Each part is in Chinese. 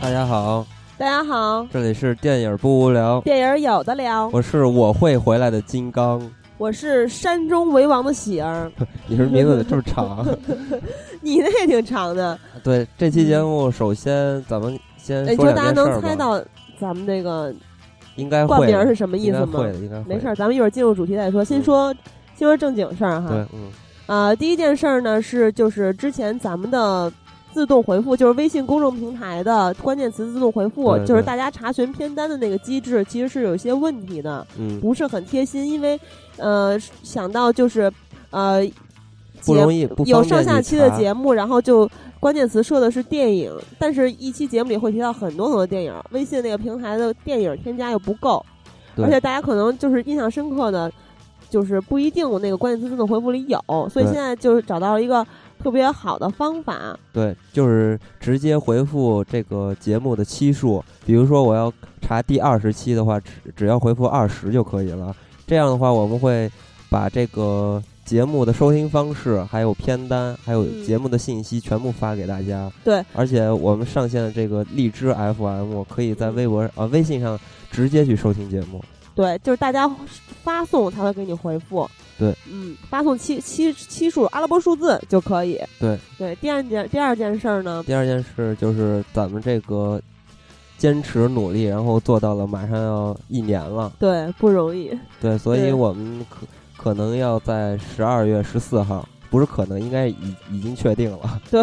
大家好，大家好，这里是电影不无聊，电影有的聊。我是我会回来的金刚。我是山中为王的喜 儿，你是名字怎么这么 长？你那也挺长的。对，这期节目首先咱们先你说说两哎大家件事儿能吧猜到咱们这个应该冠会名的是什么意思应该吗会？的，应该会的嗯没事儿，咱们一会儿进入主题再说。先说先说正经事儿哈。对，嗯，呃，第一件事儿呢是就是之前咱们的自动回复，就是微信公众平台的关键词自动回复，对就是对大家查询片单的那个机制其实是有一些问题的。嗯，不是很贴心，因为呃想到就是呃不节容易，不有方便上下你期的查节目，然后就关键词设的是电影，但是一期节目里会提到很多很多电影，微信那个平台的电影添加又不够，对而且大家可能就是印象深刻的，就是不一定那个关键词自动回复里有，所以对现在就是找到了一个特别好的方法，对，就是直接回复这个节目的期数。比如说，我要查第二十期的话，只只要回复二十就可以了。这样的话，我们会把这个节目的收听方式、还有片单、还有嗯节目的信息全部发给大家。对，而且我们上线的这个荔枝 FM，可以嗯在微博啊、微信上直接去收听节目。对，就是大家发送他会给你回复。对，嗯，发送七七七数阿拉伯数字就可以。对对，第二件第二件事儿呢，第二件事就是咱们这个坚持努力，然后做到了，马上要一年了。对，不容易。对，所以对我们可可能要在十二月十四号，不是可能，应该已已经确定了。 对，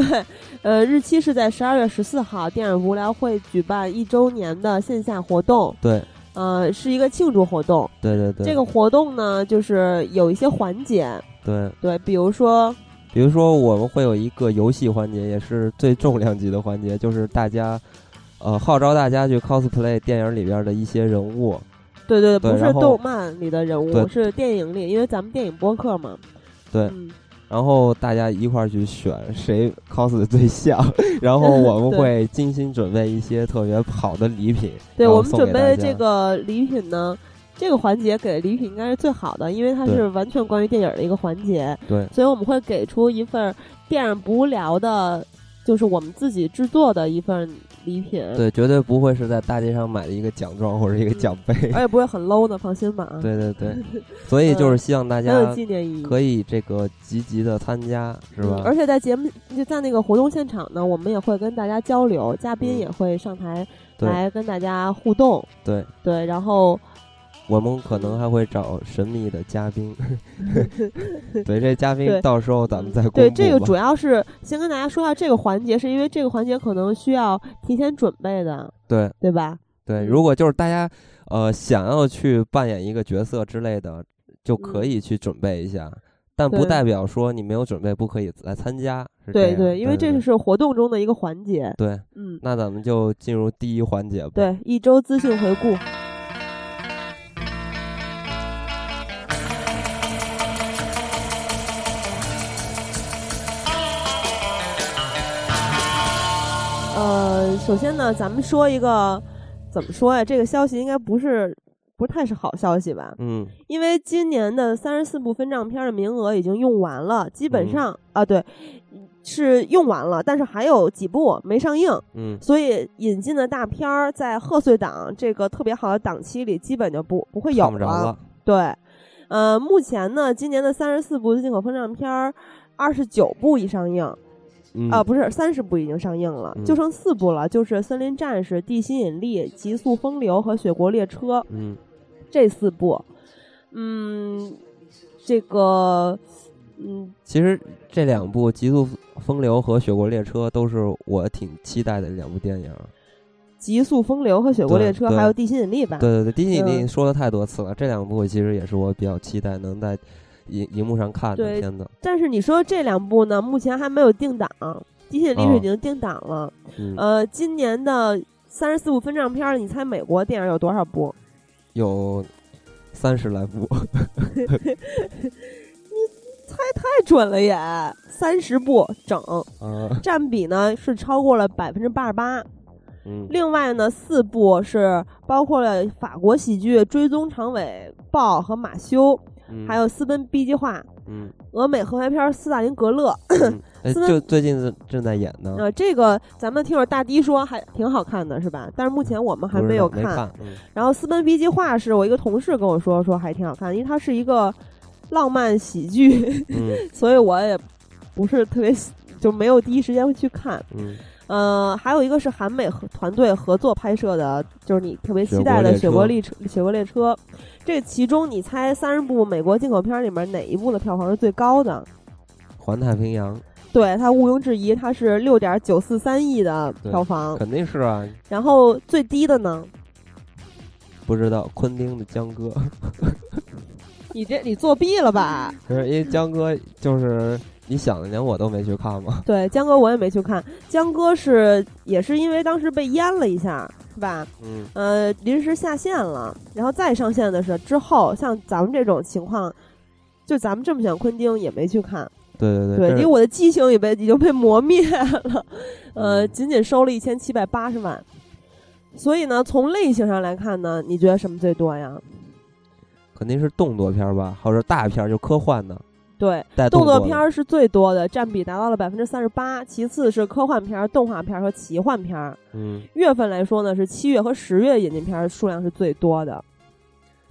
呃，日期是在十二月十四号，电影无聊会举办一周年的线下活动，对，呃，是一个庆祝活动。对对对，这个活动呢，就是有一些环节，对，对，比如说，比如说我们会有一个游戏环节，也是最重量级的环节，就是大家。呃，号召大家去 cosplay 电影里边的一些人物，对对对，不是然后动漫里的人物，对是电影里，因为咱们电影播客嘛。对嗯，然后大家一块儿去选谁 cos 的最像， 然后我们对会精心准备一些特别好的礼品，对然后我们送准给备大的家这个礼品呢，这个环节给的礼品应该是最好的，因为它对是完全关于电影的一个环节，对所以我们会给出一份电影不无聊的，就是我们自己制作的一份礼品，对，绝对不会是在大街上买的一个奖状或者一个嗯奖杯，而且不会很 low 的，放心吧 啊，对对对，所以就是希望大很嗯有家纪念意义。可以这个积极的参加，是吧嗯？而且在节目就在那个活动现场呢，我们也会跟大家交流，嘉宾嗯也会上台对来跟大家互动。对对，然后我们可能还会找神秘的嘉 宾，对，这嘉宾对到时候咱们再公布吧。对，这个主要是先跟大家说一下这个环节，是因为这个环节可能需要提前准备的，对对吧？对，如果就是大家呃想要去扮演一个角色之类的，就可以去准备一下，嗯但不对代表说你没有准备不可以来参加。是这对样对，因为这对是活动中的一个环节。对。嗯，那咱们就进入第一环节吧。，对，一周资讯回顾。呃，首先呢，咱们说一个怎么说呀？这个消息应该不是不太是好消息吧？嗯，因为今年的三十四部分账片的名额已经用完了，基本上、啊，对，是用完了，但是还有几部没上映，嗯，所以引进的大片儿在贺岁档这个特别好的档期里，基本就不不会有看不着了。对，呃，目前呢，今年的三十四部进口分账片儿，二十九部已上映，嗯啊、不是三十部已经上映了，嗯就剩四部了，就是《森林战士》《地心引力》《极速风流》和《雪国列车》。嗯，这四部，嗯，这个，嗯，其实这两部《极速风流》和《雪国列车》都是我挺期待的两部电影。 《极速风流》和《雪国列车对》对还有《地心引力》吧？对对对，第一你嗯说了太多次了，这两部其实也是我比较期待能在荧荧幕上看的对片子。但是你说这两部呢，目前还没有定档，《地心引力》哦是已经定档了。嗯，呃，今年的三十四部分账片儿，你猜美国电影有多少部？有三十来 部，太准了也，三十部整，啊，占比呢是超过了百分之八十八。嗯，另外呢，四部是包括了法国喜剧《追踪长尾豹》和《马修》，嗯还有《私奔 B 计划》 嗯，俄美合拍片《斯大林格勒》嗯哎斯文就最近正正在演呢，呃，这个咱们听友大迪说还挺好看的，是吧？但是目前我们还不没知有道没 看，嗯然后《私奔 B 计划》是我一个同事跟我说，说还挺好看，因为它是一个浪漫喜剧， 嗯所以我也不是特别喜就没有第一时间会去看。嗯，呃，还有一个是韩美合团队合作拍摄的，就是你特别期待的《雪雪国国列列车》。雪国列车，这其中你猜三十部美国进口片里面哪一部的票房是最高的？环太平洋对，它毋庸置疑，它是六点九四三亿的对票房。肯定是啊，然后最低的呢？不知道昆汀的江哥，你这你作弊了吧？可 是因为江哥就是你想的连我都没去看嘛，对，江哥我也没去看。江哥是也是因为当时被淹了一下，是吧？嗯呃，临时下线了，然后再上线的是之后，像咱们这种情况，就咱们这么想，昆汀也没去看。对对对，因为对，我的激情已被已经被磨灭了，呃，嗯仅仅收了一千七百八十万。所以呢，从类型上来看呢，你觉得什么最多呀？肯定是动作片吧，或者大片儿就科幻的，对，带动作作的片，儿是最多的，占比达到了百分之三十八，其次是科幻片儿、动画片儿和奇幻片儿。嗯，月份来说呢，是七月和十月引进片儿数量是最多的。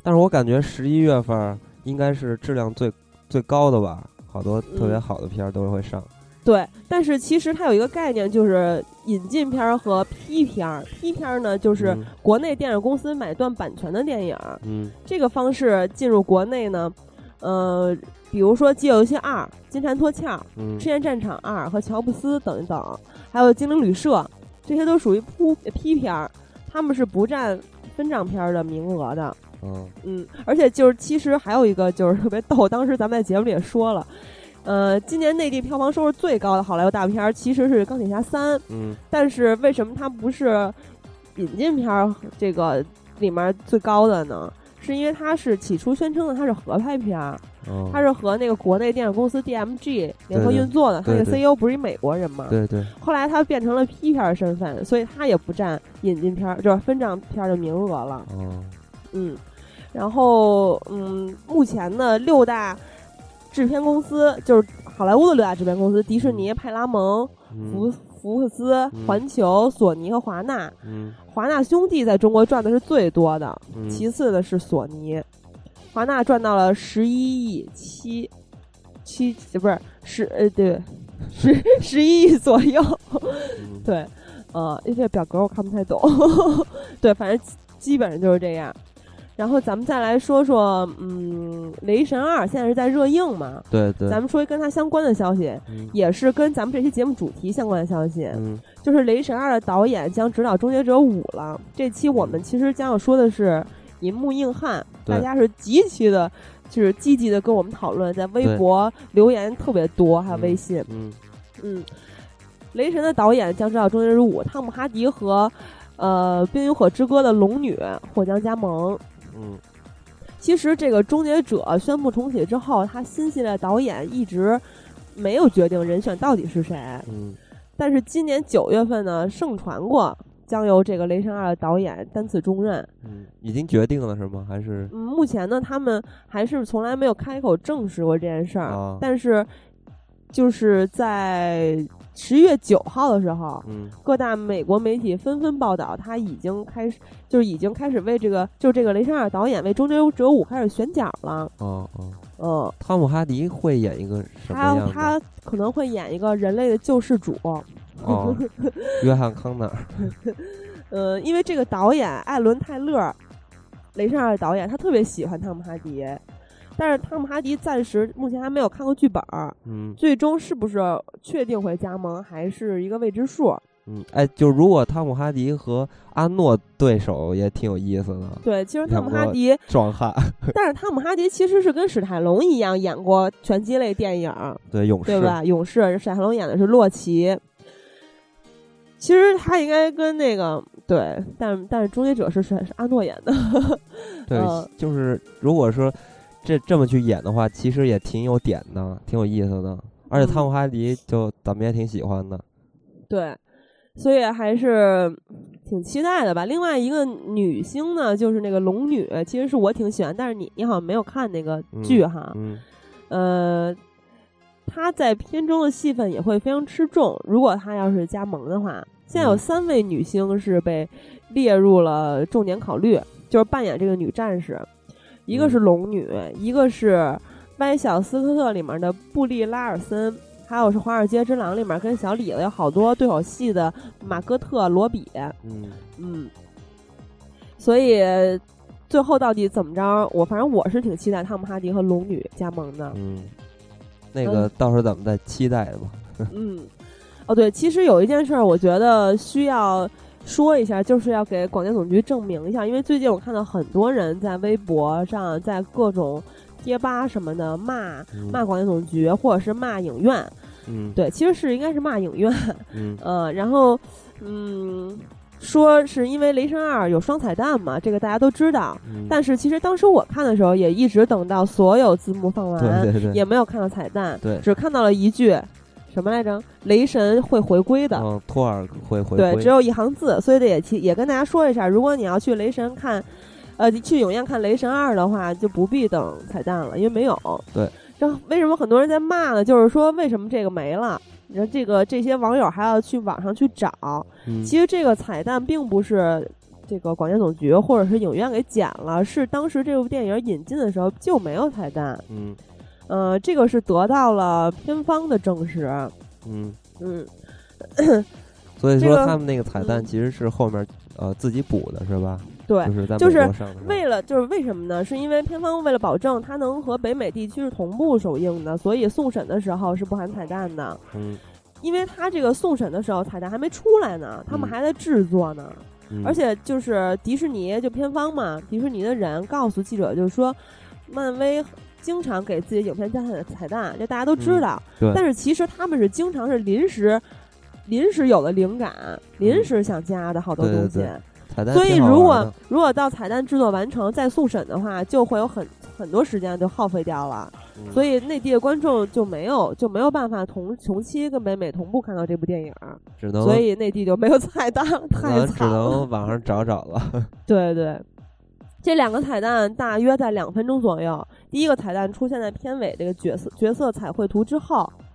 但是我感觉十一月份儿应该是质量最最高的吧，好多特别嗯好的片儿都会上，对，但是其实它有一个概念，就是引进片儿和批片儿。批片儿呢，就是嗯国内电影公司买断版权的电影儿，嗯这个方式进入国内呢，呃，比如说《饥饿游戏二》《金蝉脱壳》嗯《赤焰战场二》和《乔布斯》等等，还有《精灵旅社》，这些都属于铺批片儿，他们是不占分账片儿的名额的。嗯嗯，而且就是其实还有一个就是特别逗，当时咱们在节目里也说了，呃，今年内地票房收入最高的好莱坞大片儿其实是《钢铁侠三》，嗯但是为什么它不是引进片儿这个里面最高的呢？是因为它是起初宣称的它是合拍片儿，嗯，它是和那个国内电影公司 DMG 联合对对运作的，它那对个对 CEO 不是一美国人吗？对对，后来它变成了批片儿身份，所以它也不占引进片儿，就是分账片儿的名额了。嗯嗯，然后嗯，目前的六大制片公司就是好莱坞的六大制片公司：迪士尼、派拉蒙、福嗯福克斯嗯、环球、索尼和华纳。嗯华纳兄弟在中国赚的是最多的，嗯，其次的是索尼，华纳赚到了十一亿七七，不是十呃对，十十一亿左右。嗯对，呃，因为这表格我看不太懂， 对，反正基基本上就是这样。然后咱们再来说说，嗯，《雷神二》现在是在热映嘛？对对，咱们说一跟它相关的消息，嗯也是跟咱们这期节目主题相关的消息，嗯就是《雷神二》的导演将执导《终结者五》了。这期我们其实将要说的是银幕硬汉，对大家是极其的，就是积极的跟我们讨论，在微对博留言特别多，还有微嗯信。嗯嗯，雷神的导演将执导《终结者五》，汤姆哈迪和呃《冰与火之歌》的龙女或将加盟。嗯其实这个《终结者》宣布重启之后，他新系列导演一直没有决定人选到底是谁，嗯但是今年九月份呢，盛传过。将由这个《雷神二》的导演担此重任。嗯，已经决定了是吗？还是嗯，目前呢，他们还是从来没有开口证实过这件事儿。啊但是，就是在十一月九号的时候，嗯各大美国媒体纷纷报道，他已经开始，就是已经开始为这个，就是这个雷神二导演为《终结者五》开始选角了。哦哦，嗯，汤姆哈迪会演一个什么他样的？他可能会演一个人类的救世主。哦， 约翰康纳尔，呃，因为这个导演艾伦·泰勒，雷神二的导演，他特别喜欢汤姆·哈迪，但是汤姆·哈迪暂时目前还没有看过剧本儿，嗯最终是不是确定会加盟还是一个未知数。嗯，哎，就如果汤姆哈迪和阿诺对手也挺有意思的，对，其实汤姆·两哈个迪壮汉，但是汤姆哈迪其实是跟史泰龙一样演过拳击类电影，对勇士对，吧？勇士，史泰龙演的是洛奇。其实他应该跟那个对，但但是终结者是是是阿诺演的， 对嗯就是如果说这这么去演的话，其实也挺有点的，挺有意思的。而且嗯啊汤姆哈迪就咱们也挺喜欢的，对，所以还是挺期待的吧。另外一个女星呢，就是那个龙女，其实是我挺喜欢，但是你你好像没有看那个剧哈，嗯呃，她在片中的戏份也会非常吃重。如果她要是加盟的话，现在有嗯三位女星是被列入了重点考虑，就是扮演这个女战士，一个嗯是龙女，一个是《歪小斯科特》里面的布利拉尔森。还有是《华尔街之狼》里面跟小李子有好多对手戏的马戈特·罗比，嗯嗯，所以最后到底怎么着，我反正我是挺期待汤姆哈迪和龙女加盟的。嗯，那个到时候咱们再期待吧。嗯，哦对，其实有一件事儿，我觉得需要说一下，就是要给广电总局证明一下，因为最近我看到很多人在微博上，在各种贴吧什么的骂嗯骂广电总局，或者是骂影院。嗯对，其实是应该是骂影院，嗯呃，然后嗯，说是因为《雷神二》有双彩蛋嘛，这个大家都知道。嗯，但是其实当时我看的时候，也一直等到所有字幕放完，对对对，也没有看到彩蛋，对只看到了一句什么来着？雷神会回归的。嗯，托尔会回对，归只有一行字，所以得也提也跟大家说一下，如果你要去雷神看，呃，去影院看《雷神二》的话，就不必等彩蛋了，因为没有。对，然后为什么很多人在骂呢？就是说为什么这个没了？你说这个这些网友还要去网上去找，嗯其实这个彩蛋并不是这个广电总局或者是影院给剪了，是当时这部电影引进的时候就没有彩蛋。嗯呃，这个是得到了片方的证实。嗯，嗯，所以这说个他们那个彩蛋嗯其实是后面呃自己补的是吧？对就。是在就是美国上的时候为了就是为什么呢？是因为片方为了保证它能和北美地区是同步首映的，所以送审的时候是不含彩蛋的。嗯因为它这个送审的时候彩蛋还没出来呢，他们嗯还在制作呢。嗯，而且就是迪士尼就片方嘛，迪士尼的人告诉记者，就是说，漫威经常给自己影片加彩彩蛋，这大家都知道。嗯对但是其实他们是经常是临时。临时有了灵感，临时想加的好多对对东西，嗯对彩蛋所以挺好玩如果的如果到彩蛋制作完成再送审的话，就会有很很多时间就耗费掉了。嗯所以内地的观众就没有就没有办法同同期跟北美同步看到这部电影，只能所以内地就没有彩蛋，太咱只惨了。能网上找找 了。对对，这两个彩蛋大约在两分钟左右。第一个彩蛋出现在片尾这个角色角色彩绘图之后，嗯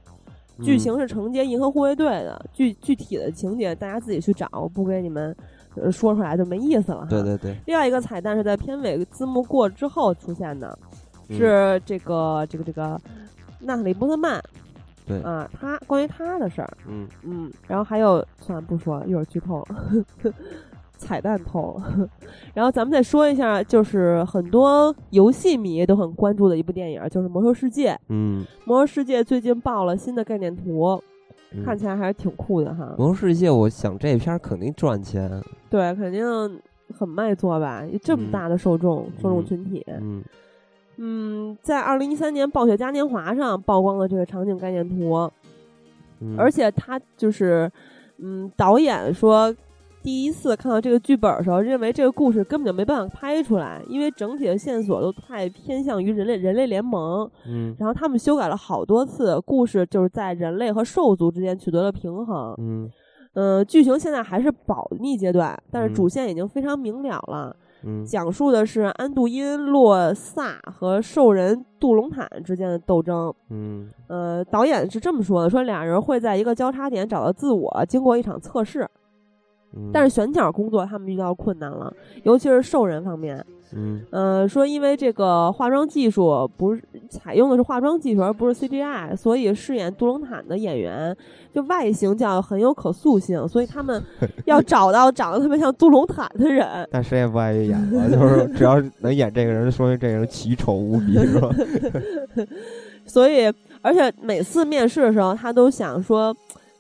剧情是承接《银河护卫队》的，具具体的情节大家自己去找，我不给你们呃说出来就没意思了哈。嗯对对对，另外一个彩蛋是在片尾字幕过之后出现的，嗯是这个这个这个娜塔莉波特曼对，啊，她关于她的事儿，嗯嗯，然后还有算了不说了，一会儿剧透了， 彩蛋透了。 然后咱们再说一下，就是很多游戏迷都很关注的一部电影，就是《魔兽世界》。《嗯，魔兽世界》最近爆了新的概念图，嗯哦看起来还是挺酷的哈。魔兽世界，我想这片儿肯定赚钱。对，肯定很卖座吧？这么嗯大的受众、受众嗯群体，嗯嗯，在二零一三年《暴雪嘉年华》上曝光了这个场景概念图，嗯，而且他就是，嗯，导演说第一次看到这个剧本的时候，认为这个故事根本就没办法拍出来，因为整体的线索都太偏向于人类人类联盟。嗯然后他们修改了好多次，故事就是在人类和兽族之间取得了平衡。嗯嗯、剧情现在还是保密阶段，但嗯是主线已经非常明了了。嗯讲述的是安度因、洛萨和兽人杜隆坦之间的斗争。嗯呃，导演是这么说的：说俩人会在一个交叉点找到自我，经过一场测试。嗯，但是选角工作他们遇到困难了，尤其是兽人方面。嗯呃，说因为这个化妆技术不是采用的是化妆技术，而不是 CGI，所以饰演杜隆坦的演员就外形叫很有可塑性，所以他 们要找到长得特别像杜隆坦的人。但谁也不爱演了，就是只要能演这个人，说明这个人奇丑无 比，是吧？所以，而且每次面试的时候，他都想说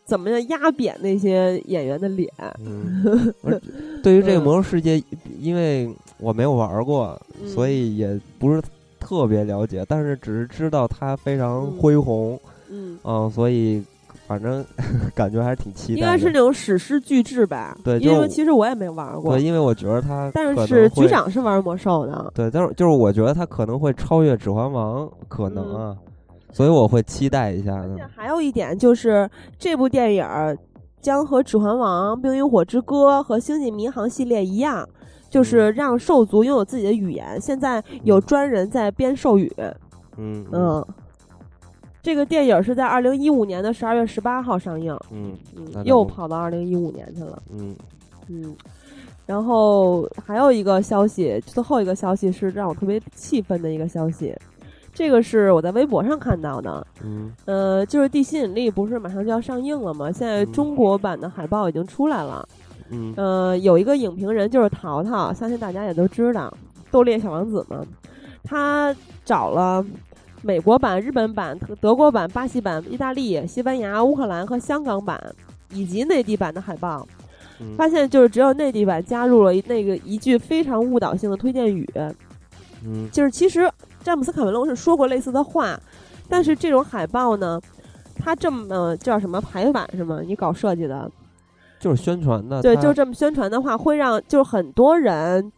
怎么样压扁那些演员的脸。嗯，而 对于这个嗯魔兽世界，因为我没有玩儿过，嗯所以也不是特别了解，但是只是知道它非常嗯恢宏，嗯，嗯，所以反正 感觉还是挺期待的。应该是那种史诗巨制吧？对就因为其实我也没玩过对，，因为我觉得它可但能是会局长是玩魔兽的。对，但是就是我觉得它可能会超越《指环王》，可嗯能啊，所以我会期待一下而且的。还有一点就是，这部电影儿将和《指环王》《冰与火之歌》和《星际迷航》系列一样，嗯就是让兽族拥有自己的语言。现在有专人在编兽语，嗯嗯，这个电影是在二零一五年的十二月十八号上映，嗯那就嗯，又跑到二零一五年去了。嗯嗯，然后还有一个消息，最后一个消息是让我特别气愤的一个消息，这个是我在微博上看到的。嗯呃，就是《地心引力》不是马上就要上映了吗？现在嗯中国版的海报已经出来了。嗯呃，有一个影评人就是淘淘，相信大家也都知道，《斗猎小王子》嘛，他找了。美国版、日本版、德德国版、巴西版、意大利、西班牙、乌克兰和香港版，以及内地版的海报，嗯发现就是只有内地版加入了一那个一句非常误导性的推荐语，嗯就是其实詹姆斯卡梅隆是说过类似的话，但嗯是这种海报呢，它这么叫什么排版是吗？你搞设计的，就是宣传的，对，呃它就这么宣传的话，会让就是很多人。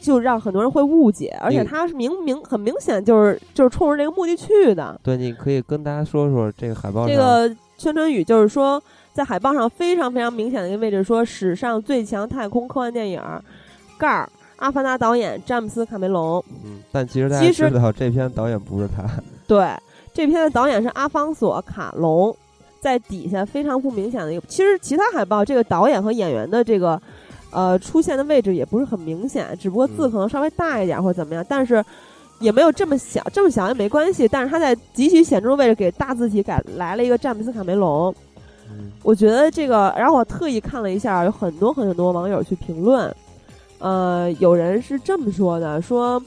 就让很多人会误解，而且你它是明明很明显就是就是冲着这个目的去的。对，你可以跟大家说说这个海报这上个宣传语就是说，在海报上非常非常明显的一个位置说，史上最强太空科幻电影，盖儿，阿凡达导演詹姆斯卡梅隆。嗯，但其实大家其实知道这篇导演不是他，对，这片的导演是阿方索卡隆，在底下非常不明显的一个。其实其他海报这个导演和演员的这个。呃，出现的位置也不是很明显，只不过字嗯可能稍微大一点或者怎么样，但是也没有这么小，这么小也没关系。但是他在极其显著的位置给大字体改来了一个詹姆斯卡梅隆，嗯我觉得这个，然后我特意看了一下，有很多很多网友去评论，呃，有人是这么说的，说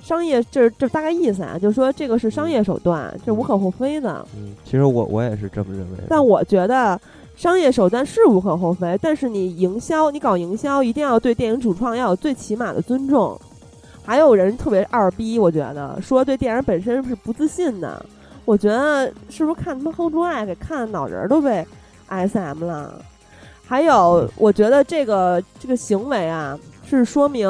商业这这大概意思啊，就是说这个是商业手段，这无可厚非的。嗯，其实我我也是这么认为的，但我觉得商业手段是无可厚非，但是你营销，你搞营销一定要对电影主创要有最起码的尊重。还有人特别二逼，我觉得说对电影本身是不自信的。我觉得是不是看他妈《Hold 住爱》给看脑仁儿都被 SM 了？还有，我觉得这个这个行为啊，是说明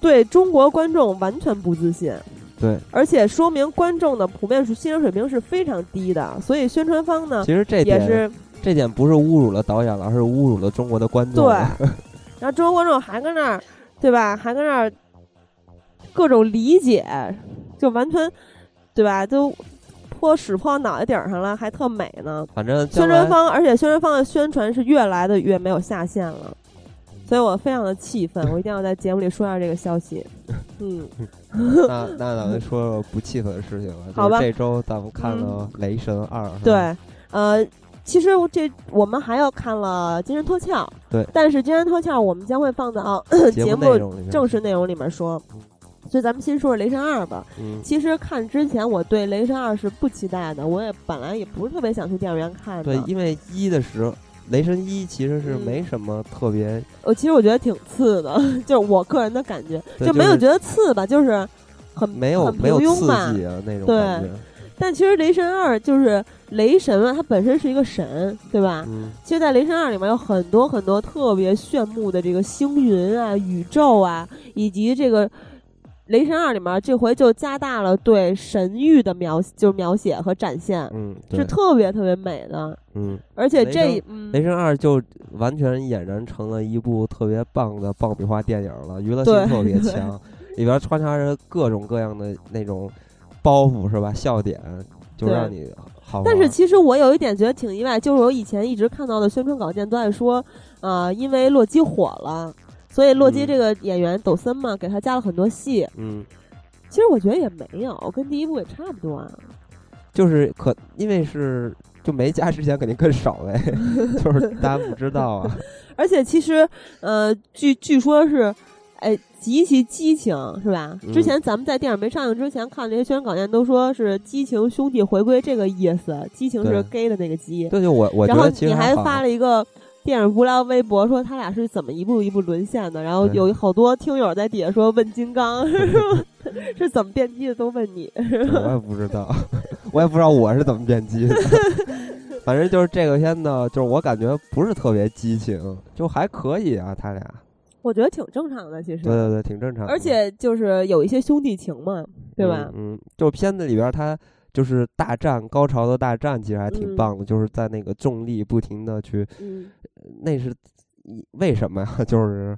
对中国观众完全不自信。对，而且说明观众的普遍是欣赏水平是非常低的，所以宣传方呢其实这嗯也点是这点不是侮辱了导演了，而是侮辱了中国的观对众了，，然后中国观众还跟那儿，对吧？还跟那儿各种理解，就完全对吧？都泼屎泼到脑袋顶儿上了，还特美呢。反正将宣来传方，而且宣传方的宣传是越来的越没有下限了，所以我非常的 气愤，我一定要在节目里说一下这个消息。嗯，那那咱们说说不气愤的事情吧。好吧嗯就是这周咱们看了《雷神二》是吧，对，呃，其实这我们还要看了《金人脱壳》，对，但是《金人脱壳》我们将会放到 节节目内容里面正式内容里面说嗯。所以咱们先说说《雷神二》吧。嗯其实看之前，我对《雷神二》是不期待的，我也本来也不是特别想去电影院看对的，。因为一的时候，雷神一其实是嗯没什么特别，我呃其实我觉得挺次的， 就是我个人的感觉，对就没就有是觉得次吧，就是很没有很平没有刺庸吧。激啊那种对感觉，但其实《雷神二》就是雷神啊，他本身是一个神，对吧？嗯其实，在《雷神二》里面有很多很多特别炫目的这个星云啊、宇宙啊，以及这个《雷神二》里面这回就加大了对神域的描，就是描写和展现，嗯，啊是对，特别特别美的。嗯，而且雷这神嗯，雷神二就完全俨然成了一部特别棒的爆米花电影了，娱乐性对特别对强，里边穿插着各种各样的那种包袱是吧？笑点就对让你好玩。但是其实我有一点觉得挺意外，就是我以前一直看到的宣传稿件都在说，啊，因为洛基火了，所以洛基嗯这个演员抖森嘛，给他加了很多戏。嗯，其实我觉得也没有，跟第一部也差不多啊。就是可因为是就没加之前肯定更少 呗，就是大家不知道啊，而且其实，呃，据据说是，哎，极其激情，是吧？嗯之前咱们在电影没上映之前看那些宣传稿件，都说是激情兄弟回归这个意思，激情是 gay 的那个激。对，就我我觉然后得其你实还好啊发了一个电影无聊微博，说他俩是怎么一步一步沦陷的。然后对有好多听友在底下说问金刚 是怎么变鸡的，都问你。 我也不知 道，我也不知道我是怎么变鸡的。反正就是这个片子，就是我感觉不是特别激情，就还可以啊，他俩，我觉得挺正常的，其对啊实。对对，挺正常的。而且就是有一些兄弟情嘛，对吧？嗯？嗯，就片子里边他就是大战高潮的大战，其实还挺嗯棒的，就是在那个重力不停的去，嗯 那是一为什么呀？就是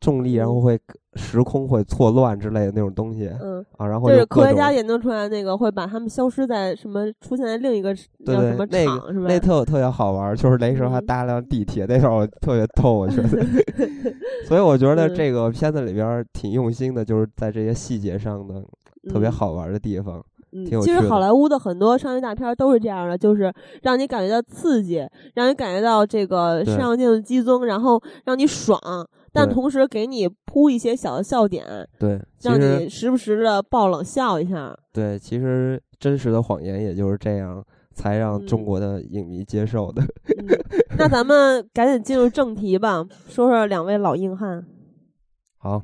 重力，然后会时空会错乱之类的那种东西嗯，啊，然后就有是各科学种家研究出来那个会把他们消失在什么，出现在另一个对叫对什么那场个是吧？那特特别好玩儿，就是那时候还嗯搭辆地铁，那时候我特别逗，我觉得。 所以我觉得嗯这个片子里边儿挺用心的，就是在这些细节上的特别嗯好玩儿的地方。嗯挺有其实趣的好莱坞的很多商业大片儿都是这样的，就是让你感觉到刺激，让你感觉到这个对肾上腺素激增，然后让你爽，但对同时给你铺一些小的笑点，对，其让实你时不时的爆冷笑一下。对，其实真实的谎言也就是这样，才让中嗯国的影迷接受的。 嗯那咱们赶紧进入正题吧，说说两位老硬汉。好，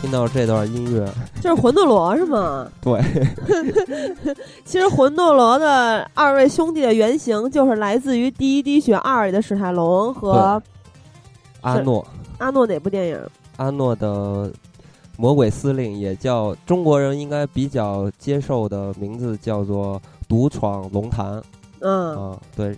听到这段音乐，这是魂斗罗是吗？对。 其实魂斗罗的二位兄弟的原型就是来自于《第一滴血二》里的史泰龙和阿是诺，阿诺哪部电影？阿诺的《魔鬼司令》也叫中国人应该比较接受的名字叫做《独闯龙潭》嗯，啊，对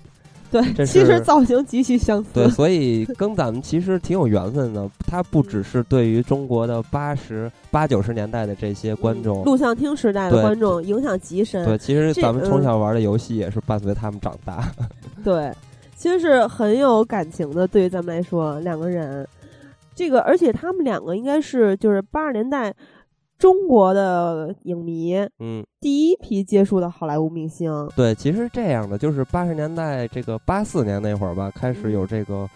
对，这其实是造型极其相似。 对，所以跟咱们其实挺有缘分的。他不只是对于中国的八十八九十年代的这些观众，录像厅时代的对观众影响极对，深。其实嗯这咱们从嗯小玩的游戏也是伴随他们长大。对，其实是很有感情的，对于咱们来说，两个人，这个而且他们两个应该是就是八十年代中国的影迷嗯，第一批接触的好莱坞明星。对，其实这样的就是八十年代这个八四年那会儿吧，开始有这个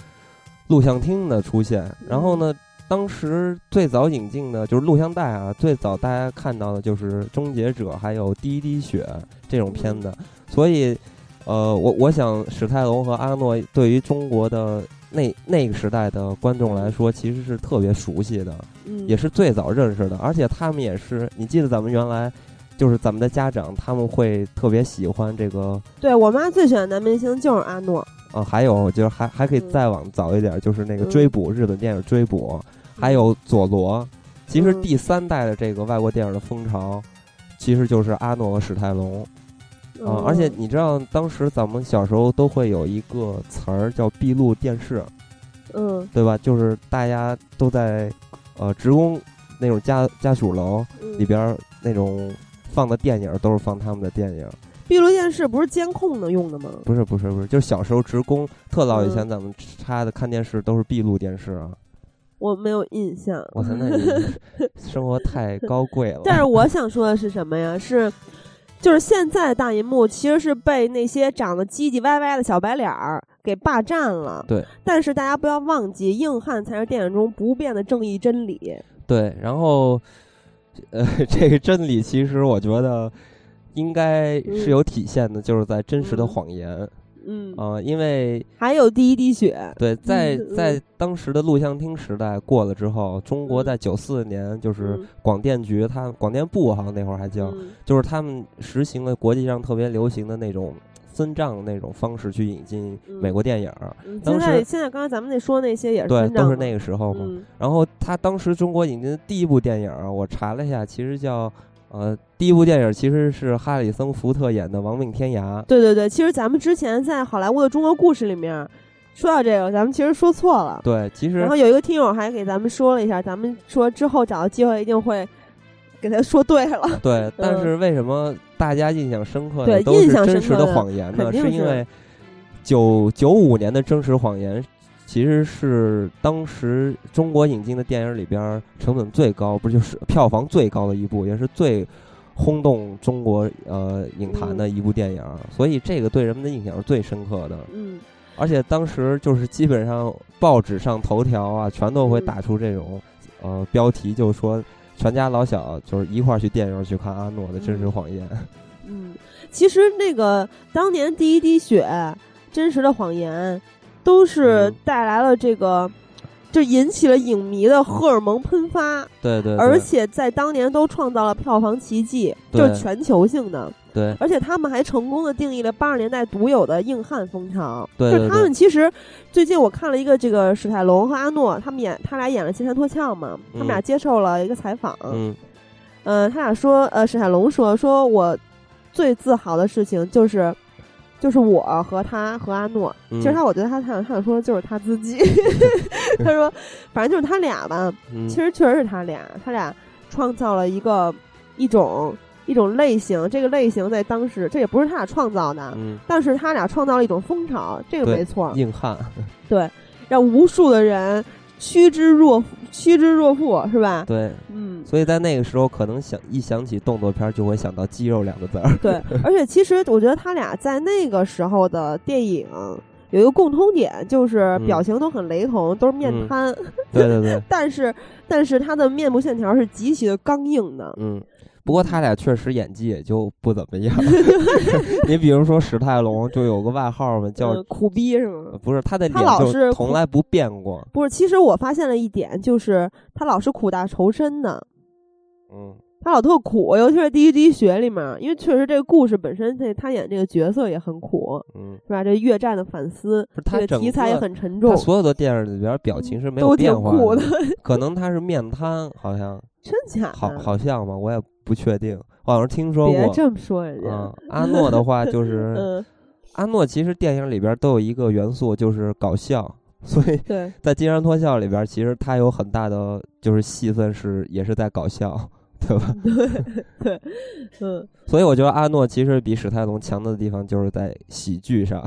录像厅的出现。然后呢，当时最早引进的就是录像带啊，最早大家看到的就是《终结者》还有《第一滴血》这种片子。所以，呃，我我想史泰龙和阿诺对于中国的那那个时代的观众来说，其实是特别熟悉的。嗯，也是最早认识的，而且他们也是，你记得咱们原来就是咱们的家长，他们会特别喜欢这个，对我妈最喜欢的男明星就是阿诺，呃，还有就是还还可以嗯再往早一点，就是那个嗯追捕日本电影追捕，还有佐罗。其实嗯第三代的这个外国电影的风潮，其实就是阿诺和史泰龙啊、嗯而且你知道，当时咱们小时候都会有一个词儿叫闭路电视，嗯对吧？就是大家都在呃职工那种家家属楼。嗯里边儿那种放的电影儿都是放他们的电影儿，闭路电视不是监控的用的吗？不是不是不是，就是小时候职工特早以前嗯咱们插的看电视都是闭路电视啊，我没有印象。我操，那你生活太高贵 了。但是我想说的是什么呀？是，就是现在的大银幕其实是被那些长得唧唧歪歪的小白脸儿给霸占了。对。但是大家不要忘记，硬汉才是电影中不变的正义真理。对，然后呃， 这个真理其实我觉得应该是有体现的，就是在真实的嗯谎言啊、嗯，呃因为还有第一滴血。对，在嗯在当时的录像厅时代过了之后，中国嗯在九四年就是嗯广电局，它广电部好像那会儿还叫，嗯就是他们实行了国际上特别流行的那种分账那种方式去引进美国电影儿，嗯现当在时现在刚才咱们那说那些也是对，分账都是嘛那个时候嘛。嗯然后他当时中国引进的第一部电影儿，我查了一下，其实叫呃，第一部电影儿其实是哈里森福特演的《亡命天涯》。对对对，其实咱们之前在好莱坞的中国故事里面说到这个，咱们其实说错了。对，其实然后有一个听友还给咱们说了一下，咱们说之后找到机会一定会给他说对了。 对，但嗯是为什么大家印象深刻对的都印是象真深实刻的的谎言肯呢？定是因是为九九五年的真实谎言其实是当时中国引进的电影里边儿成本最高，不是就是票房最高的一部，也是最轰动中国呃影坛的一部电影，所以这个对人们的印象是最深刻的。嗯，而且当时就是基本上报纸上头条啊，全都会嗯打出这种、呃标题，就说全家老小就是一块儿去电影院去看阿诺的《真实嗯谎言》 嗯，其实那个当年第一滴血、真实的谎言，都是嗯带来了这个，就引起了影迷的荷尔蒙喷发，对对对，而且在当年都创造了票房奇迹，就对是全球性的。对而且他们还成功的定义了八十年代独有的硬汉风潮。对就对是他们其实最近我看了一个这个史泰龙和阿诺，他们演他俩演了《金山脱壳》嘛，他们俩接受了一个采访，嗯、嗯他俩说，呃，史泰龙说，说我最自豪的事情就是。就是我和他和阿诺，嗯，其实他，我觉得他他想他想说的就是他自己。 他说，反正就是他俩吧，嗯、其实确实是他俩，他俩创造了一个一种一种类型，这个类型在当时这也不是他俩创造的，嗯，但是他俩创造了一种风潮，这个对没错，硬汉，让无数的人趋之若趋之若鹜，是吧？对，嗯，所以在那个时候可能想一想起动作片儿就会想到肌肉两个字儿， 对。而且其实我觉得他俩在那个时候的电影。有一个共通点，就是嗯表情都很雷同，都是面嗯瘫，对对 对，但是但是他的面部线条是极其的刚硬的。嗯。不过他俩确实演技也就不怎么 样。 你比如说史泰龙就有个外号嘛，叫嗯苦逼是吗？不是他的他脸老是就从哭来不变过，不是，其实我发现了一点，就是他老是苦大仇深的，嗯，他老特苦，尤其是第一滴血里面，因为确实这个故事本身，这他演这个角色也很苦，嗯，是吧？这越战的反思，不是他这个整题材也个很沉重他，所有的电影里边表情是没有都挺变化苦的，可能他是面瘫，好像真假好的？好像吧，我也不确定，我好像听说嗯别过。这么说人嗯家，，阿诺的话 就是嗯，阿诺，其实电影里边都有一个元素就是搞笑，所以对，在《金山脱笑》里边，其实他有很大的就是戏份是也是在搞笑，对吧？嗯，所以我觉得阿诺其实比史泰龙强的地方就是在喜剧上，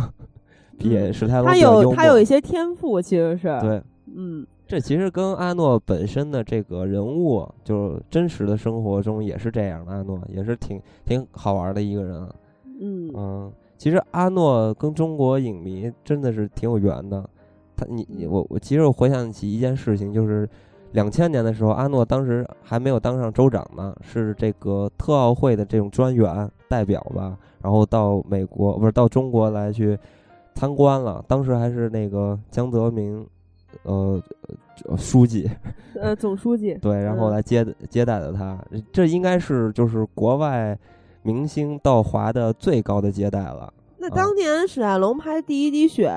比嗯史泰龙他比较幽有默他有一些天赋，其实是，对。嗯，这其实跟阿诺本身的这个人物，就是真实的生活中也是这样的。阿诺也是挺挺好玩的一个人。啊嗯，嗯，其实阿诺跟中国影迷真的是挺有缘的。他你嗯你我我其实我回想起一件事情，就是两千年的时候，阿诺当时还没有当上州长呢，是这个特奥会的这种专员代表吧，然后到美国不是到中国来去参观了。当时还是那个江泽民，呃，呃书记，呃，总书记，对，然后嗯来接接待的他，这应该是就是国外明星到华的最高的接待了。那啊当年史泰龙拍《第一滴血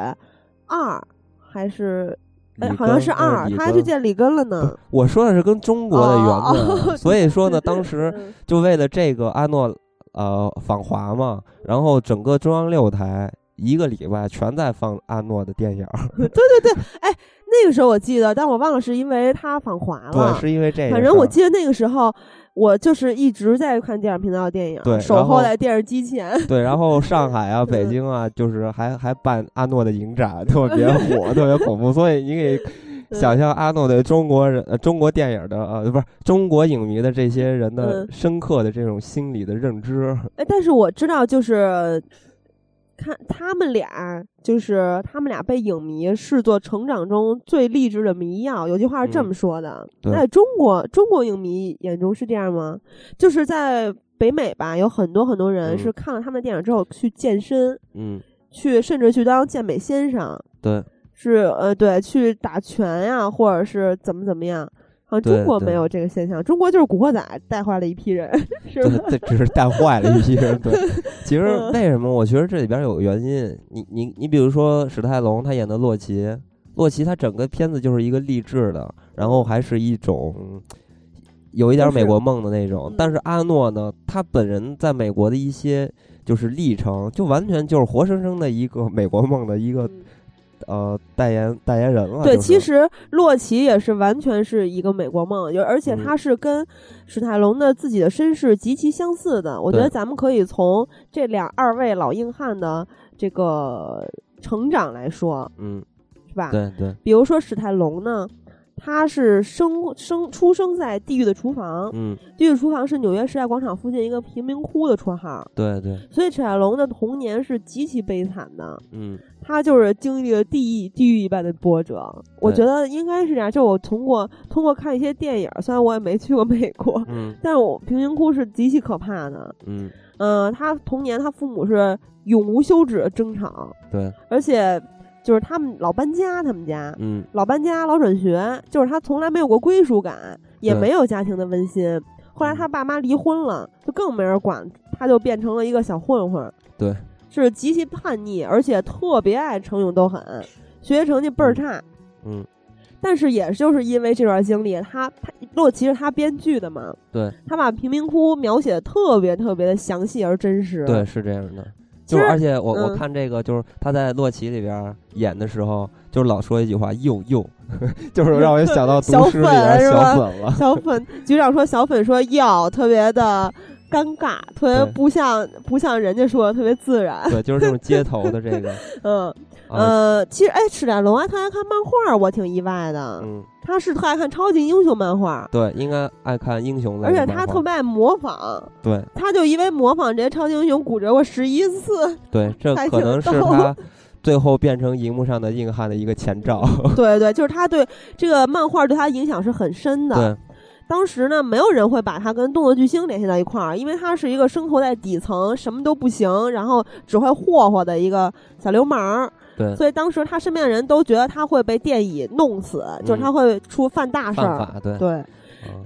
二》还是哎，里好像根是还二，里他还去根见里根了呃不呢是。我说的是跟中国的缘哦分，哦 哦所以说呢，当时嗯就为了这个阿诺呃访华嘛，然后整个中央六台一个礼拜全在放阿诺的电影儿，那个时候我记得，但我忘了是因为他访华对，了。是因为这个事儿。哦反正我记得那个时候，我就是一直在看电影频道的电影，对守然候后在电视机前。对，然后上海 啊、北京啊，就是还还办阿诺的影展，特别火，特别恐怖。所以你可 以想象阿诺对中国人、呃、中国电影的呃，不是中国影迷的这些人的嗯深刻的这种心理的认知。哎，但是我知道，就是看他们俩，就是他们俩被影迷视作成长中最励志的迷药。有句话是这嗯么说的：对在中国，中国影迷眼中是这样吗？就是在北美吧，有很多很多人嗯是看了他们的电影之后去健身，嗯，去甚至去当健美先生，对，是呃对，去打拳呀、或者是怎么怎么样。好像对中国没对有这个现象，中国就是《古惑仔》带坏了一批人， 是吧？ 对，这只是带坏了一批人。对，其实嗯为什么？我觉得这里边有原因。你你你，比如说史泰龙他演的洛奇，洛奇他整个片子就是一个励志的，然后还是一种嗯有一点就是美国梦的那种嗯。但是阿诺呢，他本人在美国的一些就是历程，就完全就是活生生的一个美国梦的一个嗯呃代言代言人了。对，就是其实洛奇也是完全是一个美国梦，有而且嗯他是跟史泰龙的自己的身世极其相似的。我觉得对咱们可以从这两二位老硬汉的这个成长来说，嗯，是吧？对对，比如说史泰龙呢，他是生生出生在《地狱的厨房》，嗯《地狱厨房》是纽约时代广场附近一个贫民窟的绰号，对对，所以史泰龙的童年是极其悲惨的。嗯他就是经历了地狱地狱一般的波折。我觉得应该是这样，就我通过通过看一些电影，虽然我也没去过美国，嗯但是我贫民窟是极其可怕的。嗯，嗯、他童年他父母是永无休止的争吵，对，而且就是他们老搬家，他们家。嗯老搬家、老转学，就是他从来没有过归属感，也对嗯没有家庭的温馨。后来他爸妈离婚了，就更没人管他就变成了一个小混混。对，是极其叛逆，而且特别爱逞勇斗狠，学习成绩倍儿差。嗯嗯但是也就是因为这段经历，他他洛奇是他编剧的嘛，对，他把贫民窟描写的特别特别的详细而真实。对，，是这样的。其就实是而且我、我嗯看这个，就是他在《洛奇》里边儿演的时候，就是老说一句话“又 又就是让我想到小毒师里边粉是小吧粉了。小粉 局长说小粉说要特别的尴尬，特别对啊不像不像人家说的特别自”，然。对，就是这种街头的 这个嗯啊，呃，其实哎，史泰龙啊，他爱看漫画儿，我挺意外的。嗯，他是特爱看超级英雄漫画儿，对，应该爱看英雄类而的且漫他画特别爱模仿。对他就因为模仿这些超级英雄骨折过十 一次。对，这还可挺能 是逗他最后变成荧幕上的硬汉的一个前兆。对对，就是他对这个漫画儿对他影响是很深的。对当时呢，没有人会把他跟动作巨星联系到一块儿，因为他是一个生活在底层、什么都不行，然后只会霍霍的一个小流氓儿。对，所以当时他身边的人都觉得他会被电椅弄死，就是他会出犯大事嗯犯儿。法对。对，嗯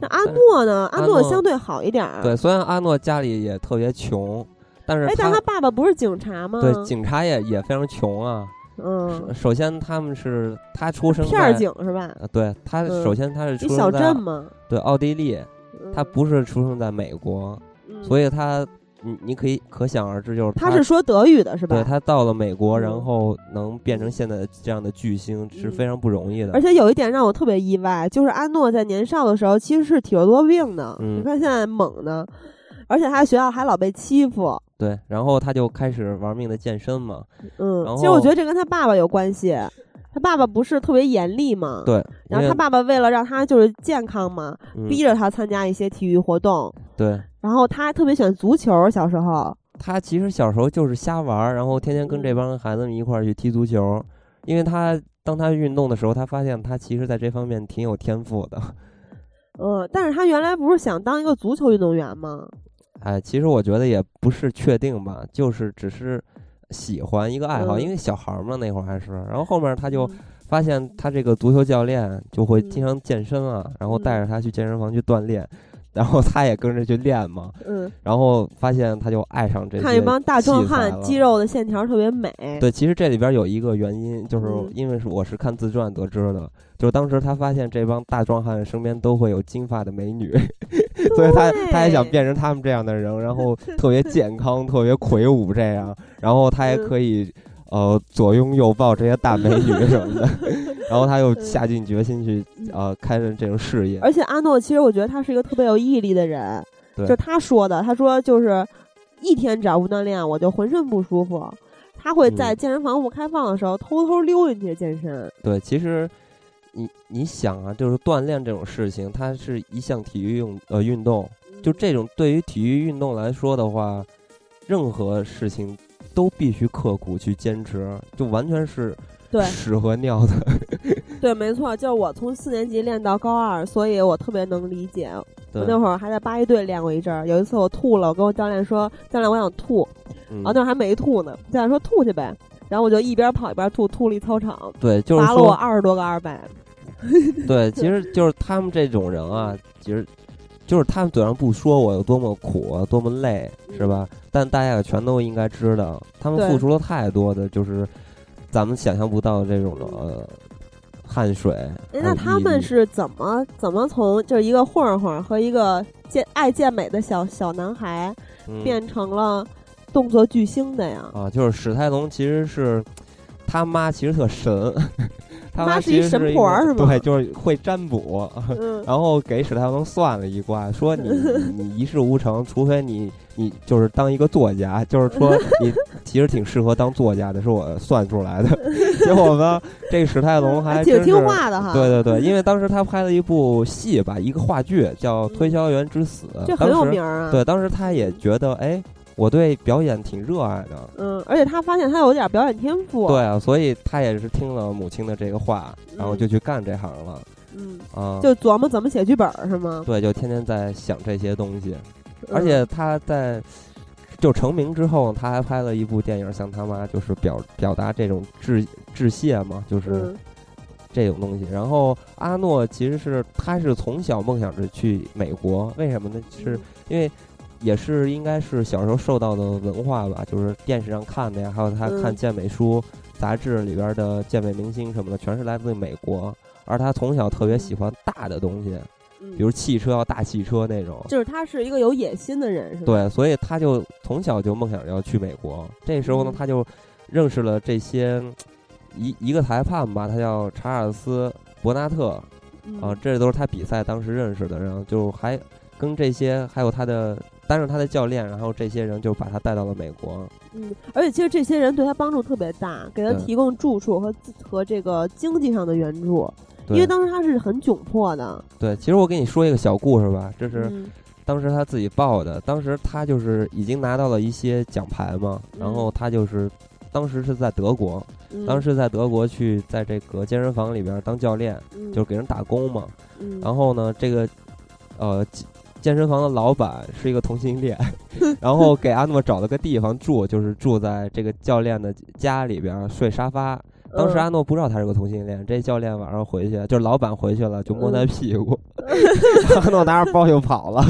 那但阿诺呢？阿阿诺诺相对好一点儿。对，虽然阿诺家里也特别穷，但是哎，但他爸爸不是警察吗？对警察也也非常穷啊。嗯，首先他们是他出生片儿在警是吧？呃对他嗯首先他是一出小生在镇嘛，对奥地利，嗯他，不是出生在美国，嗯所以他你你可以可想而知，就是他是说德语的是吧？对他到了美国，嗯然后能变成现在的这样的巨星是非常不容易的而。且有一点让我特别意外，就是阿诺在年少的时候其实是体弱多病的，嗯你看现在猛的，而且他在学校还老被欺负，对，然后他就开始玩命的健身嘛，嗯然，后其实我觉得这跟他爸爸有关系，他爸爸不是特别严厉嘛，对，因嗯然后为他爸爸为了让他就是健康嘛，嗯逼着他参加一些体育活动，对。然后他还特别喜欢足球，小时候，他其实小时候就是瞎玩儿，然后天天跟嗯这帮孩子们一块儿去踢足球。因为他当他运动的时候，他发现他其实在这方面挺有天赋的。嗯，但是他原来不是想当一个足球运动员吗？哎，其实我觉得也不是确定吧，就是只是喜欢一个爱好，嗯因为小孩儿嘛那会儿还是。然后后面他他就发现他这个足球教练就会嗯经常健身啊，然后嗯带着他去健身房去锻炼，然后他也跟着去练嘛，嗯，然后发现他就爱上这些。看这帮大壮器材汉了肌肉的线条特别美，对，其实这里边有一个原因，就是嗯因为是我是看自传得知的，就是当时他发现这帮大壮汉身边都会有金发的美女， 所以他他也想对变成他们这样的人，然 后特别健康、特别魁梧这样，然后他也嗯可以。呃，左拥右抱这些大美女什 么的，然后他又下定决心去呃开展这种事业。嗯而且阿诺其实我觉得他是一个特别有毅力的人，对就他说的，他说就是一天只要不锻炼，我就浑身不舒服。他会在嗯健身房不开放的时候偷偷溜进去健身，对，其实你你想啊，就是锻炼这种事情，它是一项体育用呃运动，就这种对于体育运动来说的话，任何事情都必须刻苦去坚持，就完全是对 屎和尿 的。对，没错，就是我从四年级练到高二，所以我特别能理解。我对，那会儿还在八一队练过一阵儿，有一次我吐了，我跟我教练说：“教练，我想吐。”嗯然后那会儿还没吐呢，教练说：“吐去呗。”然后我就一边跑一边吐，吐了一操场，对，就是罚了我说，二十多个二百。对，其实就是他们这种人啊，其实就是他们嘴上不说我有多么苦、多么累，是吧？但大家也全都应该知道，他们嗯对付出了太多的，就是咱们想象不到的这种嗯呃汗水。哎，还有那他毅们力是怎么怎么从就是一个混混和一个健爱健美的小小男孩嗯变成了动作巨星的呀？啊，就是史泰龙其实是他妈其实特神， 他妈是一其实神是婆个儿是吗对，就是会占卜， 嗯， 然后给史泰龙算了一卦，说你你一事无成，除非你你就是当一个作家，就是说你其实挺适合当作家的，是我算出来 的。结果呢，这史泰龙还啊挺真听是话的哈，对对对， 因为当时他拍了一部戏吧，一个话剧叫《推销员之死》，这当很有时名儿啊。对，当时他也觉得，哎，我对表演挺热爱的，嗯，而且他发现他有点表演天赋。对，啊，所以他也是听了母亲的这个话，然后嗯就去干这行了嗯，啊。就琢磨怎么写剧本儿是吗？对，就天天在想这些东西，嗯而且他在就成名之后，他还拍了一部电影，向他妈就是表表达这种致致谢嘛，就是嗯这种东西。然后阿诺其实是他是从小梦想着去美国，为什么呢？是嗯因为也是应该是小时候受到的文化吧，就是电视上看的呀，还有他嗯看健美书、杂志里边的健美明星什么的，全是来自美国。而他从小特别喜欢大的东西，嗯比如汽车，要大汽车那种。就是他是一个有野心的人，是吧？对，所以他就从小就梦想着要去美国。这时候呢嗯，他就认识了这些嗯一一个裁判吧，他叫查尔斯·伯纳特嗯啊，这都是他比赛当时认识的，然后就还跟这些还有他的担任他的教练，然后这些人就把他带到了美国。嗯，而且其实这些人对他帮助特别大，给他对提供住处和自和这个经济上的援助，因为对当时他是很窘迫的。对，其实我给你说一个小故事吧，这是嗯当时他自己报的，当时他就是已经拿到了一些奖牌嘛，然嗯后他就是当时是在德国，嗯当时在德国去在这个健身房里边当教练，嗯就是给人打工嘛。嗯然后呢，这个呃健健身房的老板是一个同性恋， 然后给阿诺找了个地方住，就是住在这个教练的家里边儿睡沙发。当嗯呃时阿诺不知道他是个同性恋，这教练晚上回去，就是老板回去了就摸他嗯屁股， 然后拿着包就跑了，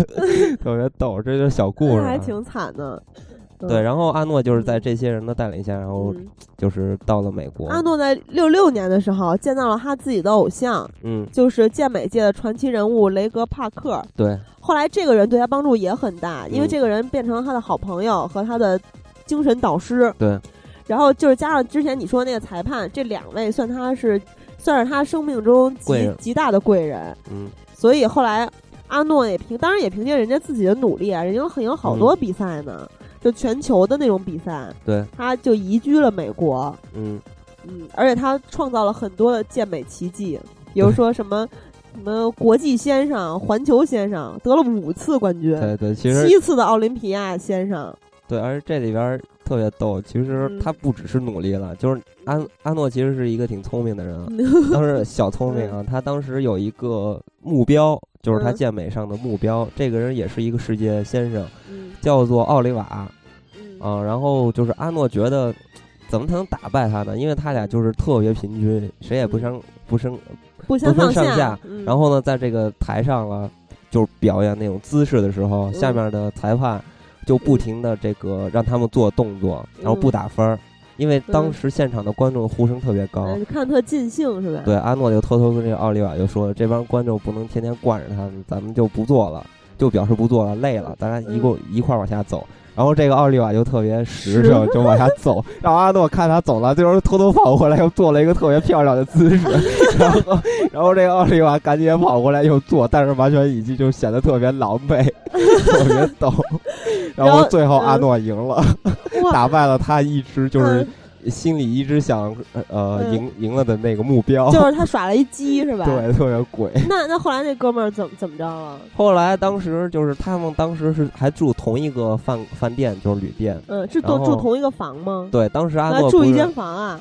特别逗，这就是小故嗯事那还啊。挺惨的。嗯对，然后阿诺就是在嗯这些人的带领下，然后嗯就是到了美国。阿诺在六六年的时候见到了他自己的偶像，嗯，就是健美界的传奇人物雷格帕克。对，后来这个人对他帮助也很大，因为嗯这个人变成了他的好朋友和他的精神导师。对，然后就是加上之前你说那个裁判，这两位算他是算是他生命中贵极人极大的贵人。嗯，所以后来阿诺也凭当然也凭借人家自己的努力啊，人家很有好嗯多比赛呢，就全球的那种比赛，对，他就移居了美国。嗯，嗯，而且他创造了很多的健美奇迹，比如说什么什么国际先生、环球先生得了五次冠军，对对，其实七次的奥林匹亚先生。对，而且这里边儿特别逗，其实嗯他不只是努力了，就是阿阿诺其实是一个挺聪明的人 啊，当时小聪明啊，他当时有一个目标，就是他嗯健美上的目标。这个人也是一个世界先生，嗯叫做奥利瓦啊、嗯然后就是阿诺觉得，怎么才能打败他呢？因为他俩就是特别平均，谁也不嗯相不相不相不分上上下嗯、然后呢，在这个台上了，就是表演那种姿势的时候，嗯下面的裁判就不停的这个让他们做动作，然后嗯不打分儿，因为当时现场的观众呼声特别高。嗯看特尽兴是吧？对，阿诺就偷偷跟这个奥利瓦就说了，这帮观众不能天天惯着他们，咱们就不做了，就表示不做了，累了，咱俩一共嗯一块儿往下走。然后这个奥利瓦就特别实实诚诚，就往下 走，让阿诺看他走了，最后偷偷跑回来，又做了一个特别漂亮的姿势，然后，然后这个奥利瓦赶紧也跑过来又做，但是完全已经就显得特别狼狈，特别 抖。然然后后最后阿嗯诺赢 了，哇，打败了他一直就是嗯心里一直想呃嗯赢赢了的那个目哦标，就是他耍了一鸡是吧？。对，特别鬼。那那后来那哥们儿怎么怎么着啊了？后来当时就是他们当时是还住同一个饭饭店，就是旅店。嗯，是然都后住同一个房吗？对，当时阿那诺住不一是间房啊？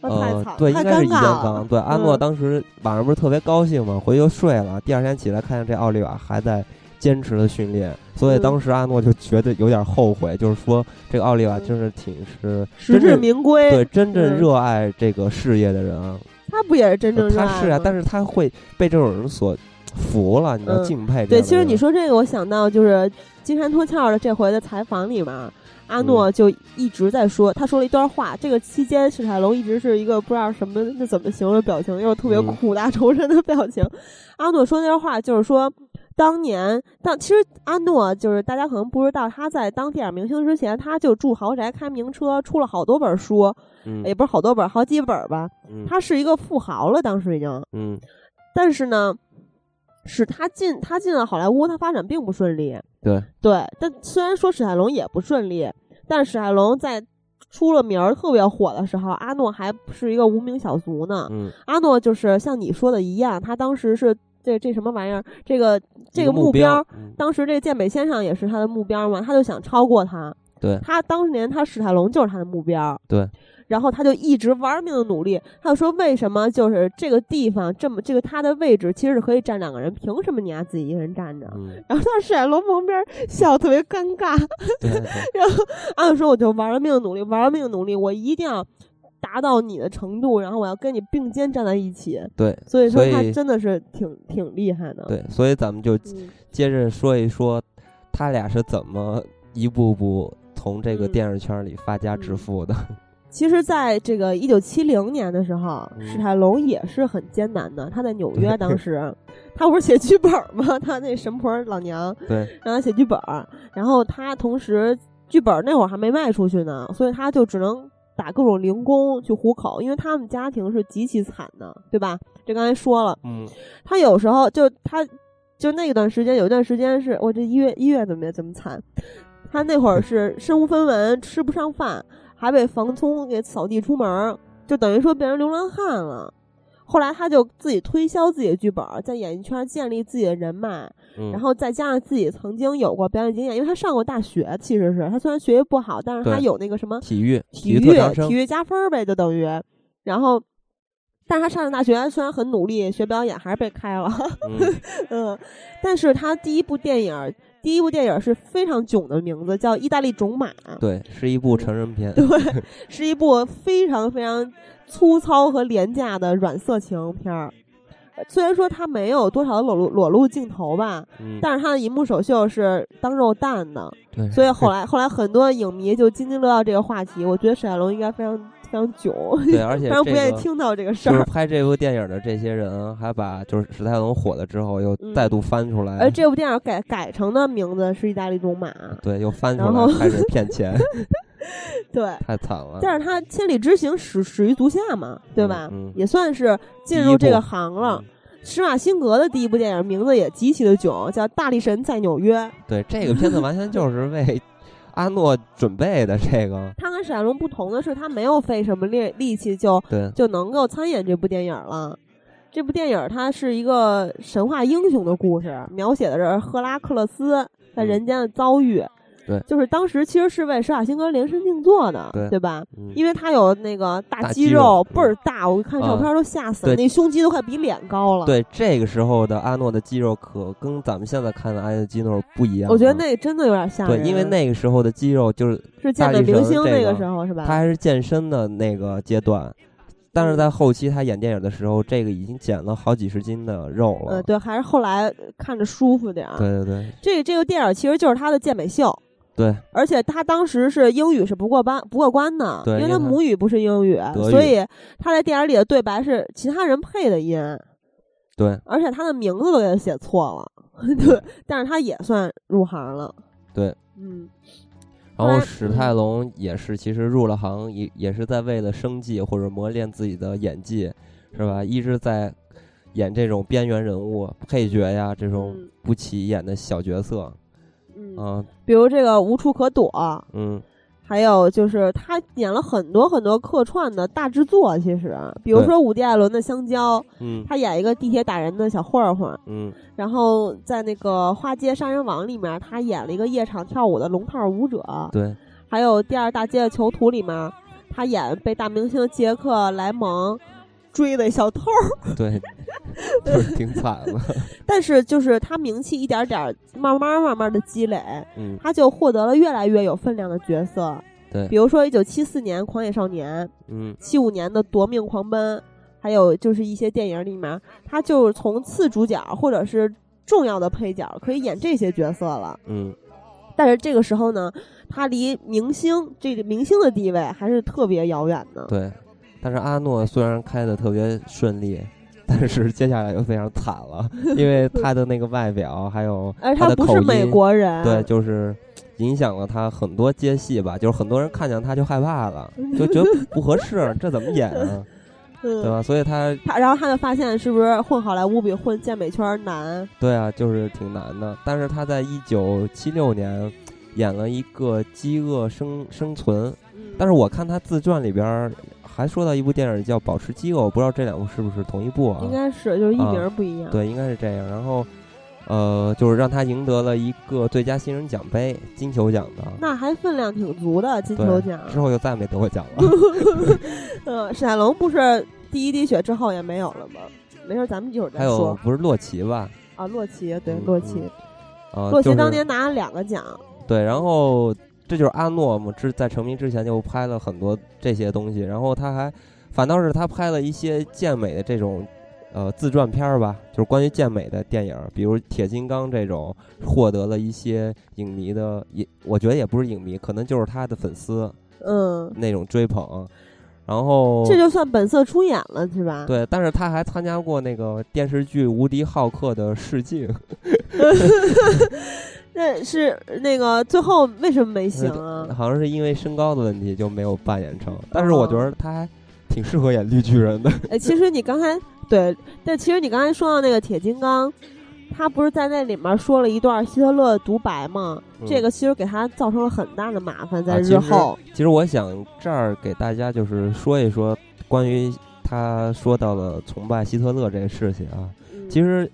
那太呃惨了，，对，应太该尴是一间尬房。了。对，阿诺嗯当时晚上不是特别高兴嘛，回去就睡了。第二天起来看见这奥利瓦还在坚持的训练，所以嗯当时阿诺就觉得有点后悔，就是说这个奥利瓦嗯真是挺是实真至正名归。对真正嗯热爱这个事业的人啊，他不也是真正热爱嗯他是啊吗，但是他会被这种人所服了，你要嗯敬佩这样的对，人。其实你说这个，我想到就是金山脱壳的这回的采访里面，阿诺嗯就一直在说，他说了一段话。这个期间，史泰龙一直是一个不知道什么那怎么形容的表情，又是特别嗯苦大仇深的表情。阿诺说那段话就是说。当年，当其实阿诺就是大家可能不知道，他在当电影明星之前，他就住豪宅、开名车，出了好多本书，嗯，也不是好多本，好几本吧。嗯他是一个富豪了，当时已经。嗯但是呢，使他进他进了好莱坞，他发展并不顺利。对对，但虽然说史泰龙也不顺利，但史泰龙在出了名儿特别火的时候，阿诺还是一个无名小卒呢。嗯阿诺就是像你说的一样，他当时是这这什么玩意儿，这个这一个个目目标标，嗯当时这健美先生也是他的目标嘛，他就想超过他。对他当年他史泰龙就是他的目标。对，然后他就一直玩命的努力。他就说为什么就是这个地方这么这个他的位置其实是可以站两个人，凭什么你要自己一个人站着？嗯 然后他史泰龙旁边笑特别尴尬，对对然后阿诺说我就玩了命的努力，玩了命的努力，我一定要。达到你的程度，然后我要跟你并肩站在一起，对所以说所他以真的是挺挺厉害的。对，所以咱们就嗯，接着说一说他俩是怎么一步步从这个嗯电视圈里发家致富 的？其实，在这个一九七零年的时候，嗯史泰龙也是很艰难的。他在纽约当时，他不是写剧本儿吗？ 他那神婆老娘对，让他写剧本儿，然后他同时剧本儿那会儿还没卖出去呢，所以他就只能打各种零工去糊口，因为他们家庭是极其惨的，对吧？这刚才说了，嗯，他有时候就他就那段时间，有一段时间是我这一月一月怎么也怎么惨，他那会 儿是身无分文，吃不上饭，还被房东给扫地出门儿，就等于说变成流浪汉了。后来他就自己推销自己的剧本儿，在演艺圈建立自己的人脉，嗯然后再加上自己曾经有过表演经验，因为他上过大学，其实是他虽然学习不好，但是他对有那个什么体育体育育特长生体，育加分儿呗，就等于。然后，但是他上了大学，虽然很努力学表演，还是被开了。 嗯嗯，但是他第一部电影儿，第一部电影儿是非常囧的名字，叫《意大利种马》，对，是一嗯部成人片，是一部非常非常粗糙和廉价的软色情片儿。呃虽然说他没有多少裸露裸露镜头吧，嗯，但是他的银幕首秀是当肉蛋 的，对，所以后来后来很多影迷就津津乐道这个话题。我觉得史泰龙应该非常非常囧，对，而且非常不这愿意个听到这个事就是儿。拍这部电影的这些人，啊还把就是史泰龙火了之后又嗯再度翻出来，而这部电影改改成的名字是《意大利种马》，对，又翻出然后来开始骗钱，对， 太惨了。嗯但是他千里之行始始于足下嘛，对吧？嗯嗯也算是进第一入步这个行了。施瓦辛格的第一部电影名字也极其的囧，叫《大力神在纽约》。对，这个片子完全就是为阿诺准备的。这个，他跟史泰龙不同的是，他没有费什么力力气就对，就能够参演这部电影了。这部电影它是一个神话英雄的故事，描写的是赫拉克勒斯在嗯人间的遭遇。对就是当时其实是为施瓦辛格量身定做的，对吧？嗯，因为他有那个大大肌肌肉倍儿大，我看照片都吓死了，啊对那胸肌都快比脸高了。，对这个时候的阿诺的肌肉可跟咱们现在看的阿诺基诺不一样了。我觉得那真的有点吓对，人。因为那个时候的肌肉就是是健美大力神明星那这个个时候是吧？他还是健身的那个阶段，但嗯是在后期他演电影的时候，这个已经减了好几十斤的肉了。呃，对，还是后来看着舒服点儿。对对对这这个电影其实就是他的健美秀，对而且他当时是英语是不过班不过关的，对因为因为他他母语不是英语，德语所以他在电影里的对白是其他人配的音，对而且他的名字都给他写错了。 对，但是他也算入行了。嗯对，嗯，然后后来史泰龙也是，其实入了行也也是在为了生计或者磨练自己的演技，是吧？一直在演这种边缘人物、配角呀这种嗯不起眼的小角色。嗯啊，比如这个无处可躲，嗯，还有就是他演了很多很多客串的大制作，其实比如说伍迪·艾伦的《香蕉》，嗯，他演一个地铁打人的小混混，嗯，然后在那个《花街杀人王》里面，他演了一个夜场跳舞的龙套舞者，对，还有《第二大街的囚徒》里面，他演被大明星杰克·莱蒙追的小偷。 对，就是挺惨的。但是就是他名气一点点儿慢慢慢慢的积累，嗯，他就获得了越来越有分量的角色。对比如说一九七四年《狂野少年》，嗯，七五年的《夺命狂奔》，还有就是一些电影里面，他就是从次主角或者是重要的配角可以演这些角色了。嗯，但是这个时候呢，他离明星这个明星的地位还是特别遥远的。对。但是阿诺虽然开的特别顺利，但是接下来又非常惨了，因为他的那个外表还有而他他的不口是音，美国人，对，就是影响了他很多接戏吧，就是很多人看见他就害怕了，就 觉得不合适，这怎么演啊，对嗯，吧？所以他他然后他就发现是不是混好莱坞比混健美圈难？对啊，就是挺难的。但是他在一九七六年演了一个《饥饿生生存》，但是我看他自传里边儿还说到一部电影叫《保持饥饿》，我不知道这两部是不是同一部啊？应该是就是艺啊名儿不一样。对，应该是这样。然后。呃，就是让他赢得了一个最佳新人奖杯，金球奖的。那还分量挺足的金对球 奖。之后就再没得过 奖了。嗯，史泰龙不是第一滴血之后也没有了吗？没事儿，咱们一会儿再还有说不是洛奇吧？啊。洛奇，对嗯洛奇，嗯啊，洛就奇是当年拿了两个奖，对，然后这就是阿诺嘛，之在成名之前就拍了很多这些东西，然后他还反倒是他拍了一些健美的这种呃自传片儿吧，就是关于健美的电影儿，比如《铁金刚》这种获得了一些影迷的，也我觉得也不是影迷，可能就是他的粉丝嗯，那种追捧。然后这就算本色出演了，是吧？哦对，但是他还参加过那个电视剧《无敌浩克》的试镜，那是那个最后为什 么没行啊？好像是因为身高的问题就没有扮演成。但是我觉哦得他还挺适合演绿巨人的。哎，其实你刚才对，但其实你刚才说到那个铁金刚，他不是在那里面说了一段希特勒的独白吗？嗯这个其实给他造成了很大的麻烦，在啊日后。其实我想这儿给大家就是说一说关于他说到了崇拜希特勒这个事情啊。嗯其实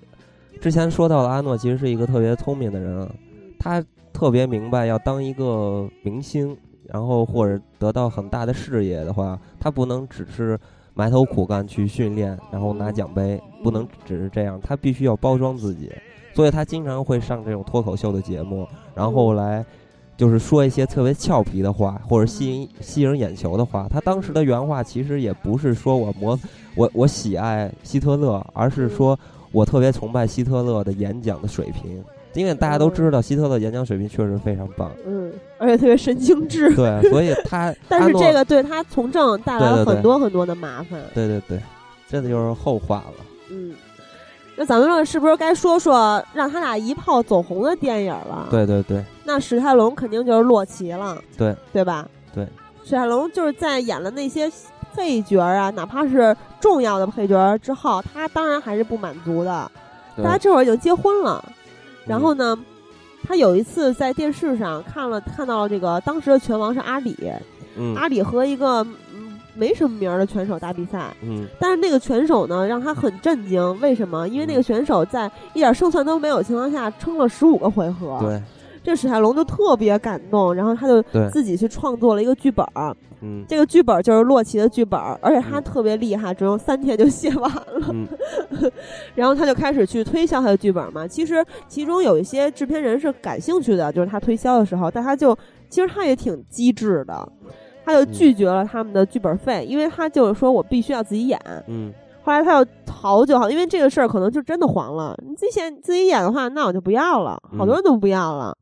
之前说到了阿诺其实是一个特别聪明的人啊，他特别明白要当一个明星，然后或者得到很大的事业的话，他不能只是埋头苦干去训练，然后拿奖杯，不能只是这样，他必须要包装自己。所以他经常会上这种脱口秀的节目，然后来就是说一些特别俏皮的话，或者吸引吸引眼球的话。他当时的原话其实也不是说我模我我喜爱希特勒，而是说我特别崇拜希特勒的演讲的水平，因为大家都知道希特勒演讲水平确实非常棒。嗯，而且特别神 经质。对，所以 他但阿是诺这个对他从政带来了对对对很多很多的麻烦。对对对，这就是后话了。嗯，那咱们这是不是该说说让他俩一炮走红的电影了？，对对对，那史泰龙肯定就是洛奇了，对对吧？对，史泰龙就是在演了那些配角啊，哪怕是重要的配角之后，他当然还是不满足的。对他这会儿已经结婚了，然嗯后呢，他有一次在电视上看了看到这个当时的拳王是阿里，嗯阿里和一个嗯没什么名儿的拳手打比赛，嗯但是那个拳手呢，让他很震惊。为什么？因为那个选手在一点胜算都没有的情况下，撑了十五个回合。对这史泰龙就特别感动，然后他就对自己去创作了一个剧本儿。嗯这个剧本儿就是洛奇的剧本儿，而且他嗯特别厉害，只用三 天就 写完了。嗯然后他就开始去推销他的剧本嘛。其实其中有一些制片人是感兴趣的，就是他推销的时候，但他就其实他也挺机智的，他就嗯拒绝了他们的剧本费，因为他就是说我必须要自己演。嗯后来他又好久好，因为这个事儿可能就真的黄了。你自己演自己演的话，那我就不要了，嗯好多人都不要了。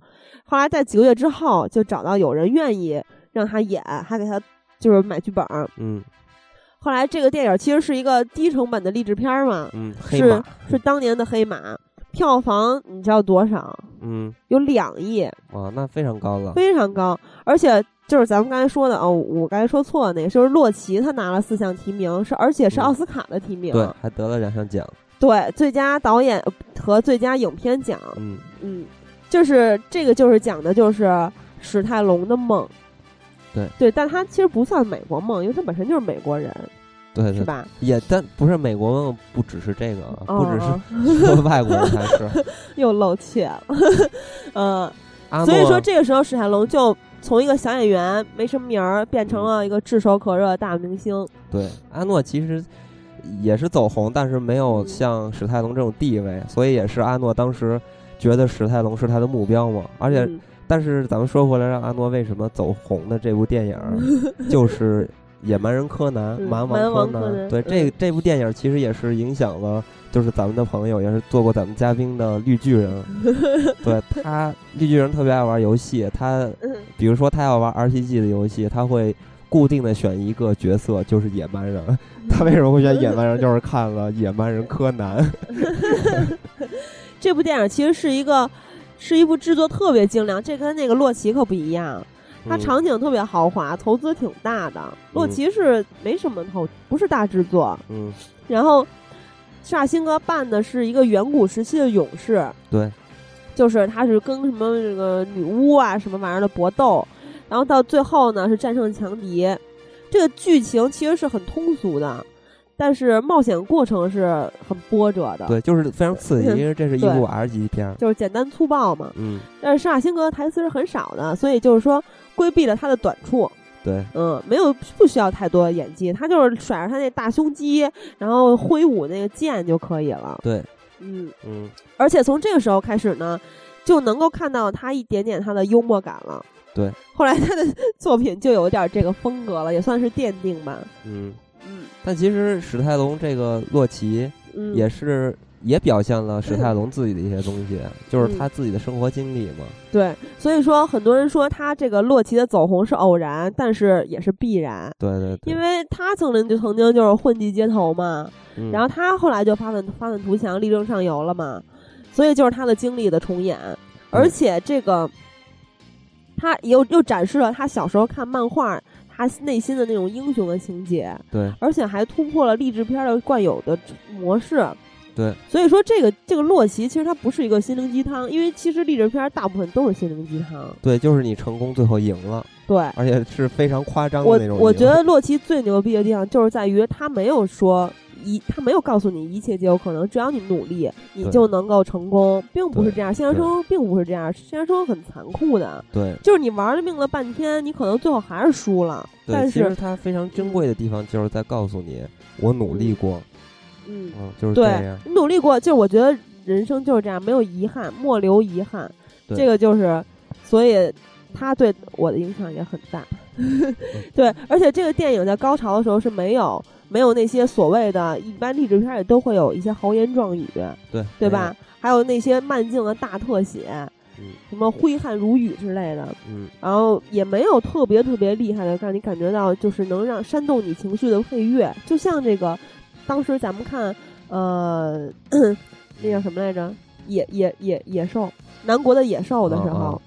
后来在几个月之后，就找到有人愿意让他演，还给他就是买剧本儿。嗯后来这个电影其实是一个低成本的励志片 儿嘛，嗯，黑是啊马是当年的黑马，票房你知道多少？嗯有两亿，哇，那非常高了。非常高。而且就是咱们刚才说的哦，我刚才说错了，那个就是洛奇他拿了四项提名，是而且是嗯奥斯卡的提名。对，还得了两项奖。对，最佳导演和最佳影片奖，嗯嗯，就是这个就是讲的就是史泰龙的梦，对对，但他其实不算美国梦，因为他本身就是美国人，对是对，吧？也但不是美国梦，不只是这个啊，哦不只是说外国人才 是。又露怯了， 呃，阿诺所以说这个时候史泰龙就从一个小演员没什么名儿，变成了一个炙手可热的大明星，对阿诺其实也是走红，但是没有像史泰龙这种地位，所以也是阿诺当时觉得史泰龙是他的目标嘛。而且，嗯但是咱们说回来，让阿诺为什么走红的这部电影儿，就是《野蛮人柯南》嗯蛮蛮王王柯南嗯对，这这部电影其实也是影响了，就是咱们的朋友，也是做过咱们嘉宾的绿巨 人。对他，绿巨人特别爱玩游戏，他嗯比如说他要玩 RPG 的游戏，他会固定的选一个角色，就是野蛮人。 他为什么会选野蛮人？就是看了《野蛮人柯 南》嗯这部电影其实是一个是一部制作特别精良，这跟那个洛奇可不一样。它嗯场景特别豪华，投资挺大的。洛嗯奇是没什么投，不是大制作。嗯，然后，施瓦辛格扮的是一个远古时期的勇士，对，就是他是跟什么这个女巫啊什么玩意儿的搏斗，然后到最后呢是战胜强敌。这个剧情其实是很通俗的，但是冒险过程是很波折的，对，就是非常刺激，嗯因为这是一对部 R 级片儿。就是简单粗暴嘛。嗯，但是施瓦辛格台词是很少的，所以就是说规避了他的短处，对，嗯，没有不需要太多的演技，他就是甩着他那大胸肌，然后挥舞那个剑就可以了。对，嗯，嗯，而且从这个时候开始呢，就能够看到他一点点他的幽默感了。对，后来他的 作品就有点这个风格了，也算是奠定吧。嗯。嗯但其实史泰龙这个洛奇，嗯，也是也表现了史泰龙自己的一些东西，嗯就是他自己的生活经历嘛。对，所以说很多人说他这个洛奇的走红是偶然，但是也是必然，对对对，因为他曾经就曾经就是混迹街头嘛，嗯然后他后来就发愤发愤图强，力争上游了嘛，所以就是他的经历的重演，嗯而且这个他又又展示了他小时候看漫画他内心的那种英雄的情节，对而且还突破了励志片的惯有的模式。对，所以说这个这个洛奇其实它不是一个心灵鸡汤，因为其实励志片大部分都是心灵鸡汤。对，就是你成功最后赢了，对而且是非常夸张的我那种赢。我觉得洛奇最牛逼的地方就是在于他没有说一，他没有告诉你一切皆有可能，只要你努力，你对就能够成功，并不是这样。现实对生活并不是这样，现实生活很残酷的，对就是你玩了命了半天，你可能最后还是输了。对，但其实是，他非常珍贵的地方就是在告诉你，我努力过，嗯，嗯，就是这对样，。你努力过，就是我觉得人生就是这样，没有遗憾，莫留遗憾。对这个就是，所以他对我的影响也很大。对，而且这个电影在高潮的时候是没有没有那些所谓的，一般励志片也都会有一些豪言壮语，对哎对吧？？还有那些慢镜的大特写，嗯什么挥汗如雨之类的，嗯，然后也没有特别特别厉害的，让你感觉到就是能让煽动你情绪的配乐，就像这个，当时咱们看，呃，那嗯叫什么来着？野野野野兽，南国的野兽的时候，啊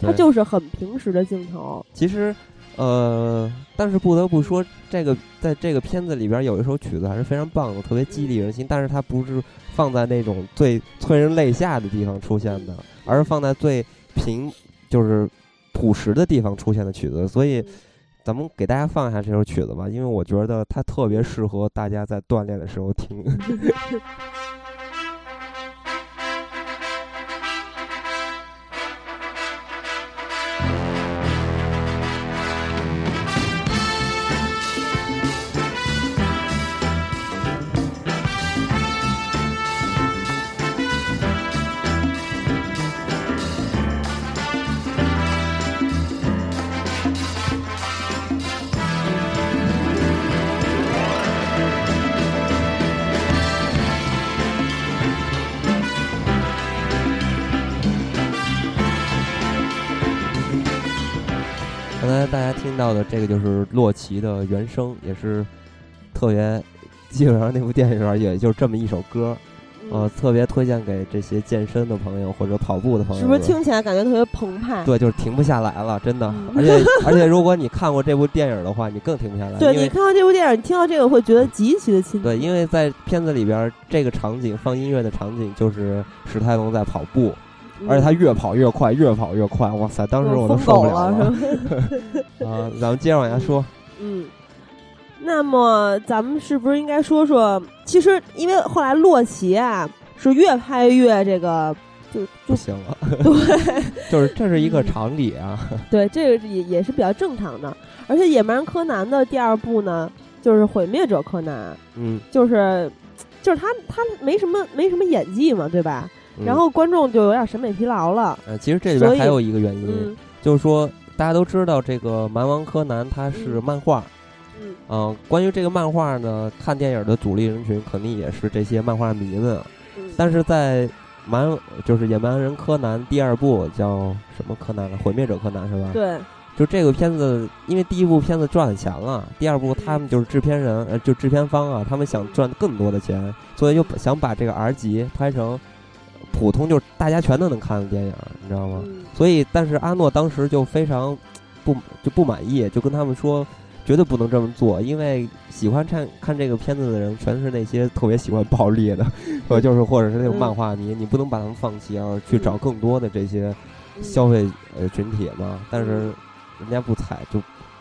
它对啊就是很平时的镜头，其实，呃，但是不得不说，这个在这个片子里边有一首曲子还是非常棒的，特别激励人心。但是它不是放在那种最催人泪下的地方出现的，而是放在最平就是朴实的地方出现的曲子。所以嗯，咱们给大家放一下这首曲子吧，因为我觉得它特别适合大家在锻炼的时候听。 刚才大家听到的这个就是洛奇的原声，也是特别，基本上那部电影里边也就这么一首歌。嗯呃，特别推荐给这些健身的朋友或者跑步的朋嗯友是不是们听起来感觉特别澎湃？对，就是停不下来了，真的嗯。而且 而且，如果你看过这部电影的话，你更停不下来，对，因你为看到这部电影，你听到这个会觉得极其的亲对，切。因为在片子里边，这个场景放音乐的场景就是史泰龙在跑步，嗯而且他越跑越快，越跑越快，哇塞！当时我都疯受狗不了是了。吧？ 啊，咱们接着往下 说，嗯，那么咱们是不是应该说说？其实因为后来洛奇啊是越拍越这个，就不 就行了，对就是这是一个嗯常理啊，对，这个也也是比较正常的。而且《野蛮人柯南》的第二部呢，就是《毁灭者柯南》，嗯，就是就是他他没什么没什么演技嘛，对吧？嗯然后观众就有点审美疲劳了。呃，其实这里边所以还有一个原因，嗯就是说大家都知道这个蛮王柯南他是嗯漫画，嗯嗯，关于这个漫画呢，看电影的主力人群肯定也是这些漫画迷们。嗯，但是在蛮就是《野蛮人柯南》第二部叫什么柯南了？毁灭者柯南是吧？。对，就这个片子，因为第一部片子赚了钱了，第二部他们就是制片人呃，就制片方啊，他们想赚更多的钱，所以就想把这个 R 级拍成普通，就是大家全都能看的电影，你知道吗？嗯所以，但是阿诺当时就非常不就不满意，就跟他们说，绝对不能这么做，因为喜欢看看这个片子的人，全是那些特别喜欢暴力 的，呃，就是或者是那种嗯漫画迷，你不能把他们放弃，而去找更多的这些嗯消费呃群体嘛。但是人家不采，就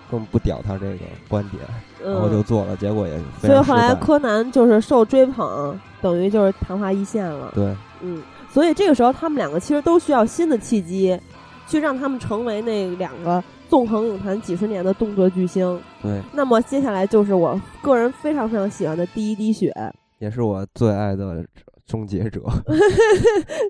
更不屌他这个观点，然后嗯就做了，结果也是非所以常失后来败。柯南就是受追捧，等于就是昙花一现了。对嗯，所以这个时候他们两个其实都需要新的契机，去让他们成为那两个纵横影坛几十年的动作巨星。对，那么接下来就是我个人非常非常喜欢的第一滴血。 也是我最爱的终结者。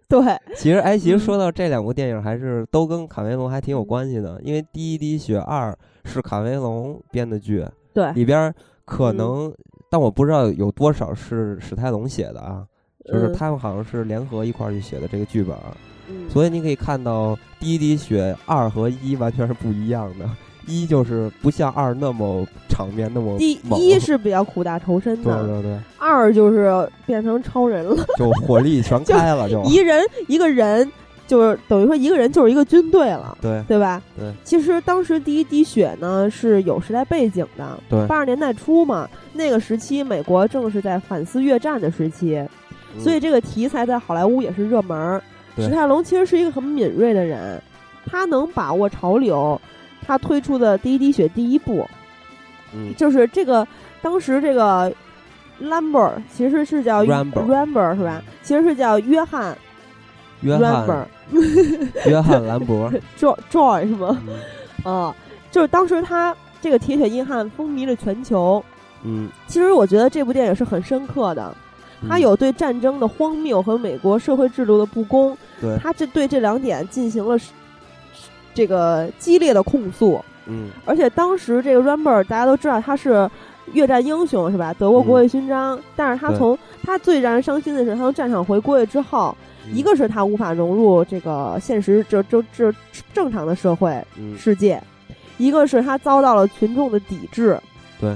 对，其实，哎，其实嗯说到这两部电影，还是都跟卡梅隆还挺有关系的，因为《第一滴血二》是卡梅隆编的剧，对，嗯里边儿可能、但我不知道有多少是史泰龙写的啊，就是嗯他们好像是联合一块儿去写的这个剧本儿，嗯所以你可以看到第一滴血二和一完全是不一样的， 一就是不像二那么场面那么第猛一是比较苦大仇深对的，对对，二就是变成超人了，就火力全 就开了就一人一个人就是等于说一个人就是一个军队了，对对吧？对。其实当时第一滴血呢是有时代背景的，对，八十年代初嘛，那个时期美国正是在反思越战的时期，嗯所以这个题材在好莱坞也是热门儿。对史泰龙其实是一个很敏锐的人，他能把握潮流。他推出的《第一滴血》第一部，嗯就是这个当时这个 Lambert 其实是叫 Rambert Rambert 是吧？其实是叫约翰约翰 Rambert 约翰兰博， Joy Joy 是吗？ 嗯啊，就是当时他这个《铁血硬汉》风靡了全球。嗯，其实我觉得这部电影是很深刻的，他嗯有对战争的荒谬和美国社会制度的不公，对他这对这两点进行了是是这个激烈的控诉。嗯而且当时这个 Rambert 大家都知道他是越战英雄是吧？德国嗯国会勋章，但是他对从他最让人伤心的是，他从战场回归了之后，嗯一个是他无法融入这个现实这这这正常的社会嗯世界，一个是他遭到了群众的抵制，对，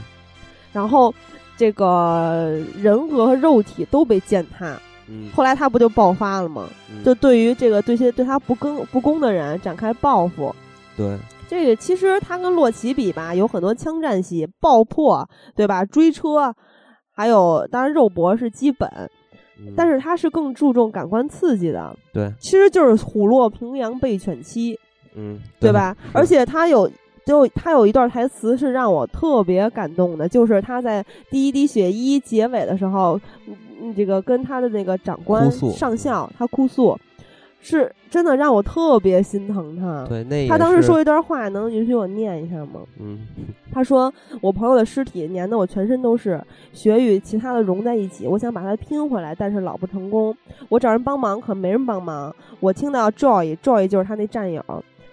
然后这个人格和肉体都被践踏。嗯后来他不就爆发了吗？嗯就对于这个对些对他不公不公的人展开报复。对这个其实他跟洛奇比吧，有很多枪战戏、爆破，对吧？追车，还有当然肉搏是基本，嗯但是他是更注重感官刺激的，对其实就是虎落平阳被犬欺，嗯对？吧？是而且他有。就他有一段台词是让我特别感动的，就是他在《第一滴血一》结尾的时候，嗯嗯这个跟他的那个长官哭诉上校，他哭诉，是真的让我特别心疼他。对，那他也当时是说一段话，能允许我念一下吗？嗯他说：“我朋友的尸体粘的我全身都是，血与其他的融在一起。我想把它拼回来，但是老不成功。我找人帮忙，可没人帮忙。我听到 Joy，Joy 就是他那战友，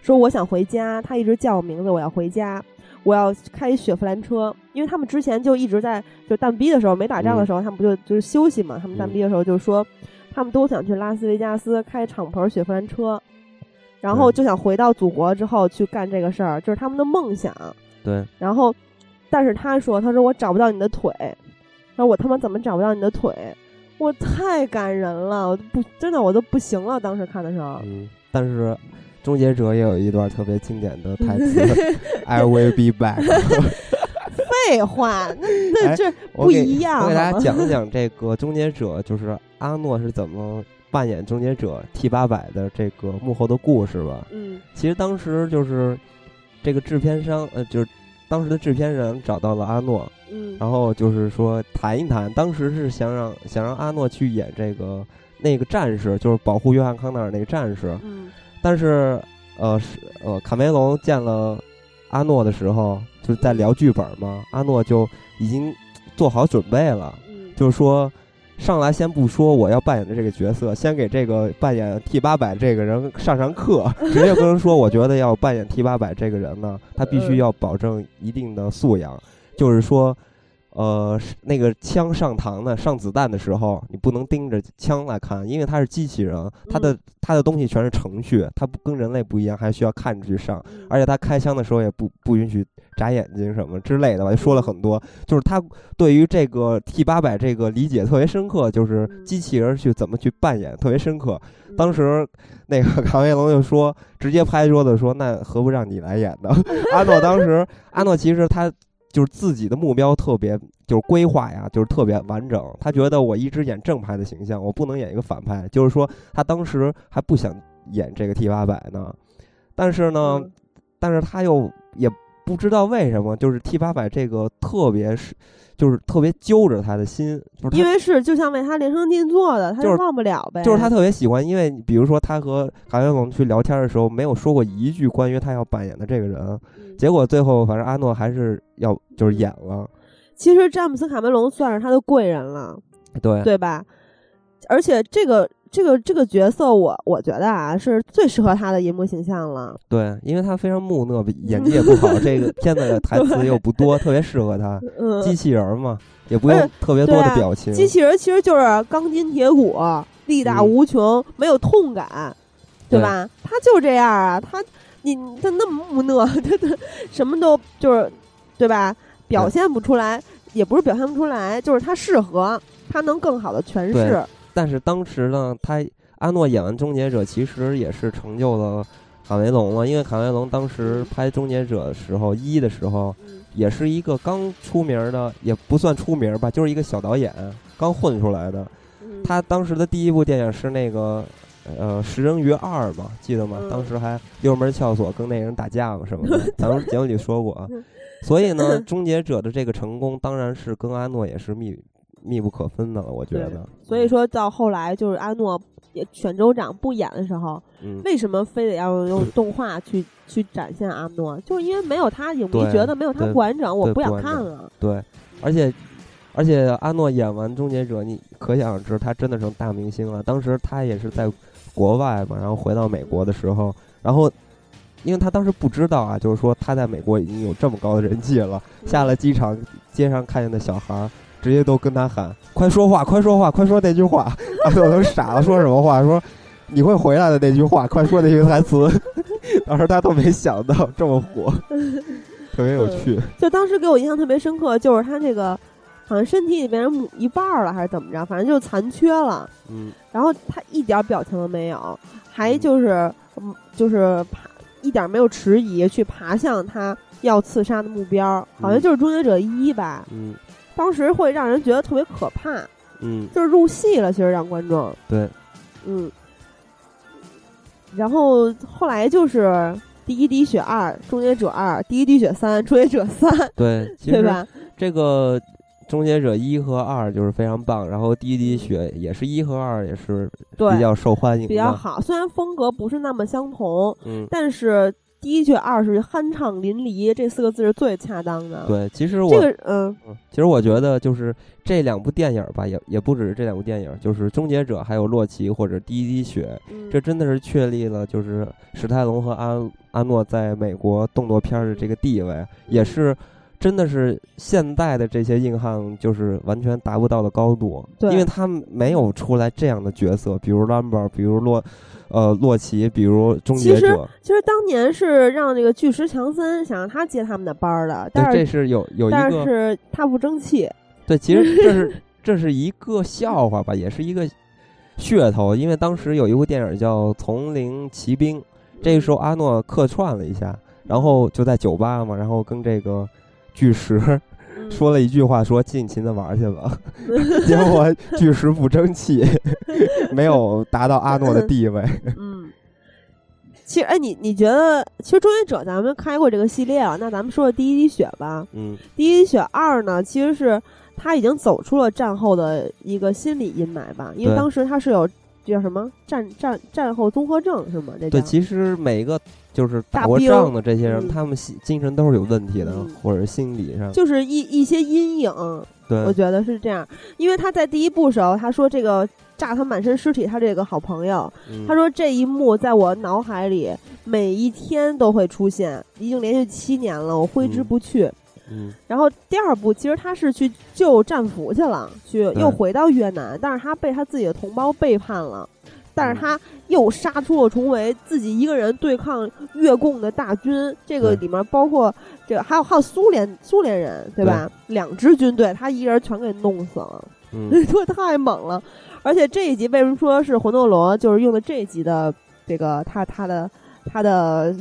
说我想回家，他一直叫我名字，我要回家，我要开雪佛兰车，因为他们之前就一直在就蛋逼的时候没打仗的时候，他们不就就是休息嘛，他们蛋逼的时候就说，他们都想去拉斯维加斯开敞篷雪佛兰车。”然后就想回到祖国之后去干这个事儿，就是他们的梦想。对然后，但是他说，他说我找不到你的腿，然后我他妈怎么找不到你的腿？我太感人了，我都不真的我都不行了，当时看的时候，嗯，但是。终结者也有一段特别经典的台词 ：“I will be back。废话， 那那哎这我不给 一样我给大家好吗讲讲这个终结者，就是阿诺是怎么扮演终结者 T 八百的这个幕后的故事吧。嗯其实当时就是这个制片商，呃，就是当时的制片人找到了阿诺，嗯然后就是说谈一谈，当时是想让想让阿诺去演这个那个战士，就是保护约翰康纳尔那个战士，嗯但是呃是呃卡梅隆见了阿诺的时候，就是在聊剧本嘛，阿诺就已经做好准备了，嗯就是说。上来先不说我要扮演的这个角色，先给这个扮演 T 八百这个人上上课， 直接跟人说，我觉得要扮演 T 八百这个人呢，他必须要保证一定的素养，就是说，呃，是那个枪上膛的上子弹的时候，你不能盯着枪来看，因为它是机器人，它的它的东西全是程序，它不跟人类不一样，还需要看着去上，嗯而且他开枪的时候也不不允许眨眼睛什么之类的吧，就说了很多，就是他对于这个 T 八百这个理解特别深刻，就是嗯机器人去怎么去扮演特别深刻，当时那个 卡梅隆就说，直接拍桌子说：“那何不让你来演呢？” 阿诺当时，阿诺其实他就是自己的目标特别，就是规划呀，就是特别完整。他觉得我一直演正派的形象，我不能演一个反派。就是说，他当时还不想演这个 T 八百呢，但是呢，嗯但是他又也不知道为什么，就是 T 八百这个特别是，就是特别揪着他的心，就是他因为是就像为他量身定做的，他就是忘不了呗，就是他特别喜欢，因为比如说他和卡梅隆去聊天的时候，没有说过一句关于他要扮演的这个人。嗯结果最后，反正阿诺还是要就是演了，其嗯实詹姆斯卡梅隆算是他的贵人了，对对吧？而且这个这个这个角色我，我觉得啊，是最适合他的银幕形象了。对，因为他非常木讷，演技也不好，这个片子的台 词又不多，特别适合他。嗯，机器人儿嘛，也不而用且特别多对的啊表情。机器人其实就是钢筋铁骨，力大嗯无穷，没有痛感，对对吧？他就这样啊，他你你他那么木讷， 他他什么都就是，对吧？表对现不出来，也不是表现不出来，就是他适合，他能更好的诠释对。但是当时呢，他阿诺演完《终结者》，其实也是成就了卡梅隆啊了，因为卡梅隆当时拍《终结者》的时候，一的时候嗯，也是一个刚出名儿的，也不算出名儿吧，就是一个小导演，刚混出来的。嗯他当时的第一部电影是那个。呃，食人鱼二嘛，记得吗？嗯当时还溜门撬锁跟那人打架嘛什么 的，咱们节目里说过啊嗯。所以呢，《终结者》的这个成功，当然是跟阿诺也是密密不可分的了，我觉对得。所以说到后来，就是阿诺也选州长不演的时候，嗯，为什么非得要用动画去去展现阿诺？就是因为没有他影迷对觉得没有他对不完整，我对不想不完看整了。对，而且而且阿诺演完《终结者》，你可想而知，他真的成大明星了。当时他也是在国外嘛，然后回到美国的时候，然后因为他当时不知道啊，就是说他在美国已经有这么高的人气了，下了机场，街上看见的小孩儿。直接都跟他喊：“快说话，快说话，快说那句话！” 阿诺都傻了，说什么话？说你会回来的那句话，快说那句台词。当时他都没想到这么火，特别有趣。就当时给我印象特别深刻，就是他这个好像身体里边母一半儿了还是怎么着，反正就残缺了。嗯，然后他一点表情都没有，还就是嗯就是爬一点没有迟疑去爬向他要刺杀的目标，好嗯像就是《终结者一》吧。嗯当时会让人觉得特别可怕，嗯，就是入戏了，其实让观众对，嗯。然后后来就是《第一滴血二》《终结者二》《第一滴血三》《终结者三》， 对，其对实吧？这个《终结者》一和二就是非常棒，然后《第一滴血》也是一和二也是嗯对，比较受欢迎比较的，好。虽然风格不是那么相同，嗯。但是第一句二是酣畅淋漓这四个字是最恰当的。，对，其实我、这个嗯，嗯其实我觉得就是这两部电影吧，也也不只是这两部电影，就是《终结者》还有《洛奇》或者《第一滴血》，嗯这真的是确立了就是史泰龙和阿阿诺在美国动作片儿的这个地位，也是真的是现代的这些硬汉就是完全达不到的高度，对因为他们没有出来这样的角色，比如 Lumber，比如洛，呃，洛奇，比如终结其实者，其实当年是让这个巨石强森想让他接他们的班儿的，对，但这是是有有一但个是他不争气，对，其实这 是这是一个笑话吧，也是一个噱头，因为当时有一部电影叫《丛林奇兵》，这个时候阿诺客串了一下，然后就在酒吧嘛，然后跟这个巨石嗯说了一句话，说尽情的玩去吧。 结果巨石不争气，没有达到阿诺的地位。嗯。其实，哎，你你觉得，其实《终结者》咱们开过这个系列啊，那咱们说说《第一滴血》吧。嗯， 《第一滴血二》呢，其实是他已经走出了战后的一个心理阴霾吧，因为对当时他是有这叫什么战战战后综合症是吗？这对，叫其实每个就是打大过兵仗的这些人，嗯他们心精神都是有问题的嗯，或者心理上。就是一一些阴影，我对，觉得是这样。因为他在第一部时候，他说这个炸他满身尸体，他这个好朋友，嗯他说这一幕在我脑海里每一天都会出现，已经连续七年了，我挥之嗯不去。嗯，然后第二部其实他是去救战俘去了，去对又回到越南，但是他被他自己的同胞背叛了，但嗯是他又杀出了重围，自己一个人对抗越共的大军。这个对里面包括这个还有还有苏联苏联人对吧？两支军队他一个人全给弄死了， 嗯，这太猛了！而且这一集为什么说是魂斗罗，就是用的这一集的这个他他的他的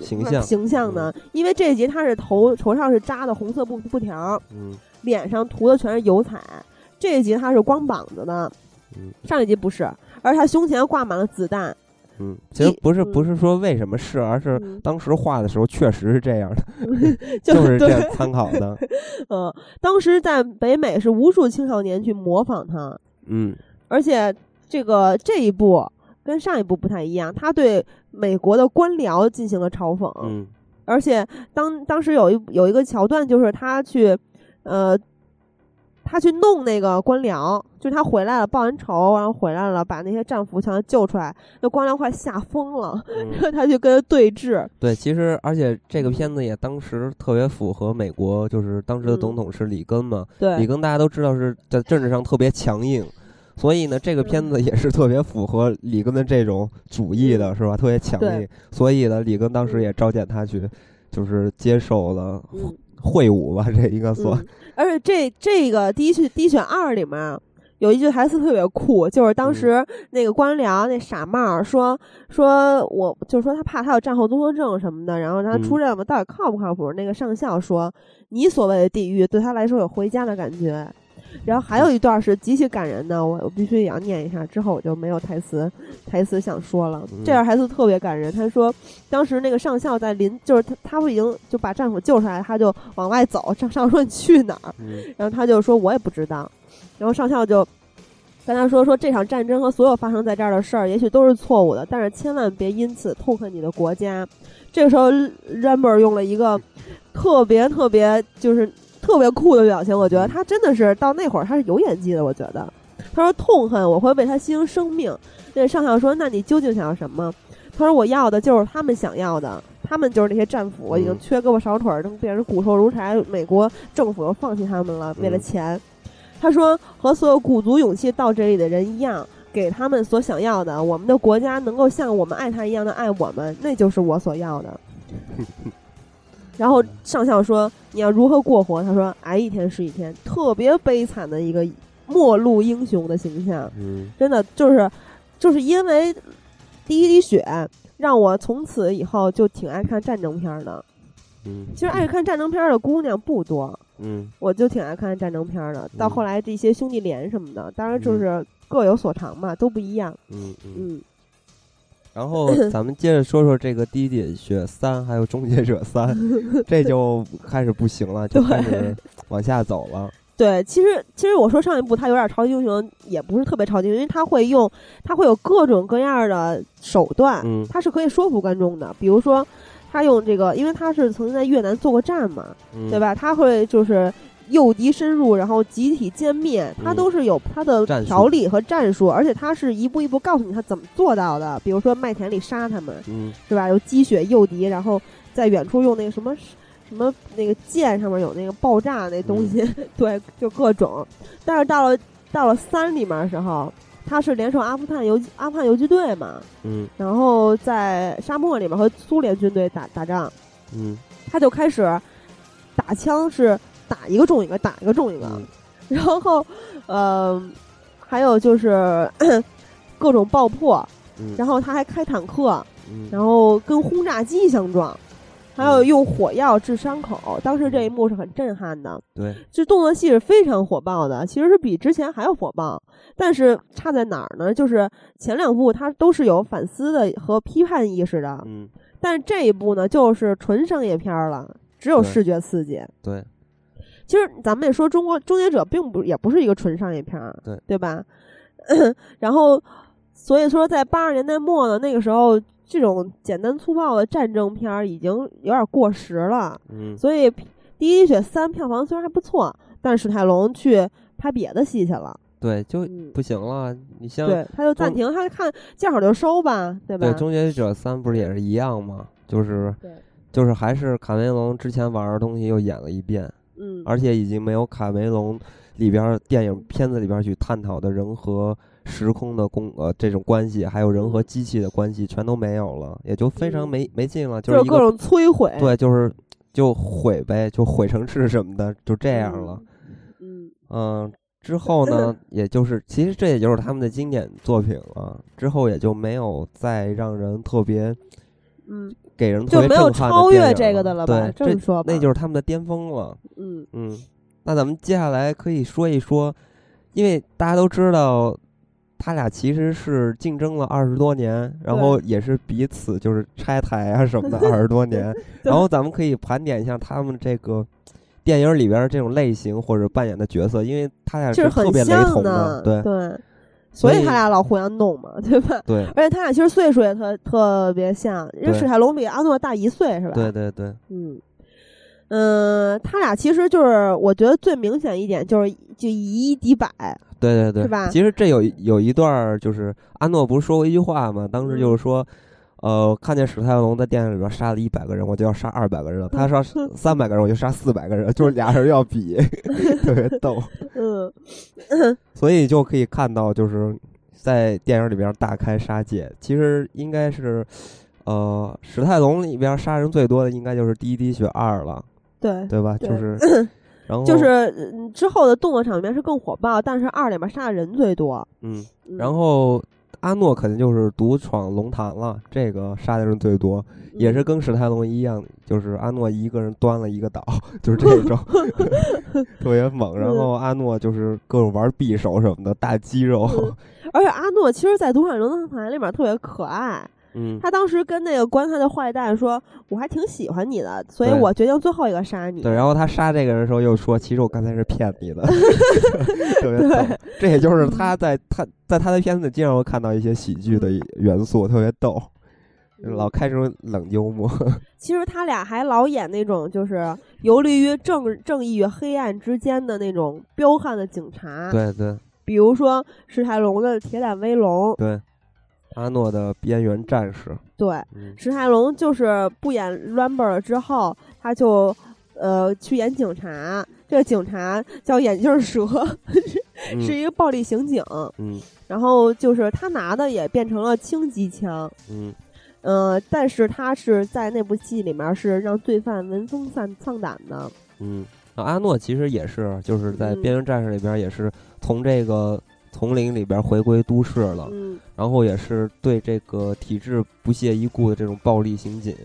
形 象，嗯形象呢？因为这一集他是头头上是扎的红色布布条，嗯脸上涂的全是油彩。这一集他是光膀子的，嗯上一集不是，而他胸前挂满了子弹。嗯，其实一不是嗯不是说为什么是，而是嗯当时画的时候确实是这样的， 就就是这对，样参考 的。嗯，当时在北美是无数青少年去模仿他，嗯，而且这个这一部跟上一部不太一样，他对美国的官僚进行了嘲讽。嗯，而且当当时有一有一个桥段，就是他去，呃，他去弄那个官僚，就是他回来了，报完仇，然后回来了，把那些战俘全都救出来，那官僚快吓疯了， 他去跟他对峙，对，其实而且这个片子也当时特别符合美国，就是当时的总嗯统是里根嘛，里对，根大家都知道是在政治上特别强硬，所以呢，这个片子嗯也是特别符合里根的这种主义的，是吧？特别强对硬，所以呢，里根当时也召见他去，就是接受了嗯会晤吧，这应该算。嗯，而且这这个第一选第一选二里面啊有一句台词特别酷，就是当时那个官僚那傻帽儿说说我就是说他怕他有战后综合症什么的，然后他嗯出任务到底靠不靠谱？那个上校说你所谓的地狱对他来说有回家的感觉。然后还有一段是极其感人的，我我必须也要念一下，之后我就没有台词台词想说了。嗯这段台词特别感人，他说当时那个上校在临就是他他不已经就把战俘救出来，他就往外走，上上校说你去哪儿？嗯然后他就说我也不知道，然后上校就跟他说说这场战争和所有发生在这儿的事儿，也许都是错误的，但是千万别因此痛恨你的国家。这个时候 r a m b e r 用了一个特别特别就是特别酷的表情，我觉得他真的是到那会儿他是有演技的，我觉得。他说痛恨我会为他牺牲生命。那上校说那你究竟想要什么？他说我要的就是他们想要的。他们就是那些战俘，已经嗯缺胳膊少腿儿，都变成骨瘦如柴。美国政府又放弃他们了，为了嗯钱。他说，和所有鼓足勇气到这里的人一样，给他们所想要的，我们的国家能够像我们爱他一样的爱我们，那就是我所要的。然后上校说：“你要如何过活？”他说：“挨一天是一天。”特别悲惨的一个末路英雄的形象。嗯真的就是就是因为第一滴血，让我从此以后就挺爱看战争片儿的。嗯其实爱看战争片儿的姑娘不多，嗯我就挺爱看战争片儿的。到嗯后来这些兄弟连什么的，当然就是各有所长嘛，都不一样。嗯嗯。嗯，然后咱们接着说说这个《滴滴血三》还有《终结者三》，这就开始不行了，就对开始往下走了。对，其实其实我说上一部它有点超级英雄，也不是特别超级英雄，因为它会用它会有各种各样的手段，嗯它是可以说服观众的。比如说，他用这个，因为他是曾经在越南做过战嘛，嗯对？吧？他会就是诱敌深入，然后集体歼灭，他嗯都是有他的战术条理和战术，而且他是一步一步告诉你他怎么做到的。比如说麦田里杀他们，嗯是吧？有积雪诱敌，然后在远处用那个什么什么那个箭上面有那个爆炸那东西，嗯 对，就各种。但是到了到了三里面的时候，他是联手阿富汗游击阿富汗游击队嘛，嗯然后在沙漠里面和苏联军队打打仗。嗯他就开始打枪，是打一个中一个，打一个中一个。嗯然后，呃，还有就是 各种爆破，嗯，然后他还开坦克，嗯然后跟轰炸机相撞，还有用火药治伤口。当时这一幕是很震撼的，对，这动作戏是非常火爆的，其实是比之前还要火爆。但是差在哪儿呢？就是前两部它都是有反思的和批判意识的，嗯但是这一部呢，就是纯商业片儿了，只有对视觉刺激。对，其实咱们也说，中国《终结者》并不也不是一个纯商业片儿，对对吧？ 然后，所以说在八十年代末呢，那个时候这种简单粗暴的战争片儿已经有点过时了。嗯所以，《第一滴血三》票房虽然还不错，但史泰龙去拍别的戏去了，对，就嗯，不行了。你像对，他就暂中停，他看见好就收吧，对吧？对《终结者三》不是也是一样吗？就是对就是还是卡梅隆之前玩的东西又演了一遍，嗯，而且已经没有卡梅隆里边儿电影片子里边儿去探讨的人和时空的共呃这种关系，还有人和机器的关系全都没有了，也就非常嗯没没劲了，就就是是一各个种摧毁，对，就是就毁呗，就毁城市什么的，就这这样了。。嗯，嗯，之后呢，也就是其实这也就是他们的经典作品了。之后也就没有再让人特别嗯，给人特就别没有震撼的超电越影这个了的了吧？这对，么说吧，那就是他们的巅峰了。嗯嗯，那咱们接下来可以说一说，因为大家都知道，他俩其实是竞争了二十多年，然后也是彼此就是拆台啊什么 的二十多年，然后咱们可以盘点一下他们这个。电影里边这种类型或者扮演的角色，因为他俩就是特很别雷像同对对所所以以他俩老互相弄嘛，对吧？ 对而且他俩其实岁数也特特别像，因为对史泰龙比阿诺大一岁是吧？对对对，嗯，嗯，他俩其实就是，我觉得最明显一点就是就以一敌百，对对对，是吧其实这有有一段儿，就是阿诺不是说过一句话嘛，当嗯时就是说，呃，看见史泰龙在电影里边杀了一百个人，我就要杀二百个人嗯了；他 杀三百个人，我就杀四百个人， 就是俩人要比，特别逗。嗯，所以就可以看到，就是在电影里边大开杀戒。其实应该是，呃，史泰龙里边杀人最多的应该就是《第一滴血二》了，对，对吧？对 就是，然后就是嗯之后的动作场面是更火爆，但是二里面杀的人最多。嗯，嗯然后阿诺肯定就是独闯龙潭了，这个杀的人最多，嗯也是跟史泰龙一样，就是阿诺一个人端了一个岛， 就是这种特别猛。然后阿诺就是各种玩匕首什么的，大肌肉，而且阿诺其实，在《独闯龙潭》里面特别可爱，嗯，他当时跟那个关他的坏蛋说：“我还挺喜欢你的，所以对我决定最后一个杀你。”对，然后他杀这个人的时候又说：“其实我刚才是骗你的。”特别逗，这也就是他在他在他的片子经常会看到一些喜剧的元素，特别逗，嗯老开这种冷幽默。其实他俩还老演那种就是游离于正正义与黑暗之间的那种彪悍的警察，对对比如说史泰龙的《铁胆威龙》，对，阿诺的边缘战士，对， 嗯，史泰龙就是不演 Rambo 了之后，他就呃去演警察，这个警察叫眼镜蛇，是嗯一个暴力刑警，嗯然后就是他拿的也变成了轻机枪，嗯，呃，但是他是在那部戏里面是让罪犯闻风丧丧胆的，嗯，啊阿诺其实也是，就是在《边缘战士》里边也是从这个丛林里边回归都市了，嗯，然后也是对这个体制不屑一顾的这种暴力刑警。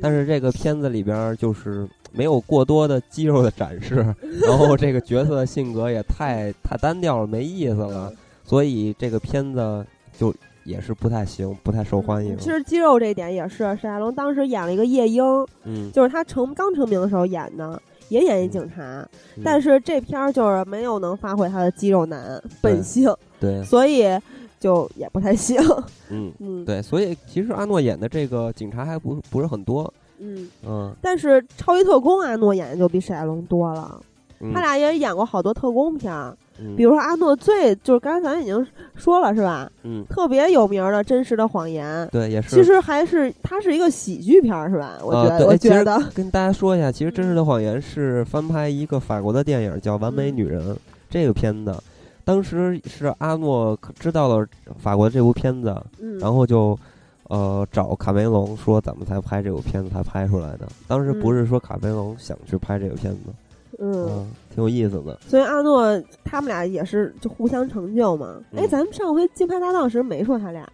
但是这个片子里边儿就是没有过多的肌肉的展示，然后这个角色的性格也太太单调了，没意思嗯了，所以这个片子就也是不太行，不太受欢迎。嗯其实肌肉这一点也是史泰龙当时演了一个夜鹰，嗯，就是他成刚成名的时候演的，也演一警察，嗯但是这片儿就是没有能发挥他的肌肉男本性，对，所以就也不太行。 嗯，嗯，对，所以其实阿诺演的这个警察还不不是很多，嗯，嗯，但是超级特工阿诺演的就比史泰龙多了，嗯他俩也演过好多特工片儿，嗯比如说阿诺最就是刚才咱已经说了是吧？嗯，特别有名的《真实的谎言》。对，也是。其实还是它是一个喜剧片儿是吧？我觉呃得，对我哎其觉实 得，跟大家说一下，其实《真实的谎言》是翻拍一个法国的电影，叫《完美女人》这个片子。当时是阿诺知道了法国这部片子，嗯，然后就呃找卡梅隆说怎么才拍这部片子才拍出来的。当时不嗯是说卡梅隆想去拍这个片子，嗯，挺有意思的。所以阿诺他们俩也是就互相成就嘛。哎、嗯咱们上回竞拍搭档时没说他俩呀、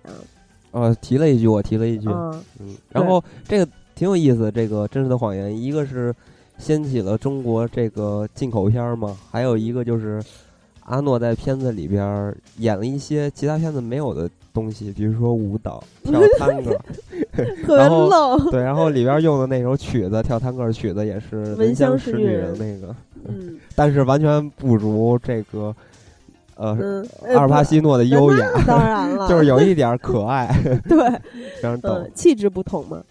呃，提了一句，我提了一句，啊？嗯，然后这个挺有意思，这个《真实的谎言》，一个是掀起了中国这个进口片儿嘛，还有一个就是阿诺在片子里边儿演了一些其他片子没有的东西，比如说舞蹈、 跳探戈，特别然后 愣。对，然后里边儿用的那首曲子，跳探戈曲子也是《闻香香识识女女人人》那个，嗯但是完全不如这个呃、嗯，阿尔帕诺西诺的优雅，当然 了，就是有一点儿可爱， 对，非常逗。嗯，气质不同嘛。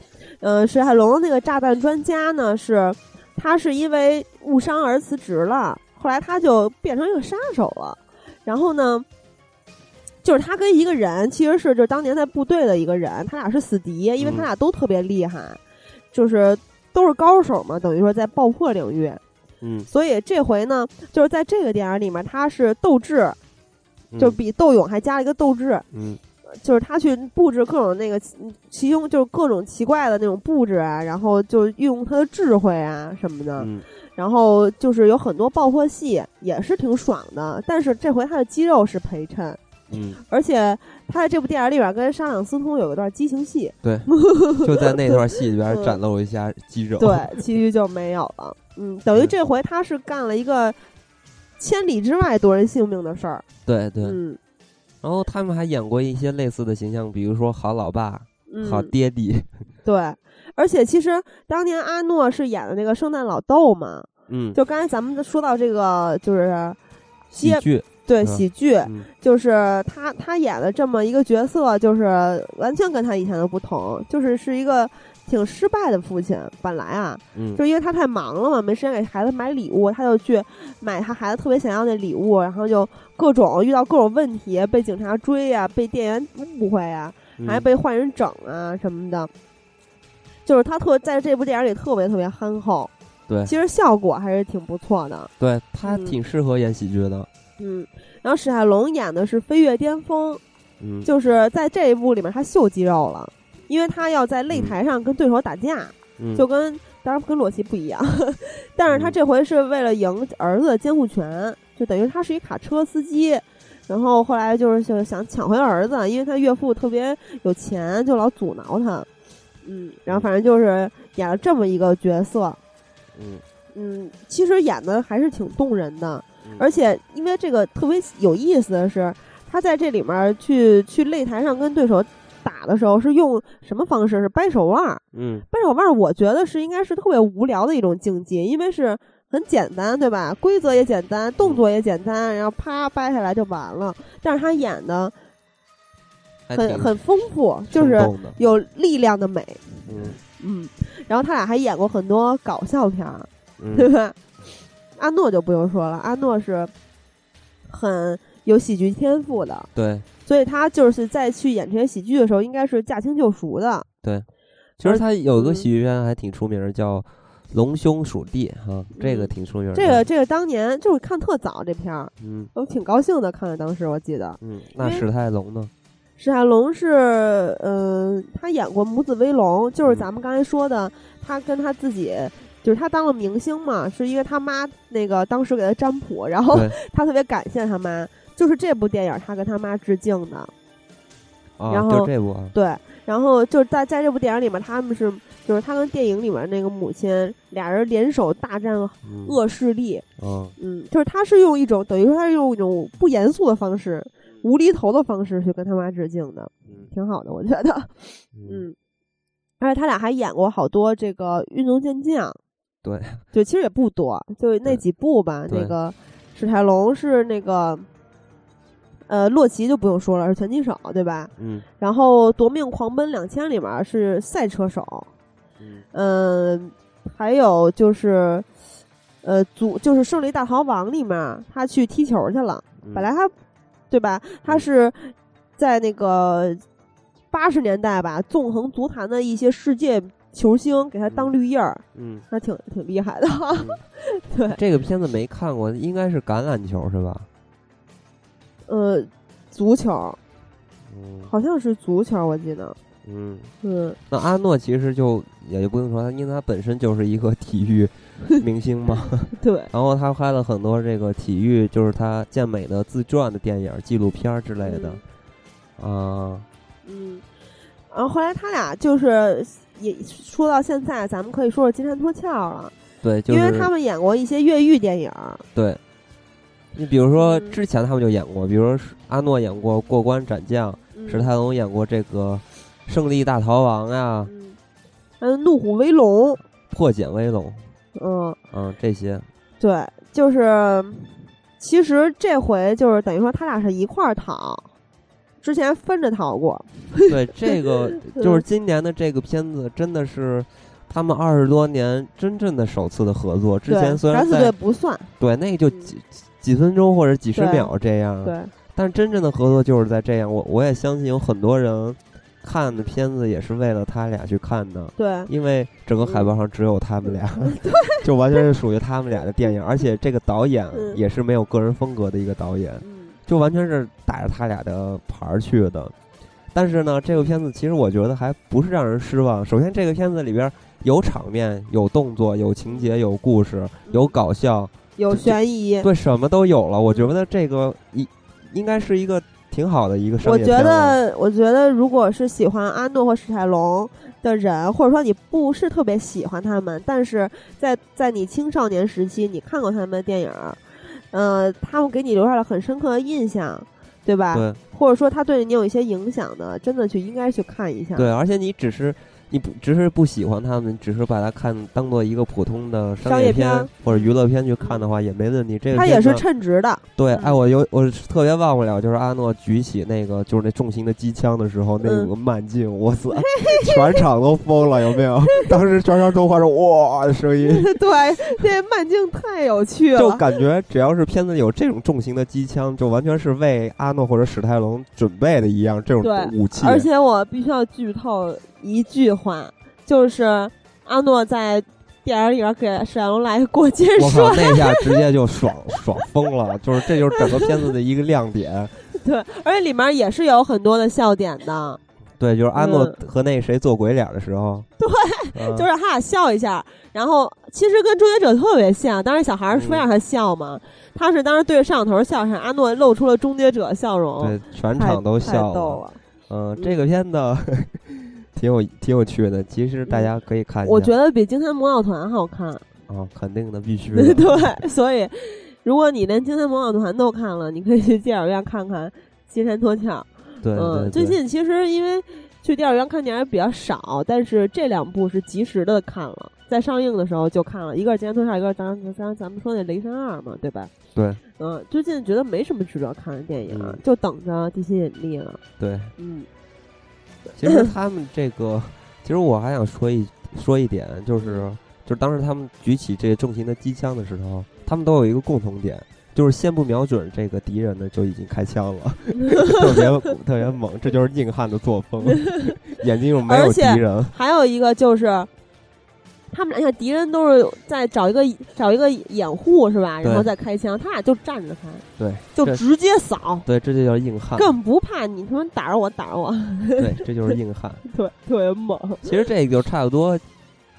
呃，史海龙那个炸弹专家呢，是他是因为误伤而辞职了，后来他就变成一个杀手了。然后呢，就是他跟一个人其实是就是当年在部队的一个人，他俩是死敌，因为他嗯俩都特别厉害，就是都是高手嘛，等于说在爆破领域。嗯，所以这回呢，就是在这个电影里面，他是斗智，嗯就比斗勇还加了一个斗智，嗯就是他去布置各种那个奇其中就是各种奇怪的那种布置啊，然后就运用他的智慧啊什么的，嗯然后就是有很多爆破戏也是挺爽的，但是这回他的肌肉是陪衬，嗯，而且他在这部电影里边跟沙朗斯通有一段激情戏，对， 就在那段戏里边展露一下肌肉。对，其余就没有了。嗯，等于哦嗯这回他是干了一个千里之外夺人性命的事儿。 对对嗯然后他们还演过一些类似的形象，比如说好老爸、嗯，好爹地，对。而且其实当年阿诺是演的那个圣诞老豆嘛，嗯，就刚才咱们说到这个，就是喜接剧，对嗯喜剧，嗯就是他他演了这么一完全跟他以前的不同，就是是一个挺失败的父亲。本来啊，嗯就因为他太忙了嘛，没时间给孩子买礼物，他就去买他孩子特别想要那礼物，然后就各种遇到各种问题，被警察追呀、被店员误会啊呀、嗯还被坏人整啊什么的。就是他特在这部电影里特别特别憨厚，对其实效果还是挺不错的。对他嗯挺适合演喜剧的，嗯，然后史泰龙演的是《飞跃巅峰》，嗯，就是在这一部里面他秀肌肉了，因为他要在擂台上跟对手打架，嗯就跟当然跟洛奇不一样，但是他这回是为了赢儿子的监护权，就等于他是一卡车司机。然后后来就是想想抢回儿子，因为他岳父特别有钱，就老阻挠他。嗯，然后反正就是演了这么一个角色。嗯嗯，其实演的还是挺动人的。嗯而且因为这个特别有意思的是，他在这里面去去擂台上跟对手打的时候，是用什么方式？是掰手腕儿。嗯掰手腕，我觉得是应该是特别无聊的一种竞技，因为是很简单，对吧？规则也简单，动作也简单，然后啪掰下来就完了。但是他演的还很挺很丰富，就是生动的有力量的美，嗯嗯。然后他俩还演过很多搞笑片儿，对 嗯吧？阿诺就不用说了，阿诺是很有喜剧天赋的，对，所以他就是在去演这些喜剧的时候，应该是驾轻就熟的。其实他有一个嗯喜剧片还挺出名儿，叫《龙兄鼠弟》哈，这个嗯挺出名儿的，这个这个当年就是看特早这片儿，嗯我挺高兴的，看的当时我记得嗯，那因为史泰龙呢？史泰龙是，嗯、他演过《母子威龙》，就是咱们刚才说的，他跟他自己。就是他当了明星嘛，是因为他妈那个当时给他占卜，然后对 他特别感谢他妈，就是这部电影他跟他妈致敬的。啊，然就后这部啊，对，然后就是在在这部电影里面，他们是就是他跟电影里面那个母亲俩人联手大战嗯恶势力，嗯嗯，就是他是用一种等于说他是用一种不严肃的方式、无厘头的方式去跟他妈致敬的，嗯挺好的，我觉得，嗯，嗯。而且他俩还演过好多这个运动健将，对，对，其实也不多，就那对几部吧。对那个史泰龙是那个，呃，洛奇就不用说了，是拳击手，对吧？嗯然后《夺命狂奔两千》里面是赛车手，嗯嗯，还有就是，呃，组就是《胜利大逃亡》里面他去踢球去了。嗯，本来他，对吧？他是在那个八十年代吧，纵横足坛的一些世界球星给他当绿叶儿， 嗯。那挺挺厉害的。这个片子没看过，应该是橄榄球是吧？ 呃，足球嗯好像是足球，我记得，嗯，嗯，那阿诺其实就也就不用说他，因为他本身就是一个体育明星嘛。 对，然后他拍了很多这个体育，就是他健美的自传的电影、纪录片儿之类的。啊、嗯，然后后来他俩就是也说到现在，咱们可以说说金蝉脱壳了，对，就是因为他们演过一些越狱电影儿，对。你比如说，嗯之前他们就演过，比如说阿诺演过《过关斩将》，嗯史泰龙演过这个《胜利大逃亡》呀，嗯，还有《怒虎威龙》， 《破茧威龙》嗯，嗯，这些，对，就是其实这回就是等于说他俩是一块儿逃，之前分着逃过， 对这个嗯就是今年的这个片子，真的是他们二十多年真正的首次的合作。之对前虽然敢死队在不算，对那就嗯几几分钟或者几十对秒这样，对，但真正的合作就是在这样。我我也相信有很多人看的片子也是为了他俩去看的。对，因为整个海报上只有他们俩，嗯 就完全是属于他们俩的电影，而且这个导演嗯也是没有个人风格的一个导演，嗯，就完全是打着他俩的牌儿去的。但是呢，这个片子其实我觉得还不是让人失望。首先，这个片子里边有场面、有动作、有情节、有故事、有搞笑，有这悬疑，对，什么都有了。我觉得这个一应该是一个挺好的一个商我业觉片了得，我觉得，如果是喜欢阿诺和史泰龙的人，或者说你不是特别喜欢他们，但是在在你青少年时期，你看过他们的电影儿，呃，他们给你留下了很深刻的印象，对吧？对。或者说他对你有一些影响的，真的去应该去看一下。对，而且你只是你不只是不喜欢他们，只是把它看当做一个普通的商商业片片或者娱乐片去看的话，也没问题。这个它也片是段称职的， 对，哎，嗯我有我特别忘不了，就是阿诺举起那个就是那重型的机枪的时候，那嗯个慢镜，我操！ 全场都疯了，有没有？当时全场都发出哇的声音，对，这慢镜太有趣就了。感觉只要是片子有这种重型的机枪，就完全是为阿诺或者史泰龙准备的一样这种对武器。而且我必须要剧透一句话，就是阿诺在电影里边给史泰龙来过肩我摔靠，，那下直接就爽 爽疯了，就是这就是整个片子的一个亮点。 对，而且里面也是有很多的笑点的，对，就是阿诺嗯和那谁做鬼脸的时候， 嗯对，就是他俩笑一下，然后其实跟《终结者》特别像，当时小孩儿说嗯让他笑嘛，他是当时对着摄像头笑，是阿诺露出了《终结者》笑容，对，全太场都太笑了。逗了。嗯、这个片子 挺有挺有趣的，其实大家可以看一下。嗯我觉得比《惊天魔盗团》好看，啊，肯定的，必须的。 对，所以如果你连《惊天魔盗团》都看了，你可以去电影院看看《金山脱壳》。对对嗯，最对近其实因为去电影院看电影比较少，但是这两部是及时的看了，在上映的时候就看了，一个是《金山脱壳》，一个是咱咱咱咱们说那《雷神二》嘛，对吧？对嗯，最近觉得没什么值得看的电影，啊嗯就等着《地心引力》了。对，嗯其实他们这个，其实我还想说一说一点，就是就是当时他们举起这个重型的机枪的时候，他们都有一个共同点，就是先不瞄准这个敌人呢就已经开枪 了，特别特别猛，这就是硬汉的作 风，眼睛又没有而敌且人，还有一个就是，他们俩像敌人都是在找一个找一个掩护是吧？对然后再开枪，他俩就站着开，对，啊就这直接扫，对，这就叫硬汉，根本不怕你他妈打着我打着我， 对，这就是硬汉。对，特别猛。其实这个就差不多，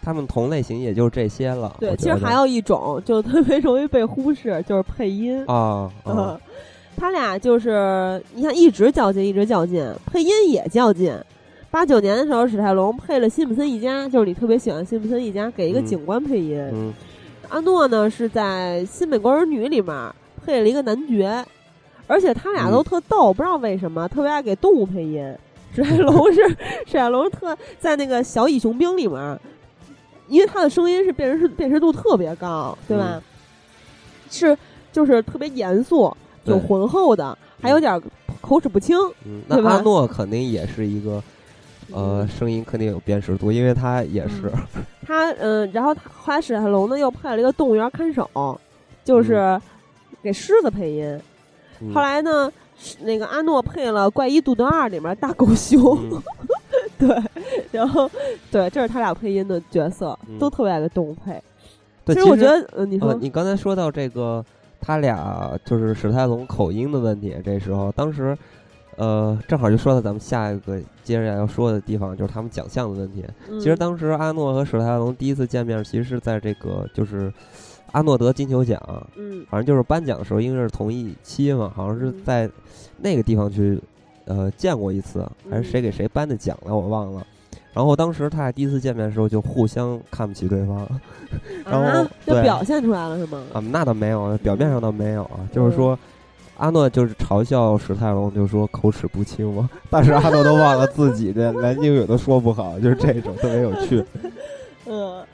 他们同类型也就这些了。对我，其觉实得还有一种就特别容易被忽视，就是配音。啊啊嗯，他俩就是你看一直较劲，一直较劲，配音也较劲。八九年的时候，史泰龙配了《辛普森一家》，就是你特别喜欢《辛普森一家》，给一个嗯警官配音。嗯，阿诺呢是在《新美国儿女》里面配了一个男爵，而且他俩都嗯特逗，不知道为什么特别爱给动物配音。史泰 龙是史泰龙特在那个《小蚁雄兵》里面，因为他的声音是辨识辨识度特别高，对吧？嗯是就是特别严肃、对有浑厚的，还有点口齿不清。嗯嗯，那对吧阿诺肯定也是一个呃，声音肯定有辨识度，因为他也是他嗯，然后他后来史泰龙呢又配了一个动物园看守，就是给狮子配音。嗯后来呢，是那个阿诺配了《怪医杜德二》里面大狗熊，嗯 对，然后对，这是他俩配音的角色，嗯都特别爱给动物配。对， 其其实我觉得，嗯，你说，呃，你刚才说到这个他俩就是史泰龙口音的问题，这时候当时呃正好就说到咱们下一个接着要说的地方，就是他们奖项的问题。嗯其实当时阿诺和史泰龙第一次见面，其实是在这个就是阿诺得金球奖，嗯反正就是颁奖的时候，因为是同一期嘛，好像是嗯在那个地方去呃见过一次，还是谁嗯给谁颁的奖了，我忘了。然后当时他俩第一次见面的时候就互相看不起对方，然后啊，就对表现出来了是吗？啊，那倒没有，表面上倒没有啊，就是嗯说。阿诺就是嘲笑史泰龙，就说口齿不清嘛。但是阿诺都忘了自己的，连英语都说不好，就是这种特别有趣。 嗯。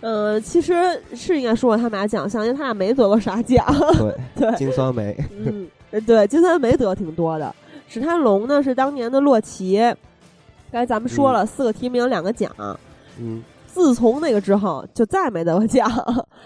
嗯，其实是应该说过他们俩奖项，因为他俩没得过啥奖。 对， 对金酸梅，嗯，对，金三没得挺多的。史泰龙呢是当年的洛奇，刚才咱们说了、四个提名两个奖，嗯，自从那个之后就再没得过奖，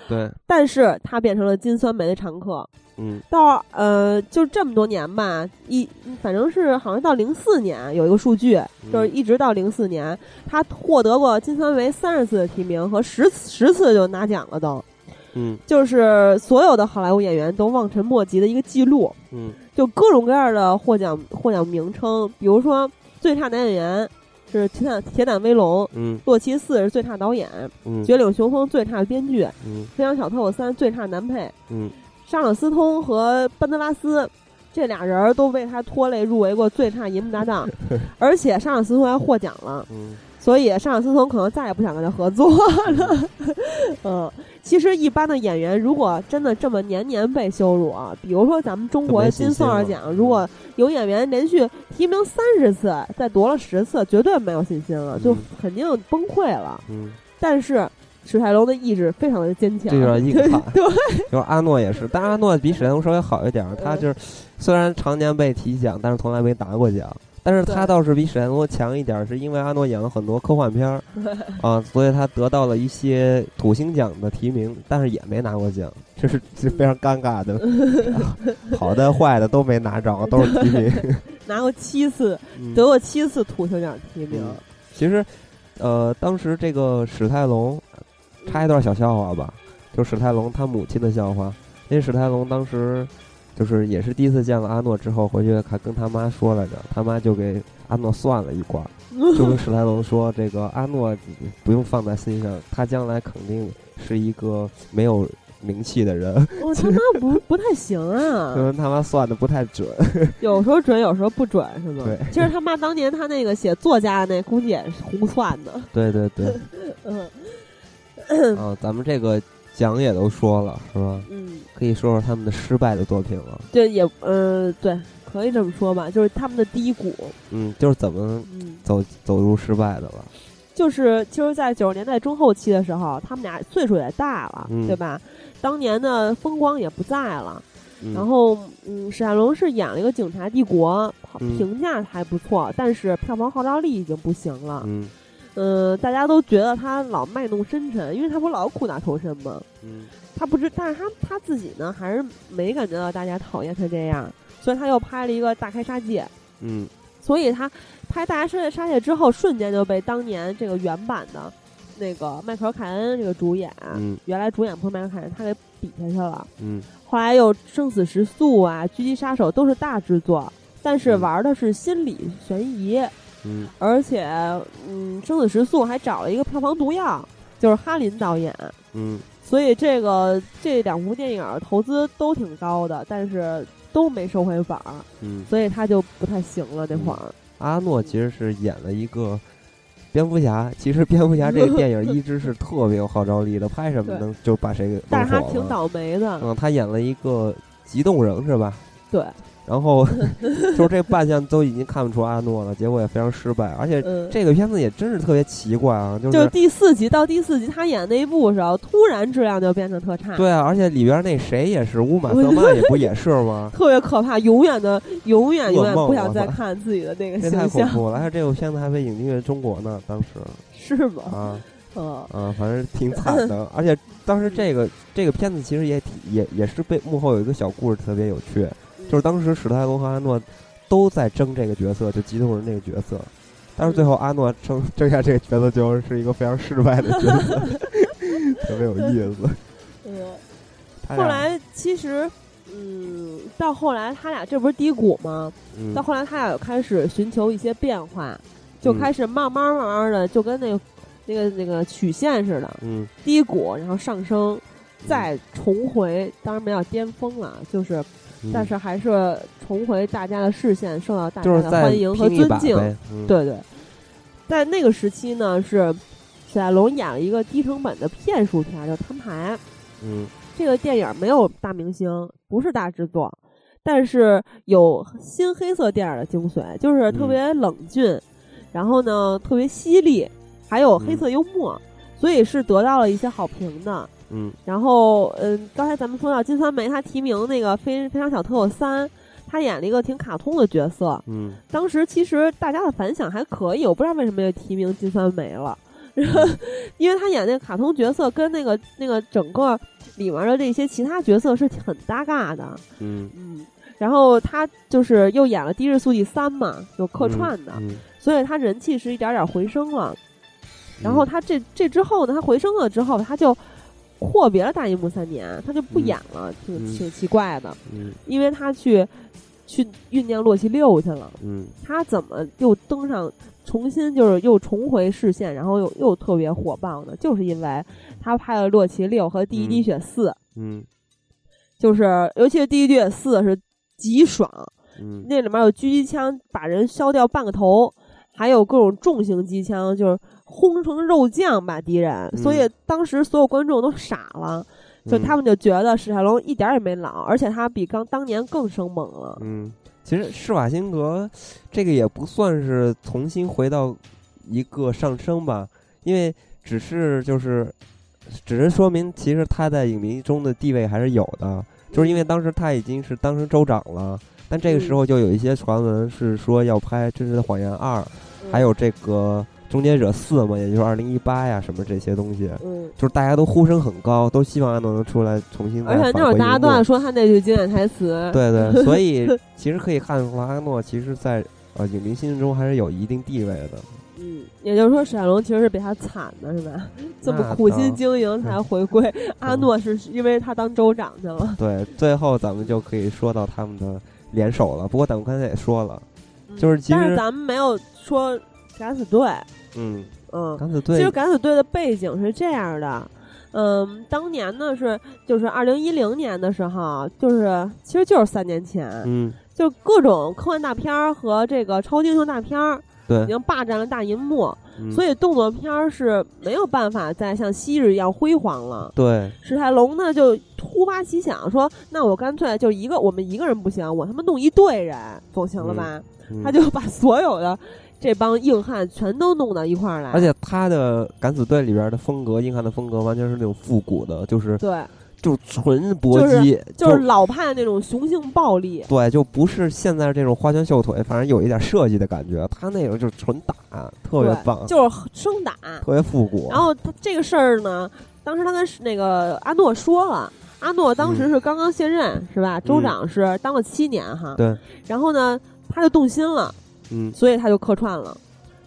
对，但是他变成了金酸梅的常客。嗯，到呃，就这么多年吧，一反正是好像到零四年有一个数据，嗯就是一直到零四年，他获得过金酸梅三十次的提名和十十次就拿奖了都，嗯就是所有的好莱坞演员都望尘莫及的一个记录，嗯就各种各样的获奖获奖名称，比如说最差男演员是《铁胆铁胆威龙》，《嗯洛奇四》是最差导演，嗯《绝岭雄风》最差编剧，《嗯飞扬小特务三》最差男配，嗯沙朗斯通和班德拉斯这俩人儿都为他拖累入围过最差银 幕搭档，而且沙朗斯通还获奖了，嗯， 所以沙朗斯通可能再也不想跟他合作了。嗯，其实一般的演员，如果真的这么年年被羞辱啊，比如说咱们中国的金扫帚奖，嗯如果有演员连续提名三十次，再夺了十次，绝对没有信心了，就嗯肯定崩溃了。嗯，但是史泰龙的意志非常的坚强，这有点硬汉 对，就是阿诺也是，但阿诺比史莱龙稍微好一点儿，嗯他就是虽然常年被提奖，但是从来没拿过奖。但是他对倒是比史莱龙强一点儿，是因为阿诺演了很多科幻片 儿啊，所以他得到了一些土星奖的提名，但是也没拿过奖，嗯这是这是非常尴尬的， 好的坏的都没拿着，都是提名。拿过七次，嗯得过七次土星奖提名。嗯其实，呃，当时这个史泰龙插一段小笑话吧，就史泰龙他母亲的笑话。因为史泰龙当时就是也是第一次见了阿诺之后，回去还跟他妈说来着，他妈就给阿诺算了一卦，就跟史泰龙说：“这个阿诺你不用放在心上，他将来肯定是一个没有名气的人。 我他妈不不太行”可 啊，能他妈算的不太准。有时候准，有时候不准，是吗？对其实他妈当年他那个写作家的那估计也是胡算的， 对对对，嗯啊，咱们这个奖也都说了是吧？嗯，可以说说他们的失败的作品了。这也呃对，可以这么说吧，就是他们的低谷，嗯，就是怎么嗯，走走入失败的了。就是其实，在九十年代中后期的时候，他们俩岁数也大了，嗯对吧？当年的风光也不在了，嗯、然后，嗯，史泰龙是演了一个《警察帝国》，好嗯评价还不错，但是票房号召力已经不行了。嗯嗯、大家都觉得他老卖弄深沉，因为他不老苦大仇深吗？嗯他不知，但是他他自己呢，还是没感觉到大家讨厌他这样，所以他又拍了一个《大开杀戒》。嗯所以他拍《大开杀戒》之后，瞬间就被当年这个原版的那个迈克尔·凯恩这个主演，嗯原来主演不是迈克尔·凯恩，他给比下去了。嗯后来又《生死时速》啊，《狙击杀手》都是大制作，但是嗯玩的是心理悬疑，嗯而且，嗯，《生死时速》还找了一个票房毒药，就是哈林导演，嗯所以这个这两部电影投资都挺高的，但是都没收回本儿，嗯。所以他就不太行了那会儿。阿诺其实是演了一个蝙蝠侠，其实蝙蝠侠这个电影一直 是特别有号召力的，拍什么对能就把谁给弄但是他火挺了倒霉的，嗯，他演了一个极冻人是吧？对，然后 就是这扮相都已经看不出阿诺了，结果也非常失败，而且嗯。这个片子也真是特别奇怪啊，就就是是第四集到第四集，他演那一部的时候，突然质量就变成特差，对啊，而且里边那谁也是乌 玛瑟曼也不也是吗？特别可怕，永远的，永远永远噩梦不想再我操看自己的那个这太形恐象，怖了！还有这部片子还被引进中国呢，当时是吗？啊嗯，啊，反正挺惨 的。而且当时这个这个片子其实也挺也也是被幕后有一个小故事特别有趣，嗯就是当时史泰龙和阿诺都在争这个角色，就极冻人这个角色，但是最嗯后阿诺争争下这个角色就是一个非常失败的角 色，特别有意思。嗯他后俩来其实，嗯，到后来他俩这不是低谷吗？嗯到后来他俩又开始寻求一些变化，就嗯开始慢慢慢慢的就跟那个那个那个曲线似的，嗯低谷然后上升，嗯再重回，当然没有巅峰了，就是嗯但是还是重回大家的视线，受到大就家是的在欢迎和拼一尊把敬。呗，嗯对对，在那个时期呢，是史泰龙演了一个低成本的骗术片儿，叫《摊牌》。嗯这个电影没有大明星，不是大制作，但是有新黑色电影的精髓，就是特别冷峻，然后呢特别犀利，还有黑色幽默，所以是得到了一些好评的。嗯然后，嗯，刚才咱们说到金酸梅，她提名那个《非非常小特务三》，她演了一个挺卡通的角色，嗯当时其实大家的反响还可以，我不知道为什么就提名金酸梅了，嗯 因为他演那个卡通角色跟那个那个整个里面的这些其他角色是很搭嘎的，嗯嗯。然后他就是又演了《的士速记三》嘛，有客嗯串的，嗯所以他人气是一点点回升了。然后嗯他这这之后呢，他回升了之后，他就阔别了大荧幕三年，他就不嗯演了，挺嗯挺奇怪的，嗯因为他去去酝酿洛奇六去了。嗯他怎么又登上，重新就是又重回视线，然后又又特别火爆呢？就是因为他拍了《洛奇六》和《第一滴血四》嗯就是尤其是《第一滴血四》是极爽，嗯那里面有狙击枪把人削掉半个头，还有各种重型机枪，就是轰成肉酱吧敌人。所嗯以当时所有观众都傻了，就他们就觉得史泰龙一点儿也没老，而且他比刚当年更生猛了。嗯，其实施瓦辛格这个也不算是重新回到一个上升吧，因为只是就是，只是说明其实他在影迷中的地位还是有的，就是因为当时他已经是当成州长了。但这个时候就有一些传闻是说要拍《真实的谎言二》，嗯还有这个《终结者四》嘛，也就是二零一八呀什么这些东西，嗯，就是大家都呼声很高，都希望他能出来重新再而且那会返儿回大家荧都幕在说他那句经典台词， 对对，所以其实可以看出阿诺其实在，呃影迷心中还是有一定地位的。嗯，也就是说史泰龙其实是比他惨的是吧？这么苦心经营才回归，嗯阿诺是因为他当州长去了。对，最后咱们就可以说到他们的联手了。不过咱们刚才也说了，就是其实但是咱们没有说敢死队，嗯，嗯，敢死其实队，敢死队的背景是这样的，嗯，当年呢是就是二零一零年的时候，就是其实就是三年前，嗯，就各种科幻大片儿和这个超级英雄大片儿已对，嗯经霸占了大银幕，所以以动作片儿是没有办法再像昔日一样辉煌了。对，史泰龙呢就突发奇想说，那我干脆就一个我们一个人不行，我他妈弄一队人总行了吧？嗯他就把所有的这帮硬汉全都弄到一块儿来，而且他的嗯敢死队里边的风格，硬汉的风格完全是那种复古的，就是对。就纯搏击，就是老派那种雄性暴力。对，就不是现在这种花拳绣腿，反正有一点设计的感觉。他那种就是纯打，特别对棒，就是生打。特别复古。然后他这个事儿呢，当时他跟那个阿诺说了，阿诺当嗯时是刚刚卸任，是吧？州长是当了七年哈。对。然后呢，他就动心了，嗯所以他就客串了。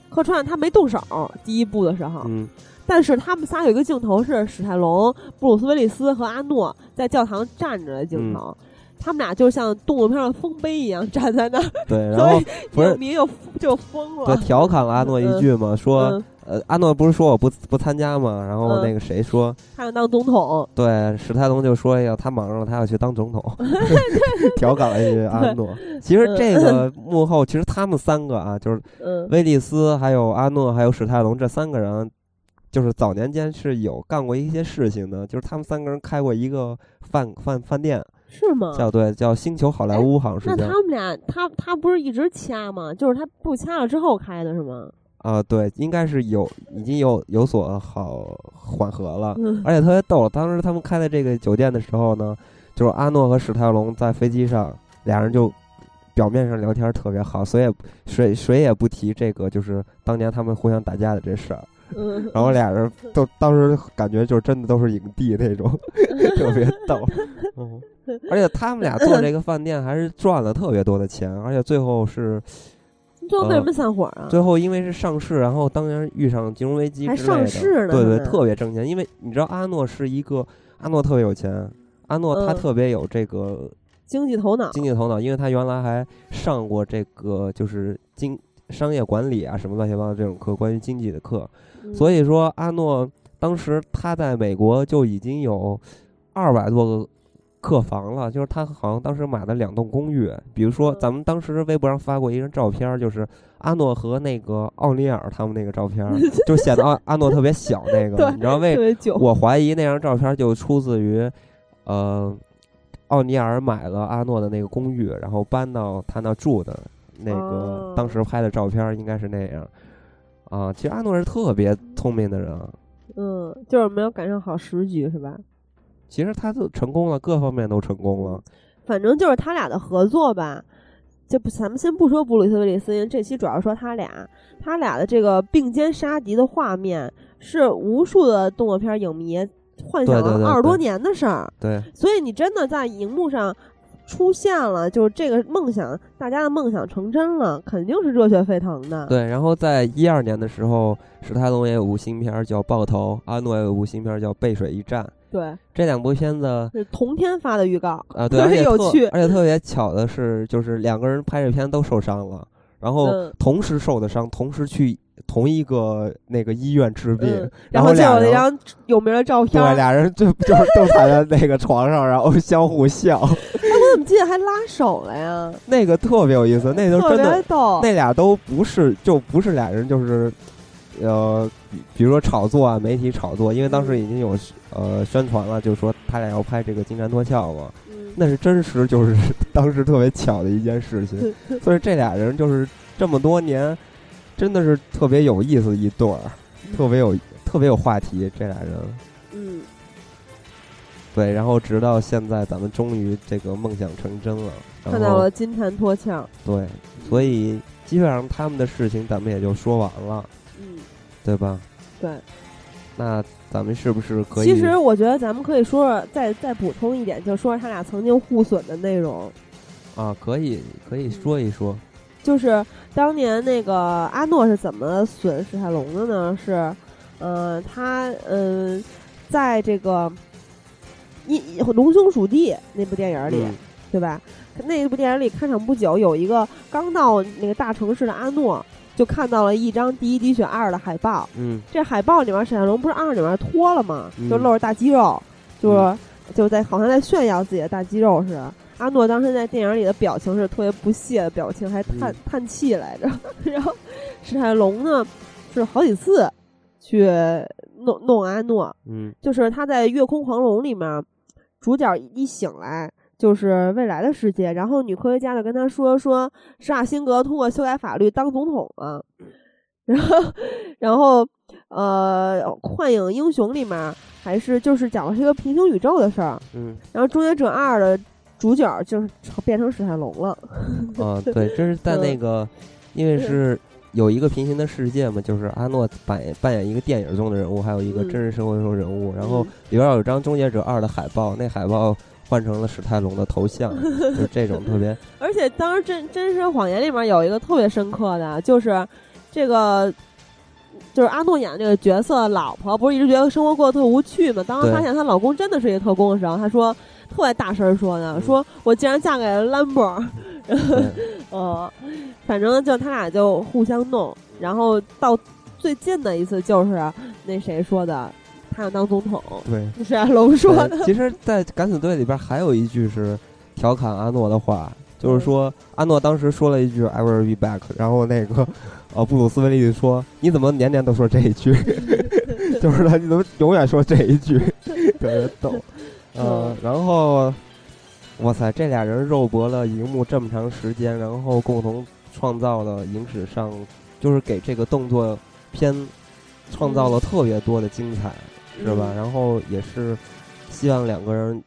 客串他没动手，第一部的时候，嗯，但是他们仨有一个镜头是史泰龙、布鲁斯·威利斯和阿诺在教堂站着的镜头，嗯他们俩就像动作片的丰碑一样站在那儿，对，然所后以不是影迷就就疯了对。调侃了阿诺一句嘛，说、嗯呃阿诺不是说我不不参加嘛，然后嗯那个谁说，他想当总统，对史泰龙就说要他忙着了，他要去当 总统， 调侃了一句阿诺。其实这个幕后，其实他们三个啊，就是嗯，威利斯、还有阿诺、还有史泰龙这三个人。就是早年间是有干过一些事情的，就是他们三个人开过一个饭饭饭店，是吗？叫对叫星球好莱坞，好像嗯哎那是叫他们俩，他他不是一直掐吗？就是他不掐了之后开的是吗？啊、对，应该是有已经有有所好缓和了，嗯而且特别逗，当时他们开在这个酒店的时候呢，就是阿诺和史泰龙在飞机上，俩人就表面上聊天特别好，所以也谁谁也不提这个就是当年他们互相打架的这事儿。 嗯，然后俩人都当时感觉就是真的都是影帝那种， 特别逗。嗯，而且他们俩做这个饭店还是赚了特别多的钱，而且最后是最后为什么散伙啊？最后因为是上市，然后当然遇上金融危机还之类的上市呢对对，他们特别挣钱。因为你知道阿诺是一个，阿诺特别有钱，阿诺他嗯特别有这个经济头脑，经济头脑，因为他原来还上过这个就是经商业管理啊什么乱七八糟这种课，关于经济的课。所以以说阿诺当时他在美国就已经有二百多个客房了，就是他好像当时买了两栋公寓。比如说嗯咱们当时微博上发过一张照片儿，就是阿诺和那个奥尼尔他们那个照 片儿，就显得阿阿诺特别小那个，嗯对你知道特为？别久， 我怀疑那张照片就出自于，呃，奥尼尔买了阿诺的那个公寓，然后搬到他那住的那个哦当时拍的照片应该是那样。啊，其实阿诺是特别聪明的人啊，嗯，就是没有赶上好时局是吧？其实他都成功了，各方面都成功了。嗯反正就是他俩的合作吧。就不，咱们先不说布鲁斯·威利斯，因为这期主要说他俩，他俩的这个并肩杀敌的画面，是无数的动作片影迷幻想对对对了二十多对年的事儿。对，所以你真的在荧幕上出现了，就是这个梦想，大家的梦想成真了，肯定是热血沸腾的。对，然后在一二年的时候，史泰龙也有部新片儿叫《爆头》，阿诺也有部新片儿叫《背水一战》。对，这两部片子是同天发的预告，啊， 对，特而且别有特趣。而且特别巧的是，就是两个人拍这片都受伤了，然后嗯同时受的伤，同时去同一个那个医院治病，嗯，然后就俩有了一人。张有名的照对，片 儿，俩人就就是都躺在那个床上，然后相互笑。怎么进还拉手了呀？那个特别有意思，那就特真的别逗。那俩都不是，就不是俩人，就是呃，比比如说炒作啊，媒体炒作，因为嗯当时已经有呃宣传了，就是说他俩要拍这个《金蝉脱壳》嘛，嗯那是真实，就是 当时特别巧的一件事情。 所以这俩人就是这么多年，真的是特别有意思一对儿，特别有特别有话题，这俩人。嗯，对，然后直到现在，咱们终于这个梦想成真了。然看到后了金蝉脱壳。对，所以基本上他们的事情咱们也就说完了，嗯，对吧？对。那咱们是不是可以？其实我觉得咱们可以说说，再再补充一点，就说说他俩曾经互损的内容。啊，可以可以说一说，就是当年那个阿诺是怎么损史泰龙的呢？是，呃，他嗯、在这个一一《龙兄鼠弟》那部电影里，嗯对吧？那部电影里开场不久，有一个刚到那个大城市的阿诺，就看到了一张《第一滴血二》的海报。嗯这海报里面，史泰龙不是二里面脱了吗？嗯就露着大肌肉，就是、就在好像在炫耀自己的大肌肉似的。阿诺当时在电影里的表情是特别不屑的表情，还叹、嗯叹气来着。 然后史泰龙呢，是好几次去弄弄阿诺，嗯就是他在《月空狂龙》里面，主角一醒来就是未来的世界，然后女科学家就跟他说说施瓦辛格通过修改法律当总统了， 然后然后呃，《幻影英雄》里面还是就是讲的是一个平行宇宙的事儿，嗯然后《终结者二》的主角就是变成史泰龙了， 啊，对，这是在那个，因为是有一个平行的世界嘛，就是阿诺扮演扮演一个电影中的人物，还有一个嗯真实生活中的人物，然后里边有一张《终结者二》的海报，那海报换成了史泰龙的头像，就是这种特别，而且当时真真实谎言里面有一个特别深刻的，就是这个就是阿诺演的这个角色老婆，不是一直觉得生活过得特无趣嘛？当时对发现她老公真的是一个特工的时候，她说特别大声说呢，嗯说我竟然嫁给了兰博， 对呃，反正就他俩就互相弄，然后到最近的一次就是那谁说的，他想当总统，对，是啊，龙说的， 对哎其实，在敢死队里边还有一句是调侃阿诺的话，就是嗯说阿诺当时说了一句 “I will be back”，然后那个呃布鲁斯威利说：“你怎么年年都说这一句？” 就是他，你怎么永远说这一 句？特别逗。呃嗯，然后哇塞，这俩人肉搏了荧幕这么长时间，然后共同创造了影史上就是给这个动作片创造嗯了特别多的精彩。是吧？然后也是希望两个人，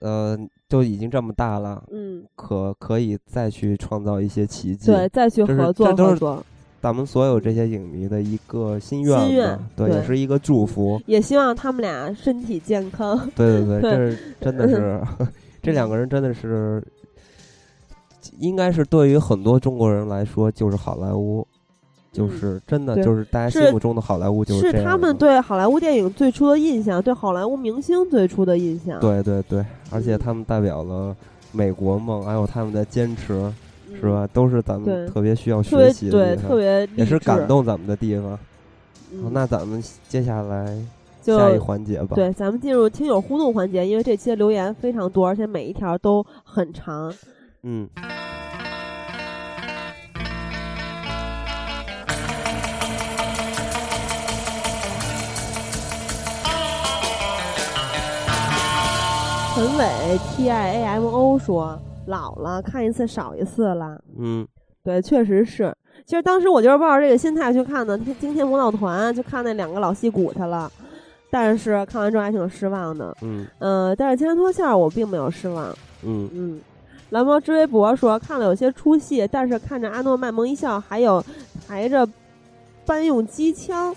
呃，都已经这么大了，嗯？嗯，可可以再去创造一些奇迹。对，，再去这是合作这都是合作。咱们所有这些影迷的一个心愿吧，心愿对，对也是一个祝 福。也希望他们俩身体健康。对对对，对这是真的 是，这两个人真的是，应该是对于很多中国人来说，就是好莱坞，就是真的嗯对就是大家是心目中的好莱坞就是这样的。他们对好莱坞电影最初的印象，对好莱坞明星最初的印象，对对对，而嗯且他们代表了美国梦，还有他们的坚持。嗯是？吧？都是咱对们特别需要嗯特别学习的对，地方特别也是励志感。动咱们的地方。嗯好那咱们接下来就下一环节吧。对，咱们进入听友互动环节，因为这期的留言非常多，而且每一条都很长。嗯，陈伟 T I A M O 说：“老了，看一次少一次了。嗯，”对，确实是。其实当时我就是抱着这个心态去看的《惊天魔盗团》，就看那两个老戏骨去了，但是看完之后还挺失望的。嗯，呃，但是《金蝉脱壳》我并没有失望。嗯，嗯，蓝猫之微博说看了有些出戏，但是看着阿诺卖萌一笑，还有抬着搬用机枪，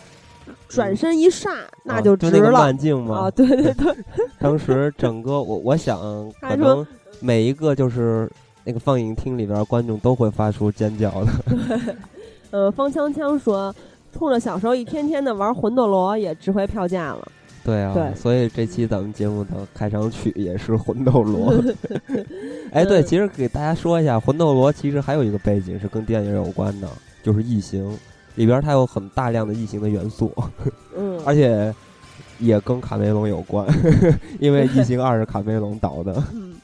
转身一刹，那啊就就值那个了慢镜啊嘛。对对对， 当时整个我我想，他可说能每一个就是那个放映厅里边观众都会发出尖叫的。呃，方锵锵说。冲着小时候一天天的玩魂斗罗，也值回票价了。对啊，对所以这期咱们节目的开场曲也是《魂斗罗》。 哎，对，嗯其实给大家说一下，《魂斗罗》其实还有一个背景是跟电影有关的，就是《异形》里边它有很大量的异形的元素，嗯，而且 也跟卡梅隆有关，因为《异形二》是卡梅隆导的。嗯，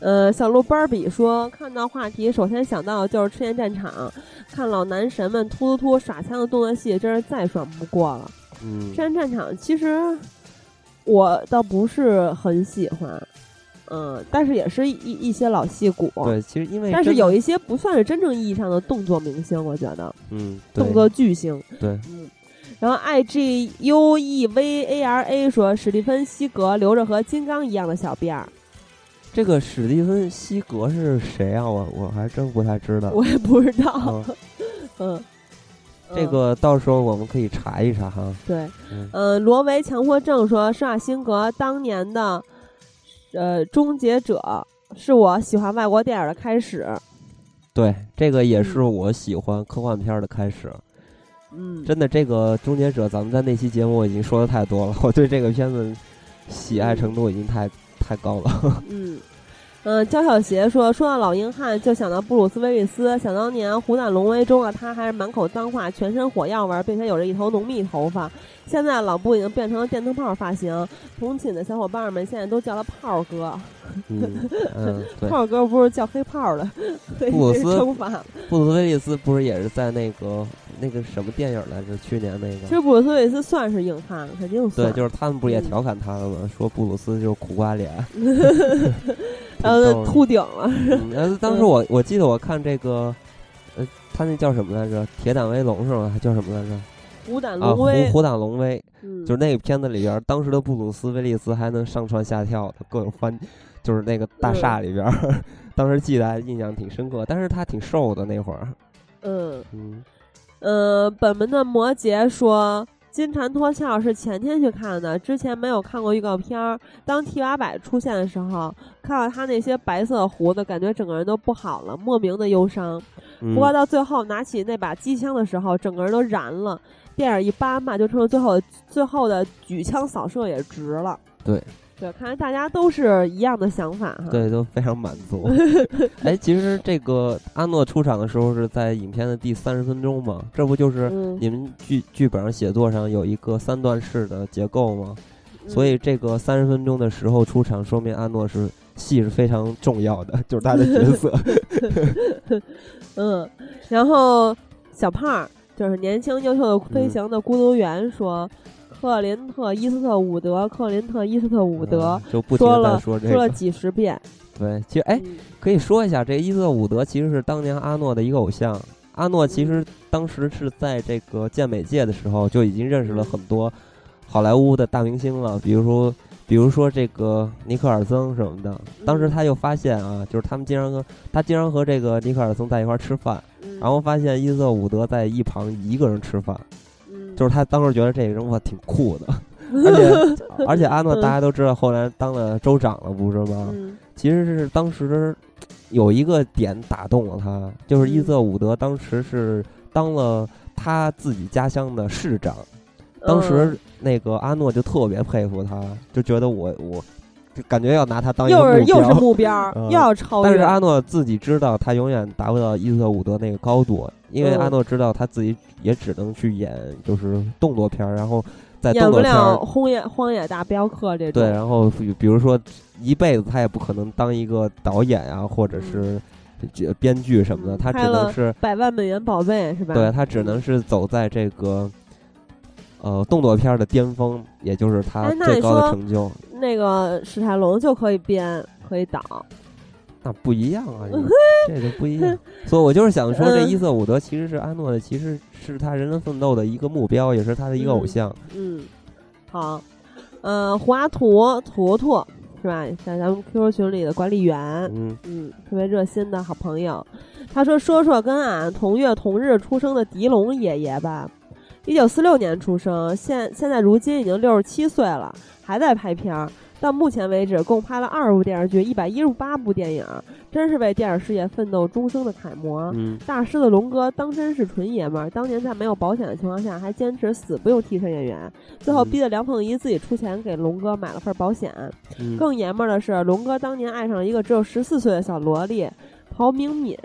呃，小鹿斑比说，看到话题首先想到的就是赤焰战场，看老男神们突突突耍枪的动作戏，真是再爽不过了。嗯赤，焰战场其实我倒不是很喜欢，嗯，但是也是一一一些老戏骨。对，其实因为但是真的有一些不算是真正意义上的动作明星，我觉得嗯对动作巨星。对，嗯。然后 I G U E V A R A 说，史蒂芬西格留着和金刚一样的小辫儿，这个史蒂芬西格是谁啊？我我还真不太知道。我也不知道嗯。嗯，这嗯个到时候我们可以查一查哈。对，嗯呃，罗维强迫症说，施瓦辛格当年的呃《终结者》是我喜欢外国电影的开始。对，这个也嗯是我喜欢科幻片儿的开始。嗯，真的，这个《终结者》，咱们在那期节目我已经说的太多了， 我对这个片子喜爱程度已经太太高了。嗯，嗯，焦小邪说，说到老硬汉，就想到布鲁斯威利斯。想当年《虎胆龙威》中啊，他还是满口脏话，全身火药味儿，并且有着一头浓密头发。现在老布已经变成了电灯泡发型，同寝的小伙伴们现在都叫他炮哥。 嗯嗯，对，炮哥不是叫黑炮的，所以布鲁这是斯嗯称法。布鲁斯威利斯不是也是在那个那个什么电影来着？去年那其个。实布鲁斯威利斯算是嗯硬汉，肯定算。对，就是他们不是也调侃他了吗？说布鲁斯就是苦瓜脸， 挺逗的然后呃秃顶了，嗯然后当时我我记得我看这个，呃，他那叫什么来着？铁胆威龙是吗？还叫什么来着？虎胆啊，龙虎威。虎胆龙威，嗯就是那个片子里边儿，当时的布鲁斯威利斯还能上蹿下跳的，各种翻，就是那个嗯大厦里边儿，当时记得还印象挺深刻。但是他挺瘦的那会儿，嗯。嗯，呃，本门的摩羯说，《金蝉脱壳》是前天去看的，之前没有看过预告片儿。当提瓦柏出现的时候，看到他那些白色胡子，感觉整个人都不好了，莫名的忧伤。嗯不过到最后拿起那把机枪的时候，整个人都燃了。电影一般吧，就成了最后的最后的举枪扫射也值了。对对，看来大家都是一样的想法哈。 对都非常满足。哎，其实这个阿诺出场的时候是在影片的第三十分钟嘛，这不就是嗯，你们剧剧本上写作上有一个三段式的结构吗？嗯所以这个三十分钟的时候出场，说明阿诺是戏是非常重要的，就是他的角 色。嗯，然后小胖儿就是年轻优秀的嗯飞行的孤独猿说，克林特·伊斯特伍德，克林特·伊斯特伍德、嗯就不停说的了说这说了个。几十遍。对，其实哎，嗯，可以说一下，这伊瑟伍德其实是当年阿诺的一个偶像。阿诺其实当时是在这个健美界的时候就已经认识了很多好莱坞的大明星了，比如说。比如说这个尼克尔森什么的，当时他就发现啊，就是他们经常跟他经常和这个尼克尔森在一块儿吃饭，嗯然后发现伊瑟伍德在一旁一个人吃饭，嗯就是他当时觉得这个人哇挺酷的，而且而且阿诺大家都知道后来当了州长了，不是吗？嗯其实是当时有一个点打动了他，就是伊嗯瑟伍德当时是当了他自己家乡的市长，嗯当时那个阿诺就特别佩服他，就觉得我我就感觉要拿他当嗯一个又是目又是标。目标儿，嗯又要超但越。是阿诺自己知道，他永远达不到伊瑟伍德那个高度，因为嗯阿诺知道他自己也只能去演就是动作片儿，然后在演动不作片儿了荒野荒野大镖客这种。对，然后比比如说一辈子他也不可能当一个导演啊，或者是这编剧什么的，嗯他只拍能了是百万美元宝贝是吧？对他只能是走在这个呃动作片儿的巅峰，也就是他哎那最你高的说成就。那个史泰龙就可以编，可以导。那不一样啊， 这个不一样。所以我就是想说，这嗯伊瑟伍德其实是阿诺的，其实是他人生奋斗的一个目标，也是他的一个偶嗯像。嗯，好，呃，胡阿图图图是吧？在咱们 QQ 群里的管理员，嗯，嗯，特别热心的好朋友。他说：“说说跟俺同月同日出生的狄龙爷爷吧，一九四六年出生，现现在如今已经六十七岁了，还在拍片儿。到目前为止，共拍了二十部电视剧，一百一十八部电影，真是为电影事业奋斗终生的楷模。嗯，大师的龙哥当真是纯爷们儿，当年在没有保险的情况下，还坚持死不用替身演员，最后嗯逼得梁凤仪自己出钱给龙哥买了份保险。嗯更爷们儿的是，龙哥当年爱上了一个只有十四岁的小萝莉陶明敏，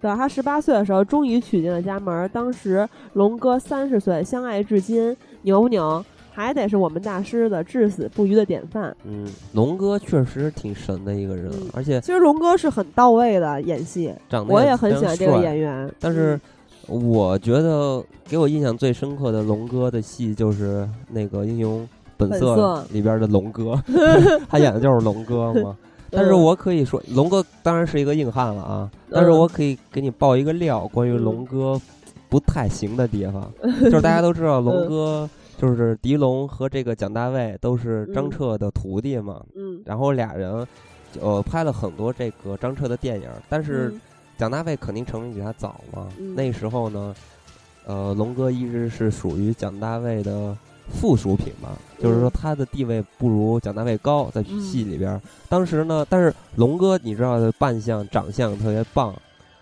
等到他十八岁的时候，终于娶进了家门儿。当时龙哥三十岁，相爱至今，牛不牛？还得是我们大师的至死不渝的典范。嗯，龙哥确实挺神的一个人，嗯而且其实龙哥是很到位的演戏，长得我也也很非喜常欢这个帅演员。嗯但是我觉得给我印象最深刻的龙哥的戏就是那个《英雄本本色色》里边的龙 哥，他演的就是龙哥嘛。嗯，但是我可以说，龙哥当然是一个硬汉了啊，但是我可以给你爆一个料，关嗯于龙哥不太行的地 方，就是大家都知道龙哥。就是狄龙和这个蒋大为都是张嗯彻的徒弟嘛，嗯，然后俩人，呃，拍了很多这个张彻的电影，但是嗯蒋大为肯定成名比他早嘛。嗯那时候呢，呃，龙哥一直是属于蒋大为的附属品吧，就是说他的地位不如蒋大为高，在嗯戏里边儿。当时呢，但是龙哥你知道的扮相、长相特别棒，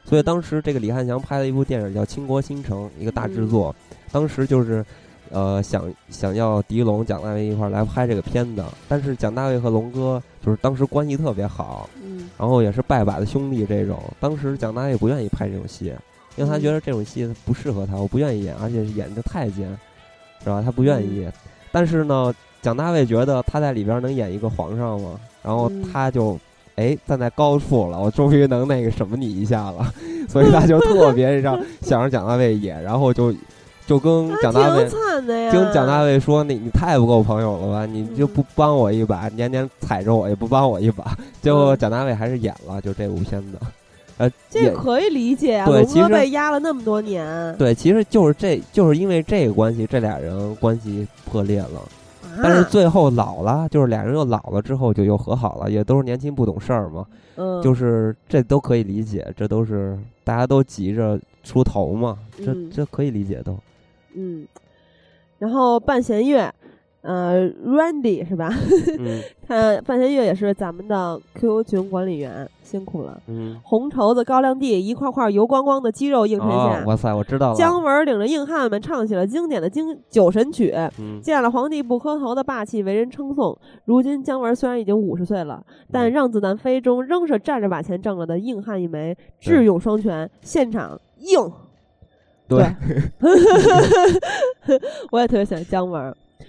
所以当时这个李翰祥拍了一部电影叫《倾国倾城》，一个大嗯制作，当时就是。呃，想想要狄龙、蒋大为一块儿来拍这个片子，但是蒋大为和龙哥就是当时关系特别好，嗯然后也是拜把子兄弟这种。当时蒋大也不愿意拍这种戏，因为他觉得这种戏不适合他，我不愿意演，而且演的太监，是吧？他不愿嗯意。但是呢，蒋大卫觉得他在里边能演一个皇上嘛，然后嗯他就。哎，站在高处了，我终于能那个什么你一下 了，所以他就特别让想让蒋大卫演，然后就就跟他蒋大卫啊挺惨的呀，听蒋大卫说：“你你太不够朋友了吧？你就不帮我一把，年年踩着我也不帮我一把。”结果蒋大卫还是演了，就这部片 子。呃，这也可以理解啊，对龙其实哥被压了那么多年，对，其实就是这就是因为这个关系，这俩人关系破裂了。但是啊最后老了，就是俩人又老了之后就又和好了，也都是年轻不懂事儿嘛。嗯，就是这都可以理解，这都是大家都急着出头嘛，这嗯这可以理解都。嗯，然后半弦月，呃，Randy 是吧？嗯他半弦月也是咱们的 QQ 群管理员，辛苦了。 嗯。红绸子、高粱地，一块块油光光的肌肉映衬哦，下，哇塞，我知道了。姜文领着硬汉们唱起了经典的经酒神曲，嗯，见了皇帝不磕头的霸气为人称颂。如今姜文虽然已经五十岁了，嗯但《让子弹飞》中仍是站着把钱挣了的硬汉一枚，智勇双全，现场硬。对， 我也特别喜欢姜文，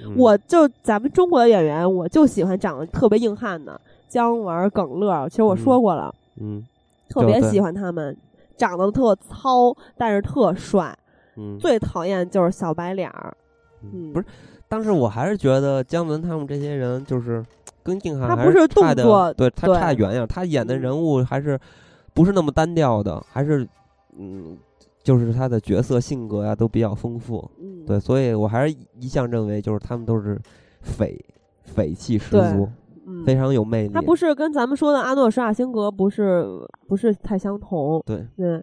嗯我就咱们中国的演员，我就喜欢长得特别硬汉的姜文、耿乐。其实我说过了，嗯特别对喜欢他们，长得特糙，但是特帅。嗯，最讨厌就是小白脸儿，嗯嗯不是，当时我还是觉得姜文他们这些人就是跟硬汉他还不是是动差得作对他对差得远点儿，他演的嗯人物还是不是那么单调的，还是嗯，就是他的角色性格呀、都比较丰富，嗯，对，所以我还是一向认为就是他们都是匪匪气十对足，嗯，非常有魅力。他不是是跟咱们说的阿诺·施瓦辛格不是不是太相同，对，嗯，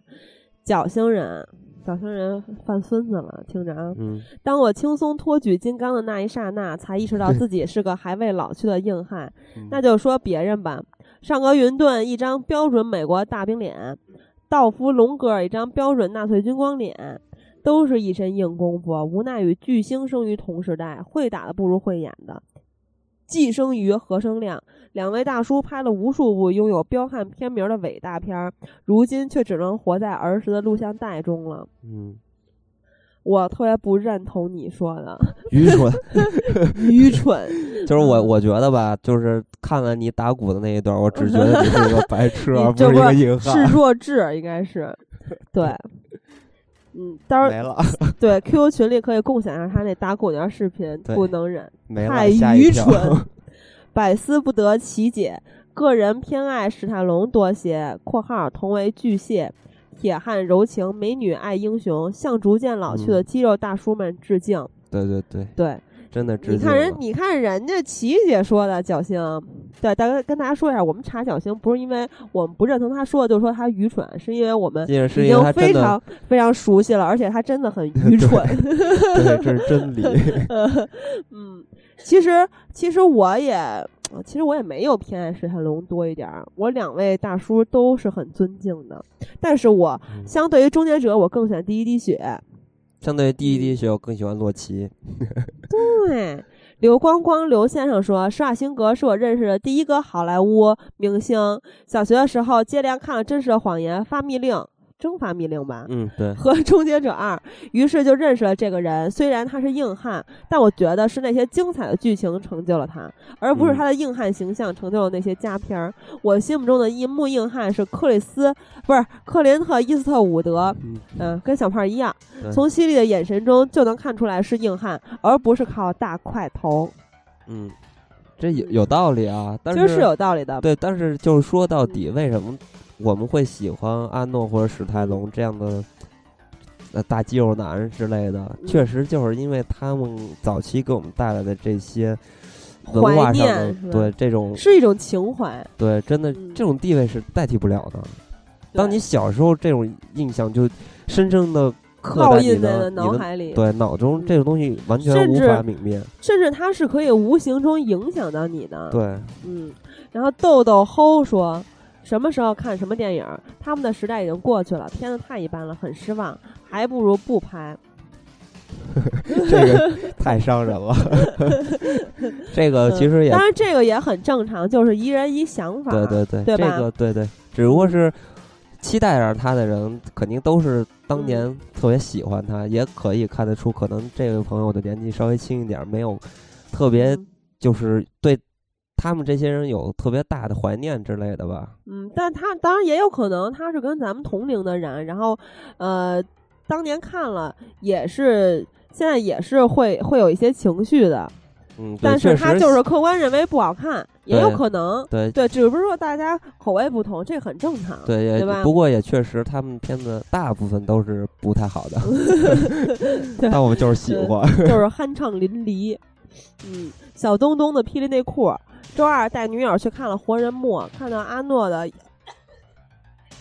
绞刑人，绞刑人犯孙子了，听着啊。嗯当我轻松托举金刚的那一刹那，才意识到自己是个还未老去的硬汉。嗯那就说别人吧，上格云顿一张标准美国大兵脸，道夫龙哥一张标准纳粹军官脸，都是一身硬功夫，无奈与巨星生于同时代，会打的不如会演的。既生瑜、何生亮两位大叔拍了无数部拥有彪悍片名的伟大片儿，如今却只能活在儿时的录像带中了。 嗯，我特别不认同你说的愚蠢，愚蠢，就是我嗯我觉得吧，就是看了你打鼓的那一段，我只觉得你是一个白痴， 你而不这是一不个是硬是汉。弱智，应该是，对，嗯，到时候没了。对 QQ 群里可以共享一下他那打鼓那视频，对不能忍，没太了，吓一愚跳蠢， 百思不得其解。个人偏爱史泰龙多些（括号同为巨蟹），铁汉柔情，美女爱英雄，向逐渐老去的嗯肌肉大叔们致敬。对对对，对，真的致敬你看人了，你看人家琪姐说的侥幸，对，大家跟大家说一下，我们查侥幸不是因为我们不认同他说的，就是说他愚蠢，是因为我们这是已因为经他非真的，常非常熟悉了，而且他真的很 愚蠢。对，这是真理。 嗯，其实其实我也，其实我也没有偏爱史泰龙多一点儿，我两位大叔都是很尊敬的，但是我嗯相对于终结者，我更喜欢第一滴血。相对于第一滴血，我更喜欢洛 奇。对，刘光光刘先生说，施瓦辛格是我认识的第一个好莱坞明星。小学的时候接连看了《真实的谎言》《发密令》《征伐密令吧。嗯，对，和《终结者二》，于是就认识了这个人。虽然他是硬汉，但我觉得是那些精彩的剧情成就了他，而嗯不是他的硬汉形象成就了那些佳片儿。我心目中的一幕硬汉是克里斯，不是克林特·伊斯特伍德，嗯嗯、跟小胖一样，对从犀利的眼神中就能看出来是硬汉，而不是靠大块头。嗯，这有有道理啊，但其实是有道理的，对，但是就是说到底，为什么我们会喜欢阿诺或者史泰龙这样的呃大肌肉男之类的？嗯确实就是因为他们早期给我们带来的这些文怀化上念的是吧对这种是一种情怀。对真的嗯这种地位是代替不了的。当对你小时候这种印象就深深的刻烙在你印在的了你脑的海里，对脑中嗯这种东西完全甚无至法泯灭。甚至它是可以无形中影响到你的。对，嗯，然后豆豆齁说，什么时候看什么电影，他们的时代已经过去了，片子太一般了，很失望，还不如不拍。这个太伤人 了。这个嗯其实也当然这个也很正常，就是一人一想法。对对对，对吧这个对对，只不过是期待着他的人，肯定都是当嗯年特别喜欢他，也可以看得出，可能这位朋友的年纪稍微轻一点，没有特别嗯就是对他们这些人有特别大的怀念之类的吧。嗯，但他当然也有可能他是跟咱们同龄的人，然后，呃，当年看了也是。现在也是会会有一些情绪的，嗯，对但是确他实就是客观认为不好看，也有对可能，对对，只不过大家口味不同，这很正常。对也对吧不过也确实，他们片子大部分都是不太好 的。但我们就是喜欢，就是酣畅淋漓。嗯，小东东的霹雳内裤，周二带女友去看了《活人墓》，看到阿诺的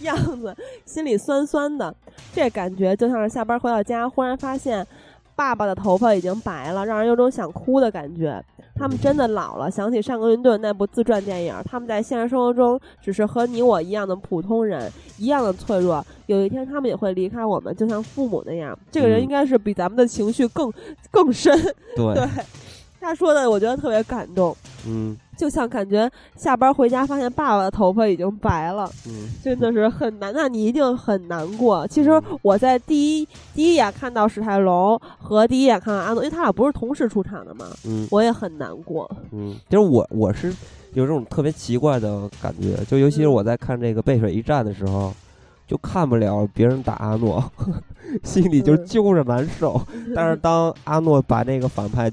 样子，心里酸酸的。这感觉就像是下班回到家，忽然发现爸爸的头发已经白了，让人有种想哭的感觉。他们真的老了。想起上格云顿那部自传电影，他们在现实生活中只是和你我一样的普通人，一样的脆弱。有一天他们也会离开我们，就像父母那样。这个人嗯应该是比咱们的情绪更更深。对，对，他说的我觉得特别感动，嗯就像感觉下班回家发现爸爸的头发已经白了。嗯，真的是很难，那你一定很难过。其实嗯我在第一第一眼看到史泰龙和第一眼看到阿诺，因为他俩不是同时出场的嘛，嗯我也很难过。嗯，就是我我是有这种特别奇怪的感觉，就尤其是嗯我在看这个背水一战的时候，就看不了别人打阿诺， 心里就嗯揪着难 受。但是当阿诺把那个反派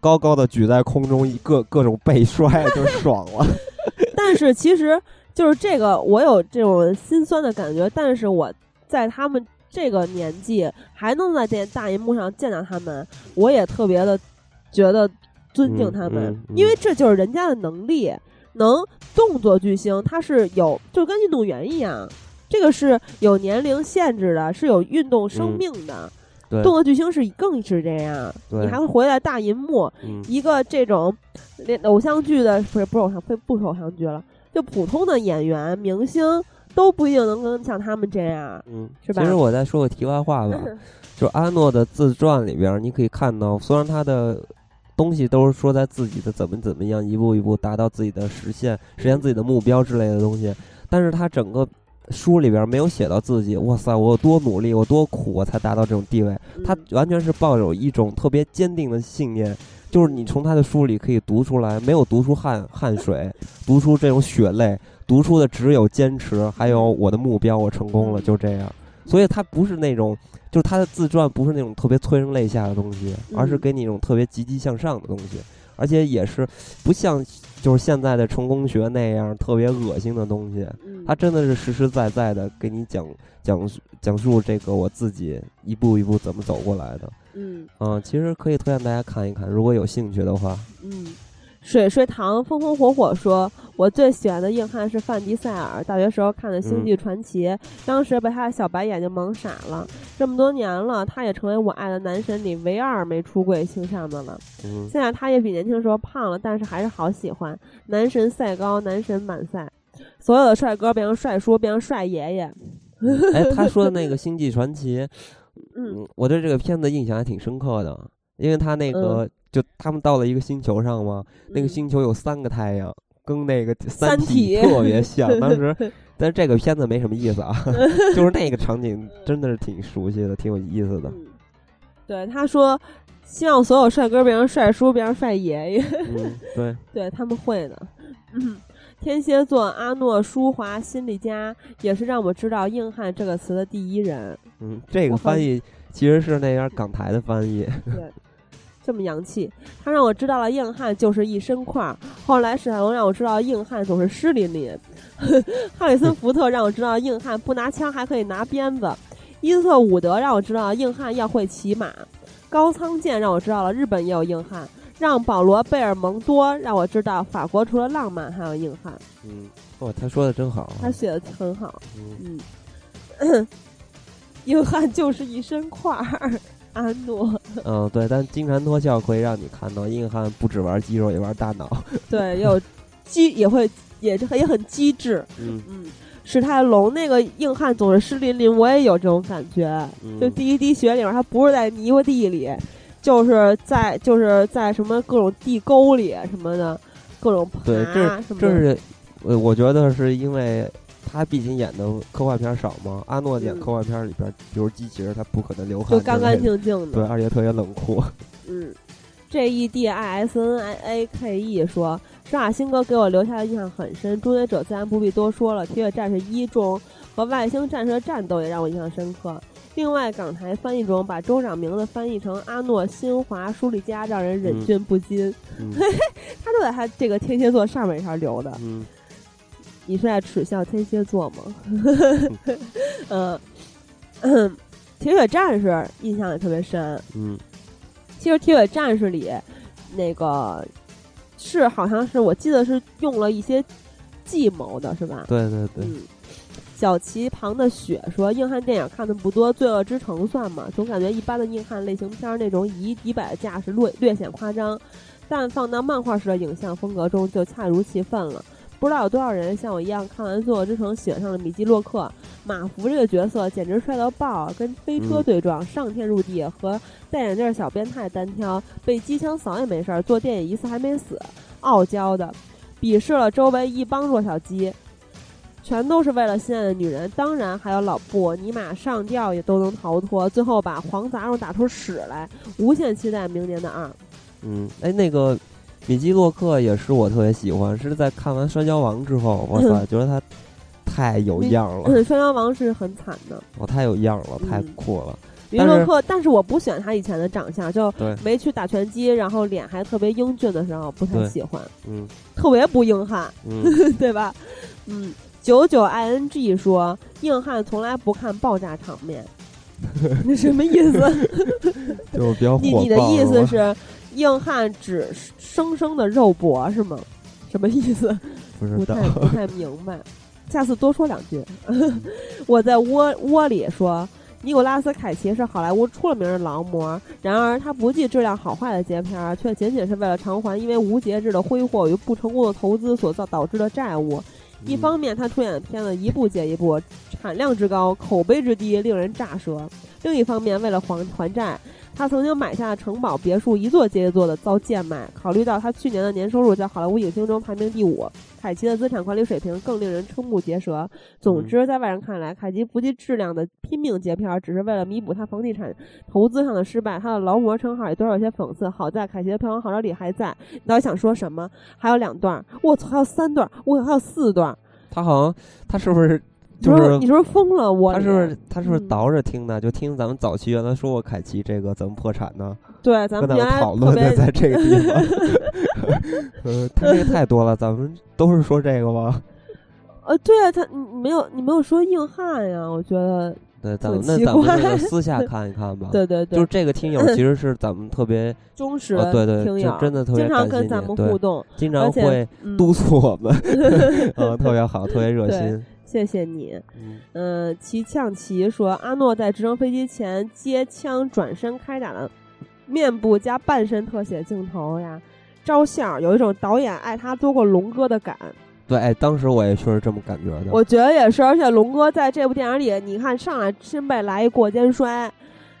高高的举在空中，一各各种背 摔，就爽了。 但是其实就是这个，我有这种心酸的感觉，但是我在他们这个年纪还能在电大荧幕上见到他们，我也特别的觉得尊敬他嗯们，嗯嗯因为这就是人家的能力，能动作巨星，他是有就跟运动员一样。这个是有年龄限制的，是有运动生嗯命的。对动作巨星是更是这样，对你还会回来大银幕，嗯一个这种连偶像剧的不是不是偶像非不是偶像剧了，就普通的演员明星都不一定能跟像他们这样。嗯，是吧其实我再说个题外 话吧，就阿诺的自传里边儿，你可以看到，虽然他的东西都是说在自己的怎么怎么样，一步一步达到自己的实现，实现自己的目标之类的东西，但是他整个书里边儿没有写到自己，哇塞，我有多努力，我多苦，我才达到这种地位。他嗯完全是抱有一种特别坚定的信念，就是你从他的书里可以读出来，没有读出汗汗水，读出这种血泪，读出的只有坚持，还有我的目标，我成功嗯了，就这样。所以他不是那种，就是他的自传不是那种特别催人泪下的东西，而是嗯给你一种特别积极向上的东西，而且也是不像就是现在的成功学那样特别恶心的东西。嗯他真的是实实在在的给你讲讲述讲述这个我自己一步一步怎么走过来的。嗯嗯，其实可以推荐大家看一看，如果有兴趣的话。嗯，水水堂风风火火说，我最喜欢的硬汉是范迪塞尔，大学时候看的《星际传奇》当时被他的小白眼睛蒙傻了。这么多年了，他也成为我爱的男神里唯二没出柜倾向的了。 嗯，现在他也比年轻时候胖了，但是还是好喜欢。男神赛高，男神满赛，所有的帅哥变成帅叔，变成帅爷爷。哎，他说的那个《星际传奇》，嗯嗯，我对这个片子印象还挺深刻的，因为他那个、就他们到了一个星球上嘛，那个嗯星球有三个太阳，跟那个《三体体》 特别像。当时但是这个片子没什么意思啊， 就是那个场景真的是挺熟悉的，挺有意思 的。嗯，对，他说希望所有帅哥变成帅叔，变成帅爷 爷。嗯，对，对他们会的。嗯，天蝎座阿诺舒华辛利加也是让我知道“硬汉”这个词的第一人。嗯，这个我好翻译其实是那边港台的翻译。对，这么洋气，他让我知道了硬汉就是一身块儿。后来史泰龙让我知道硬汉总是湿淋淋， 哈里森福特让我知道硬汉不拿枪还可以拿鞭子，伊瑟伍德让我知道硬汉要会骑马，高仓健让我知道了日本也有硬汉，让保罗贝尔蒙多让我知道法国除了浪漫还有硬汉。嗯，哦，他说的真好啊。他写的很好，嗯嗯， 硬汉就是一身块儿，安诺。嗯，对，但金蝉脱壳可以让你看到硬汉不只玩肌肉，也玩大脑。对，也有机也会也是也很机智。嗯嗯，史泰龙那个硬汉总是湿淋淋，我也有这种感觉。嗯 就第一滴血里面，他不是在泥巴地里，就是在就是在什么各种地沟里什么的，各种爬对，这什么这的。是呃，我觉得是因为他毕竟演的科幻片儿少嘛。阿诺演嗯科幻片儿里边儿，比如机器人，他不可能流汗之就类的，干干净净的，对，而且特别冷酷。嗯，J E D I S N I A K E 说，施瓦辛格给我留下的印象很深，《终结者》自然不必多说了，《铁血战士一》中和外星战士的战斗也让我印象深刻。另外，港台翻译中把州长名字翻译成阿诺·辛华·舒利加，让人忍俊不禁。嗯他就在他这个天蝎座上面一条留的。嗯你是在耻笑天蝎座吗？嗯，铁血战士印象也特别深，嗯其实《铁血战士》里那个是好像是我记得是用了一些计谋的，是吧？ 对对对，嗯。小旗旁的雪说：“硬汉电影看的不多，《罪恶之城》算吗？总感觉一般的硬汉类型片儿那种以一敌百的架势略略显夸张，但放到漫画式的影像风格中就恰如其分了。不知道有多少人像我一样看完《罪恶之城》喜欢上了米基洛克，马福这个角色简直帅到爆，跟飞车嗯对撞，上天入地，和戴眼镜儿小变态单挑，被机枪扫也没事儿，做电影一次还没死，傲娇的，鄙视了周围一帮弱小鸡。全都是为了心爱的女人，当然还有老布，尼玛上吊也都能逃脱，最后把黄杂种打出屎来，无限期待明年的二。嗯，哎，那个米基洛克也是我特别喜欢，是在看完《摔跤王》之后， 我操，觉得他太有样儿了，摔跤王是很惨的，我太有样儿了，太嗯酷 了。米洛克，但是我不喜欢他以前的长相，就对没去打拳击，然后脸还特别英俊的时候，不太对喜欢，嗯特别不硬汉。嗯对吧？嗯，九九 ing 说硬汉从来不看爆炸场 面，那什么意思？就是比较火你爆。你的意是思吧是硬汉只生生的肉搏是吗？什么意思？不不知道太？ 不太明白，下次多说两句。嗯 我在窝窝里说，尼古拉斯凯奇是好莱坞出了名的劳模，然而他不计质量好坏的截片儿，却仅仅是为了偿还因为无节制的挥霍与不成功的投资所造导致的债务。嗯一方面，他出演的片子一部接一部，产量之高，口碑之低，令人咋舌；另一方面，为了还还债，他曾经买下的城堡别墅一座接一座的遭贱卖。考虑到他去年的年收入在好莱坞影星中排名第五，凯奇的资产管理水平更令人瞠目结舌。嗯总之，在外人看来，凯奇不计质量的拼命截片儿，只是为了弥补他房地产投资上的失败。他的劳模称号也多少有些讽刺。好在凯奇的票房号召力还在。你到底想说什么？还有两段儿，我操，还有三段儿，我还有四段儿。他好像他是不是你就说是你是不是疯了？我他是不是他是不是嗯倒着听的？就听咱们早期原来说过凯奇这个怎么破产呢？对咱跟们咱原们来讨特论别的在这个地 方， 呃，他这个太多了，咱们都是说这个吗？呃，对啊，他你你没有你没有说硬汉呀，我觉得对，咱很们那奇咱们怪那个私下看一看吧。 对对啊就是对，这个听友其实是咱们特 别，忠实呃对对，听友就真的特别经常感谢跟你，咱们对互动，经而常且会嗯，督促我 们，嗯，特别好，特别热对心。谢谢你。嗯嗯，齐呛奇说，阿诺在直升飞机前接枪转身开打的面部加半身特写镜头呀，招笑，有一种导演爱他多过龙哥的感。对，哎当时我也确实这么感觉的。我觉得也是，而且龙哥在这部电影里，你看上来身被来一过肩摔，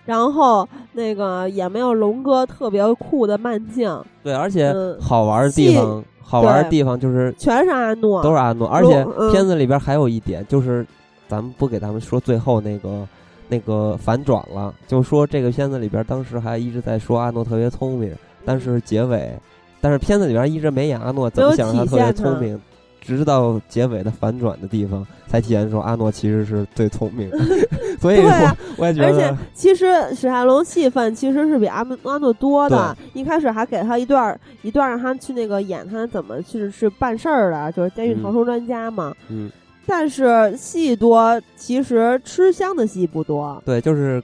然后那个也没有龙哥特别酷的慢镜，对，而且嗯好玩的戏地方好玩的对地方就是全是阿诺，都是阿诺，而且嗯片子里边还有一点就是，咱们不给咱们说最后那个那个反转了，就说这个片子里边当时还一直在说阿诺特别聪明，但是结尾，但是片子里边一直没演阿诺怎么想让他特别聪明，直到结尾的反转的地方才体现出阿诺其实是最聪明的， 所以对我、啊我也觉而得且其实史泰龙戏份其实是比阿诺阿诺多的，一开始还给他一段儿一段儿让他去那个演他怎么去是办事儿的，就是监狱嗯逃生专家嘛。嗯但是戏多，其实吃香的戏不多。对，就是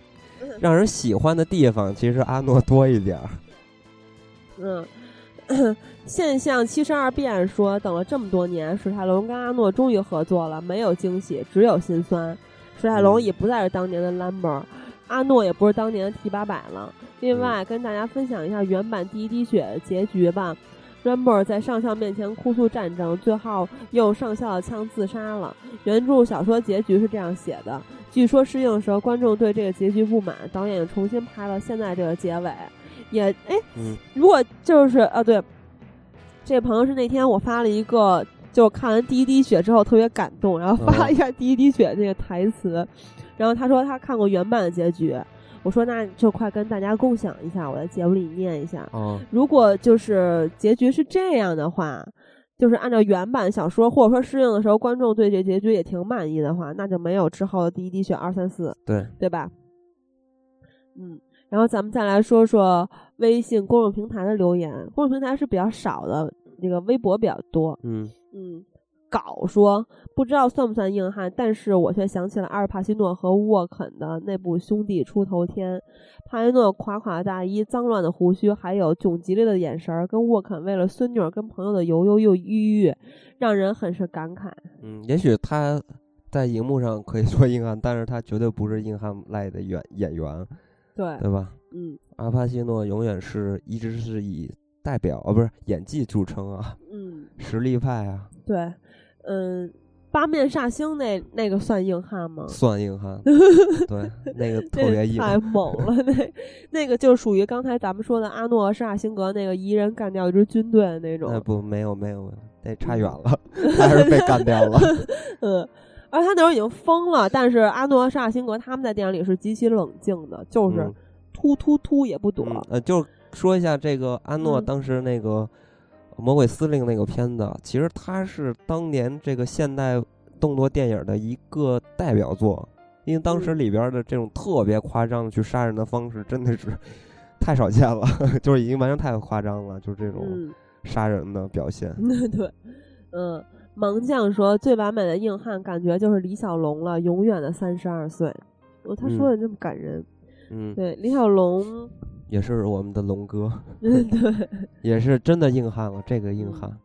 让人喜欢的地方其实阿诺多一点儿，嗯， 现象七十二变说，等了这么多年，史泰龙跟阿诺终于合作了，没有惊喜，只有心酸。史泰龙嗯已不再是当年的 Lambert，阿诺也不是当年的 T 八百了。另外，跟大家分享一下原版《第一滴血》结局吧。Lambert 在上校面前哭诉战争，最后用上校的枪自杀了。原著小说结局是这样写的，据说适应的时候观众对这个结局不满，导演又重新拍了现在这个结尾。也哎，嗯如果就是啊，对，这朋友是那天我发了一个，就看完《第一滴血》之后特别感动，然后发了一下《第一滴血》那个台词，然后他说他看过原版的结局，我说那就快跟大家共享一下，我在节目里念一下。哦，如果就是结局是这样的话，就是按照原版小说或者说适应的时候，观众对这结局也挺满意的话，那就没有之后的第一滴血二三四，对，对吧？嗯，然后咱们再来说说微信公众平台的留言，公众平台是比较少的，那个微博比较多。嗯嗯，搞说不知道算不算硬汉，但是我却想起了阿尔帕西诺和沃肯的那部《兄弟出头天》，帕西诺垮垮的大衣、脏乱的胡须，还有窘极了的眼神儿，跟沃肯为了孙女儿跟朋友的犹犹又豫豫，让人很是感慨。嗯，也许他在荧幕上可以 说硬汉，但是他绝对不是硬汉赖的演演员，对，对吧？嗯阿帕西诺永远是一直是以代表啊，不是演技著称啊，嗯，实力派啊，对，嗯，八面煞星那那个算硬汉吗？算硬 汉。对，那个那 特别硬。嗯太猛了，那那个就属于刚才咱们说的阿诺施瓦辛格那个一人干掉一支军队的那种。那不没有没有，那差远了，他是被干掉 了。嗯，而他那时候已经疯了，但是阿诺和施瓦辛格他们在电影里是极其冷静的，就是嗯突突突也不躲。嗯呃，就是说一下这个阿诺嗯当时那个《魔鬼司令》那个片子，其实他是当年这个现代动作电影的一个代表作，因为当时嗯里边的这种特别夸张的去杀人的方式，真的是 太少见了， 就是已经完全太夸张了，就是这种嗯，杀人的表现。 对，嗯。盲将说：“最完美的硬汉感觉就是李小龙了，永远的三十二岁。哦”他说的这么感人。嗯，对，李小 龙，也是我们的龙哥，对，也是真的硬汉了，这个硬嗯汉。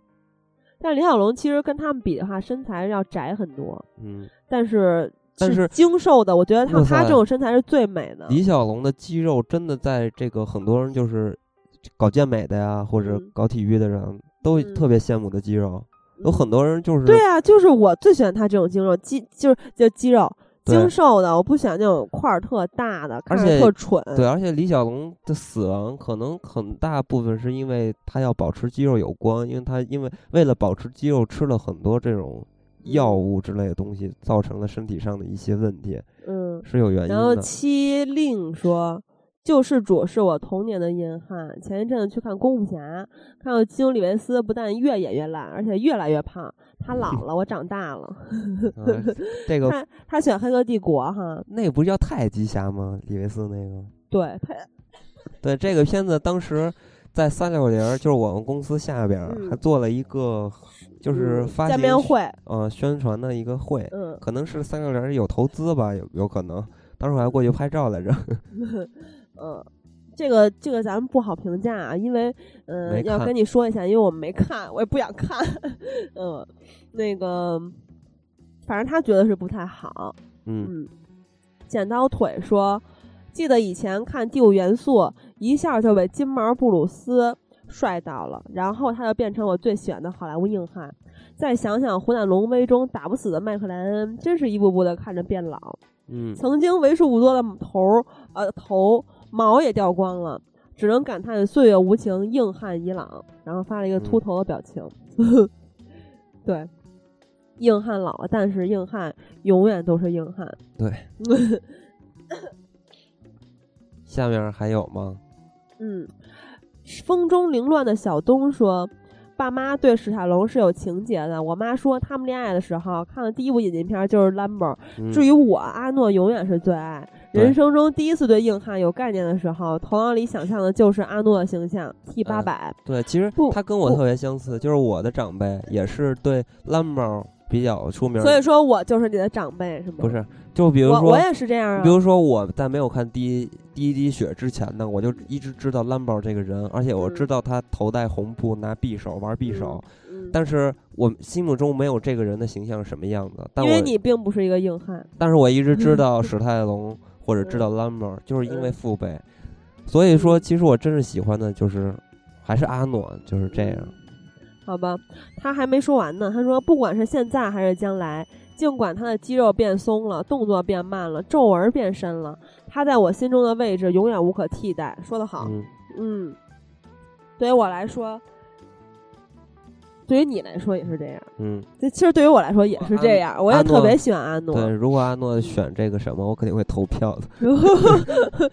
但李小龙其实跟他们比的话，身材要窄很多，嗯，但是但是是精瘦的，我觉得他哇塞他这种身材是最美的。李小龙的肌肉真的在这个很多人就是搞健美的呀，或者嗯搞体育的人、都嗯特别羡慕的肌肉，有嗯很多人就是对啊，就是我最喜欢他这种肌肉，肌就是就肌肉对精瘦的，我不喜欢那种块儿特大的，而看着且特蠢。对，啊而且李小龙的死亡可能很大部分是因为他要保持肌肉有关，因为他因为为了保持肌肉吃了很多这种药物之类的东西，造成了身体上的一些问题，嗯。是有原因然后的。七令说，救世主是我童年的硬汉。前一阵子去看功夫侠，看到基努里维斯不但越演越烂，而且越来越胖。他老了，我长大了。嗯这 个他他选黑客帝国哈，那个不是叫太极侠吗？李维斯那个。对他对这个片子，当时在三六零，就是我们公司下边儿嗯还做了一个，就是嗯发见起面会，呃宣传的一个会，嗯，可能是三六零有投资吧，有有可能。当时我还过去拍照来着， 嗯，这个这个咱们不好评价啊，因为嗯、呃没要看跟你说一下，因为我们没看，我也不想看， 嗯，那个反正他觉得是不太好。嗯，剪刀腿说，记得以前看《第五元素》，一下就被金毛布鲁斯帅到了，然后他就变成我最喜欢的好莱坞硬汉。再想想《虎胆龙威》中打不死的麦克莱恩，真是一步步的看着变老。嗯，曾经为数不多的头儿呃头毛也掉光了，只能感叹岁月无情，硬汉已老。然后发了一个秃头的表情， 对，硬汉老了，但是硬汉永远都是硬汉。对，下面还有吗？嗯，风中凌乱的小东说：“爸妈对史泰龙是有情节的。我妈说他们恋爱的时候看的第一部引进片就是《Lambo》，嗯至于我，阿诺永远是最爱。对人生中第一次对硬汉有概念的时候，头脑里想象的就是阿诺的形象哎 T 八百。对，其实不他跟我不特别相似，就是我的长辈也是对蓝猫比较出名儿。所以说我就是你的长辈，是吗？不，是，就比如我说，我也是这样啊。比如说我在没有看第一第一滴血之前呢，我就一直知道蓝宝这个人，而且我嗯知道他头戴红布，拿匕首玩匕首，嗯，但是我心目中没有这个人的形象是什么样子。但因为我你嗯并不是一个硬汉。但是我一直知道史泰 龙或者知嗯道兰博，就是因为父辈。所以说，其实我真是喜欢的就是还是阿诺，就是这样。好吧，他还没说完呢。他说，不管是现在还是将来，尽管他的肌肉变松了，动作变慢了，皱纹变深了，他在我心中的位置永远无可替代。说得好，嗯，嗯对于我来说，对于你来说也是这样。嗯，这其实对于我来说也是这样，我也阿哦诺特别喜欢阿诺。对，如果阿诺选这个什么，我肯定会投票的。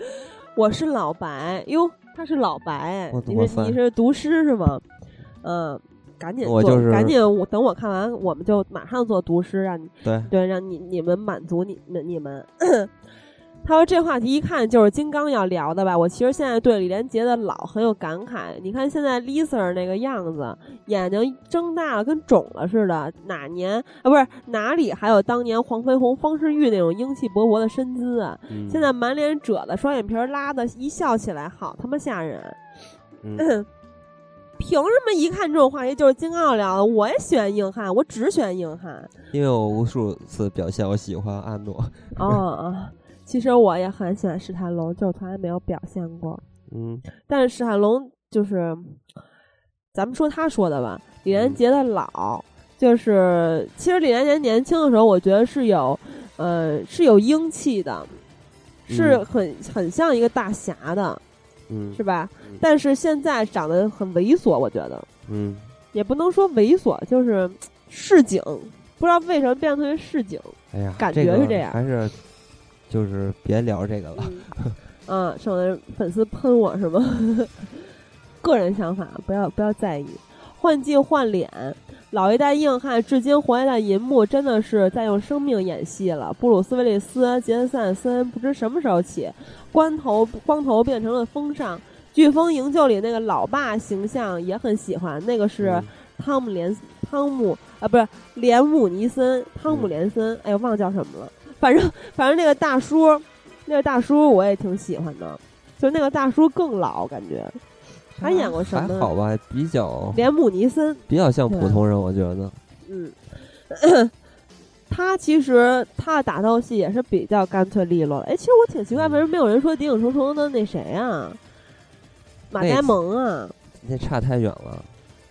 我是老白哟，他是老白我，你我是翻你是读诗是吗？嗯、赶紧做，我就是赶紧我等我看完，我们就马上做读诗，让你对，对让你你们满足你们你们。他说这话题一看就是金刚要聊的吧？我其实现在对李连杰的老很有感慨。你看现在 Lisa 那个样子，眼睛睁大了跟肿了似的，哪年啊不是哪里还有当年黄飞鸿、方世玉那种英气勃勃的身姿啊？嗯现在满脸褶子，双眼皮儿拉的，一笑起来好他妈吓人。嗯 凭什么一看这种话题就是金刚要聊的？我也喜欢硬汉，我只喜欢硬汉。因为我无数次表现我喜欢阿诺。哦哦，其实我也很喜欢史泰龙，就是从来没有表现过。 嗯，但是史泰龙就是，咱们说他说的吧，李嗯连杰的老，就是其实李连杰年轻的时候，我觉得是有，呃，是有英气的，是嗯很很像一个大侠的，嗯是吧嗯？但是现在长得很猥琐，我觉得嗯，也不能说猥琐，就是嘖市井，不知道为什么变得特别市井。哎呀，感这觉个是这样还是就是别聊这个了。嗯，省得粉丝喷我是吗？ 个人想法，不要不要在意。换季换脸，老一代硬汉至今活跃在银幕，真的是在用生命演戏了。布鲁斯·威利斯、杰森·斯坦森，不知什么时候起，光头光头变成了风尚。《飓风营救》里那个老爸形象也很喜欢，那个是嗯汤姆连汤姆啊，不是连姆尼森，汤姆连森，哎呦，忘了叫什么了。反正反正那个大叔，那个大叔我也挺喜欢的，就是那个大叔更老感觉。他演过什么还好吧，比较连姆尼森，比较像普通人，我觉得。嗯，他其实他的打斗戏也是比较干脆利落的。哎，其实我挺奇怪，为什么没有人说《谍影重重》的那谁啊，马那呆蒙啊？那差太远了，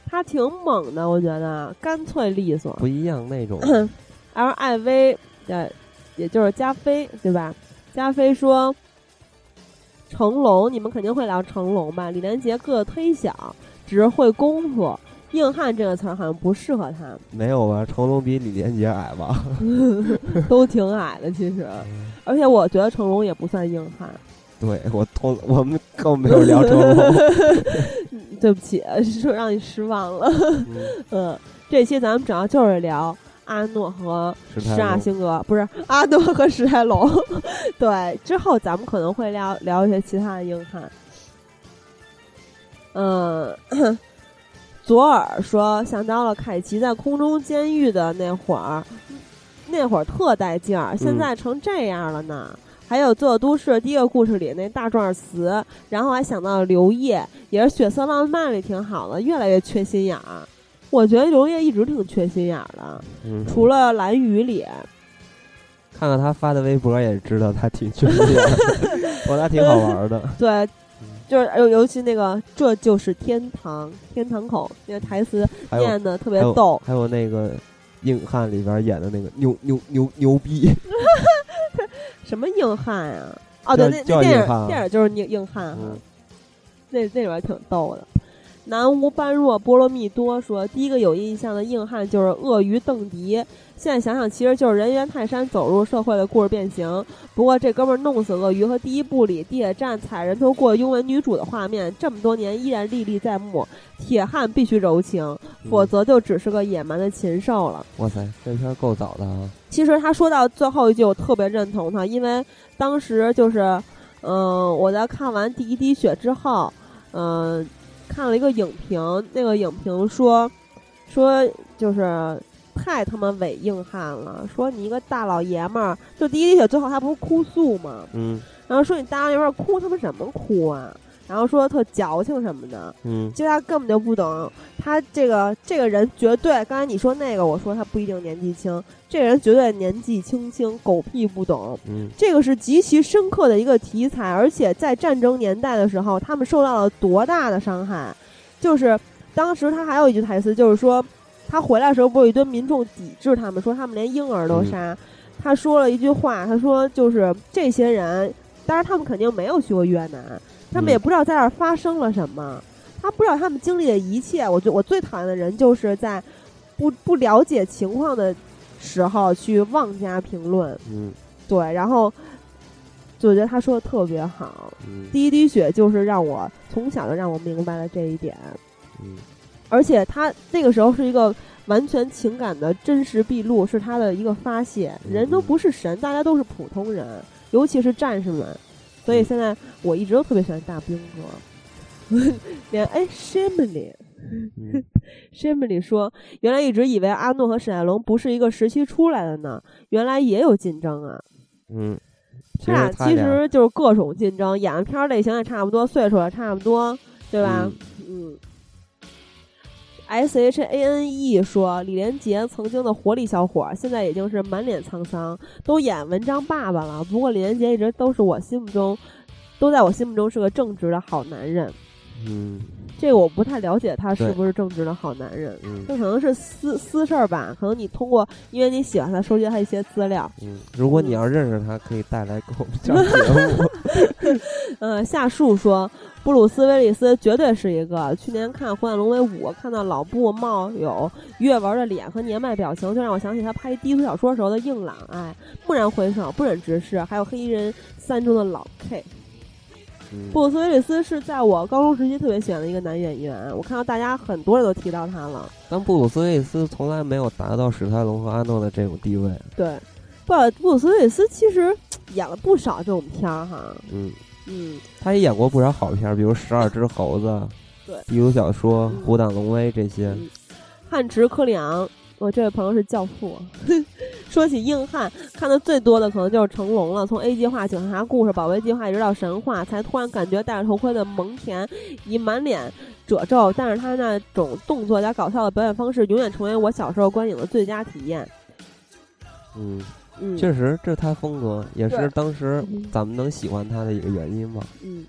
他挺猛的，我觉得干脆利索。不一样那 种。 L I V 呃，也就是加菲，对吧？加菲说：“成龙，你们肯定会聊成龙吧？李连杰个子忒小，只是会功夫。硬汉这个词儿好像不适合他，没有吧？成龙比李连杰矮吧？都挺矮的其实。嗯而且我觉得成龙也不算硬汉。对我通，我们更没有聊成 龙。嗯对不起， 说让你失望了。 嗯，这期咱们主要就是聊阿诺和史泰施瓦龙辛格，不是阿诺和史泰龙。 对，之后咱们可能会聊聊一些其他的硬汉。嗯，左耳说想到了凯奇在空中监狱的那会儿，那会儿特带劲儿，现在成这样了呢。还有《罪恶都市》第一个故事里那大壮词，然后还想到了刘烨，也是《血色浪漫》里挺好的，越来越缺心眼儿。我觉得刘烨一直挺缺心眼儿的，嗯，除了《蓝雨》里，看看他发的微博也知道他挺chuy的， 我他挺好玩 的。对，就是尤尤其那个“这就是天堂”，天堂口那个台词还有念的特还别有逗，还有那个硬汉里边演的那个牛牛牛牛逼，什么硬汉啊？哦，对，那叫那电硬汉啊影电影就是硬硬汉哈，嗯那那里边挺逗的。南无般若波罗蜜多说，第一个有印象的硬汉就是鳄鱼邓迪。现在想想，其实就是人猿泰山走入社会的故事变形。不过这哥们儿弄死鳄鱼和第一部里地铁站踩人头过拥吻女主的画面，这么多年依然历历在目。铁汉必须柔情，嗯否则就只是个野蛮的禽兽了。哇塞，这片儿够早的啊！其实他说到最后一句，我特别认同他，因为当时就是，嗯、我在看完《第一滴血》之后，嗯、看了一个影评，那个影评说，说就是太他妈伪硬汉了，说你一个大老爷们儿，就《第一滴血》最后他不是哭诉吗？嗯然后说你大老爷们儿哭他妈什么哭啊？然后说特矫情什么的，嗯其实他根本就不懂，他这个这个人绝对，刚才你说那个，我说他不一定年纪轻，这个人绝对年纪轻轻，狗屁不懂。嗯这个是极其深刻的一个题材，而且在战争年代的时候，他们受到了多大的伤害？就是当时他还有一句台词，就是说他回来的时候，不是有一堆民众抵制他们，说他们连婴儿都嗯杀。他说了一句话，他说就是这些人，当然他们肯定没有去过越南，他们嗯也不知道在那儿发生了什么，他不知道他们经历的一切。我觉我最讨厌的人就是在不不了解情况的时候去妄加评论。嗯对，然后就我觉得他说的特别好，《嗯第一滴血》就是让我从小就让我明白了这一点，嗯而且他那个时候是一个完全情感的真实毕露，是他的一个发泄。人都嗯不是神，大家都是普通人，尤其是战士们。所以嗯现在我一直都特别喜欢大兵哥， 连哎 Shimley 嗯 Shimley 说，原来一直以为阿诺和史泰龙不是一个时期出来的呢，原来也有竞争啊。嗯，其他俩实其俩实就是各种竞争，演的片儿类型也差不多，岁数也差不多，对吧？嗯。S H A N E 说，李连杰曾经的活力小伙儿，现在已经是满脸沧桑，都演文章爸爸了。不过李连杰一直都是我心目中，都在我心目中是个正直的好男人。嗯这个我不太了解他是对不是正直的好男人，嗯这可能是私私事儿吧。可能你通过因为你喜欢他，收集他一些资料，嗯，如果你要认识他，可以带来给我们讲节 目。嗯，夏树说，布鲁斯威利斯绝对是一个。去年看《火影龙威五》，看到老布茂友越玩的脸和年迈表情，就让我想起他拍低俗小说时候的硬朗。哎，蓦然回首，不忍直视。还有黑衣人三中的老 K， 嗯布鲁斯威利斯是在我高中时期特别喜欢的一个男演员。我看到大家很多人都提到他了。但布鲁斯威利斯从来没有达到史泰龙和阿诺的这种地位。对，不，布鲁斯威利斯其实演了不少这种片儿哈。嗯，嗯，他也演过不少好片儿，比如《十二只猴子》 对低俗小说嗯《虎胆龙威》这些。汉池柯里昂，我这位朋友是教父。 说起硬汉，看的最多的可能就是成龙了。从 A 计划、警察故事、保卫计划一直到神话，才突然感觉戴着头盔的蒙恬以满脸褶皱，但是他那种动作加搞笑的表演方式，永远成为我小时候观影的最佳体验。嗯，嗯，确实这是他风格，也对是当时嗯咱们能喜欢他的一个原因吧。嗯，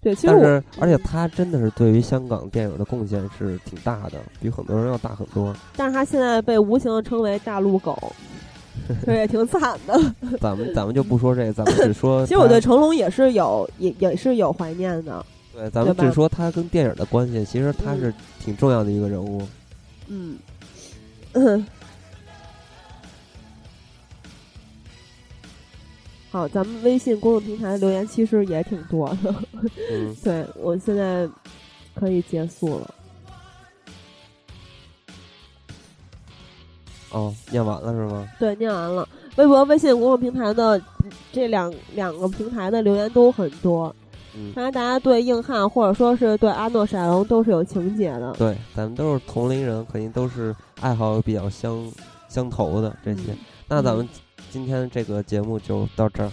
对，其实但我是，而且他真的是对于香港电影的贡献是挺大的，比很多人要大很 多。但是他现在被无情的称为 大陆狗，这也挺惨的。咱们咱们就不说这个，咱们只说他。其实我对成龙也是有也也是有怀念的。对，咱们对吧只说他跟电影的关系，其实他是挺重要的一个人 物。嗯，嗯 好，咱们微信公众平台的留言其实也挺多的，嗯，对我现在可以结束了。哦，念完了是吗？对，念完了。微博、微信公众平台的这两两个平台的留言都很多，嗯，看来大家对硬汉或者说是对阿诺·闪龙都是有情节的。对，咱们都是同龄人，肯定都是爱好比较相相投的这些。嗯那咱们今天这个节目就到这儿，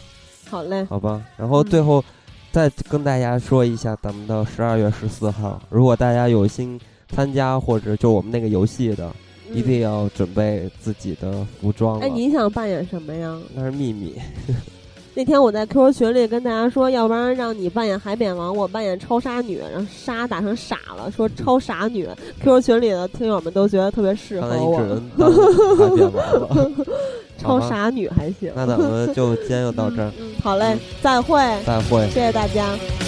好 嘞，好吧？然后嗯最后再跟大家说一下，咱们的十二月十四号，如果大家有心参加或者就我们那个游戏的，一定要准备自己的服装嗯。了。哎，你想扮演什么呀？那是秘密。那天我在 QQ 群里跟大家说，要不然让你扮演海扁王，我扮演超傻女，然后傻打成傻了，说嗯超傻女。QQ 群里的听友们都觉得特别适刚合才你只我，能当 海扁王了。好超吧傻女还行。嗯那咱们就今天就到这儿，嗯，好嘞，再会，再会。谢谢大家。 「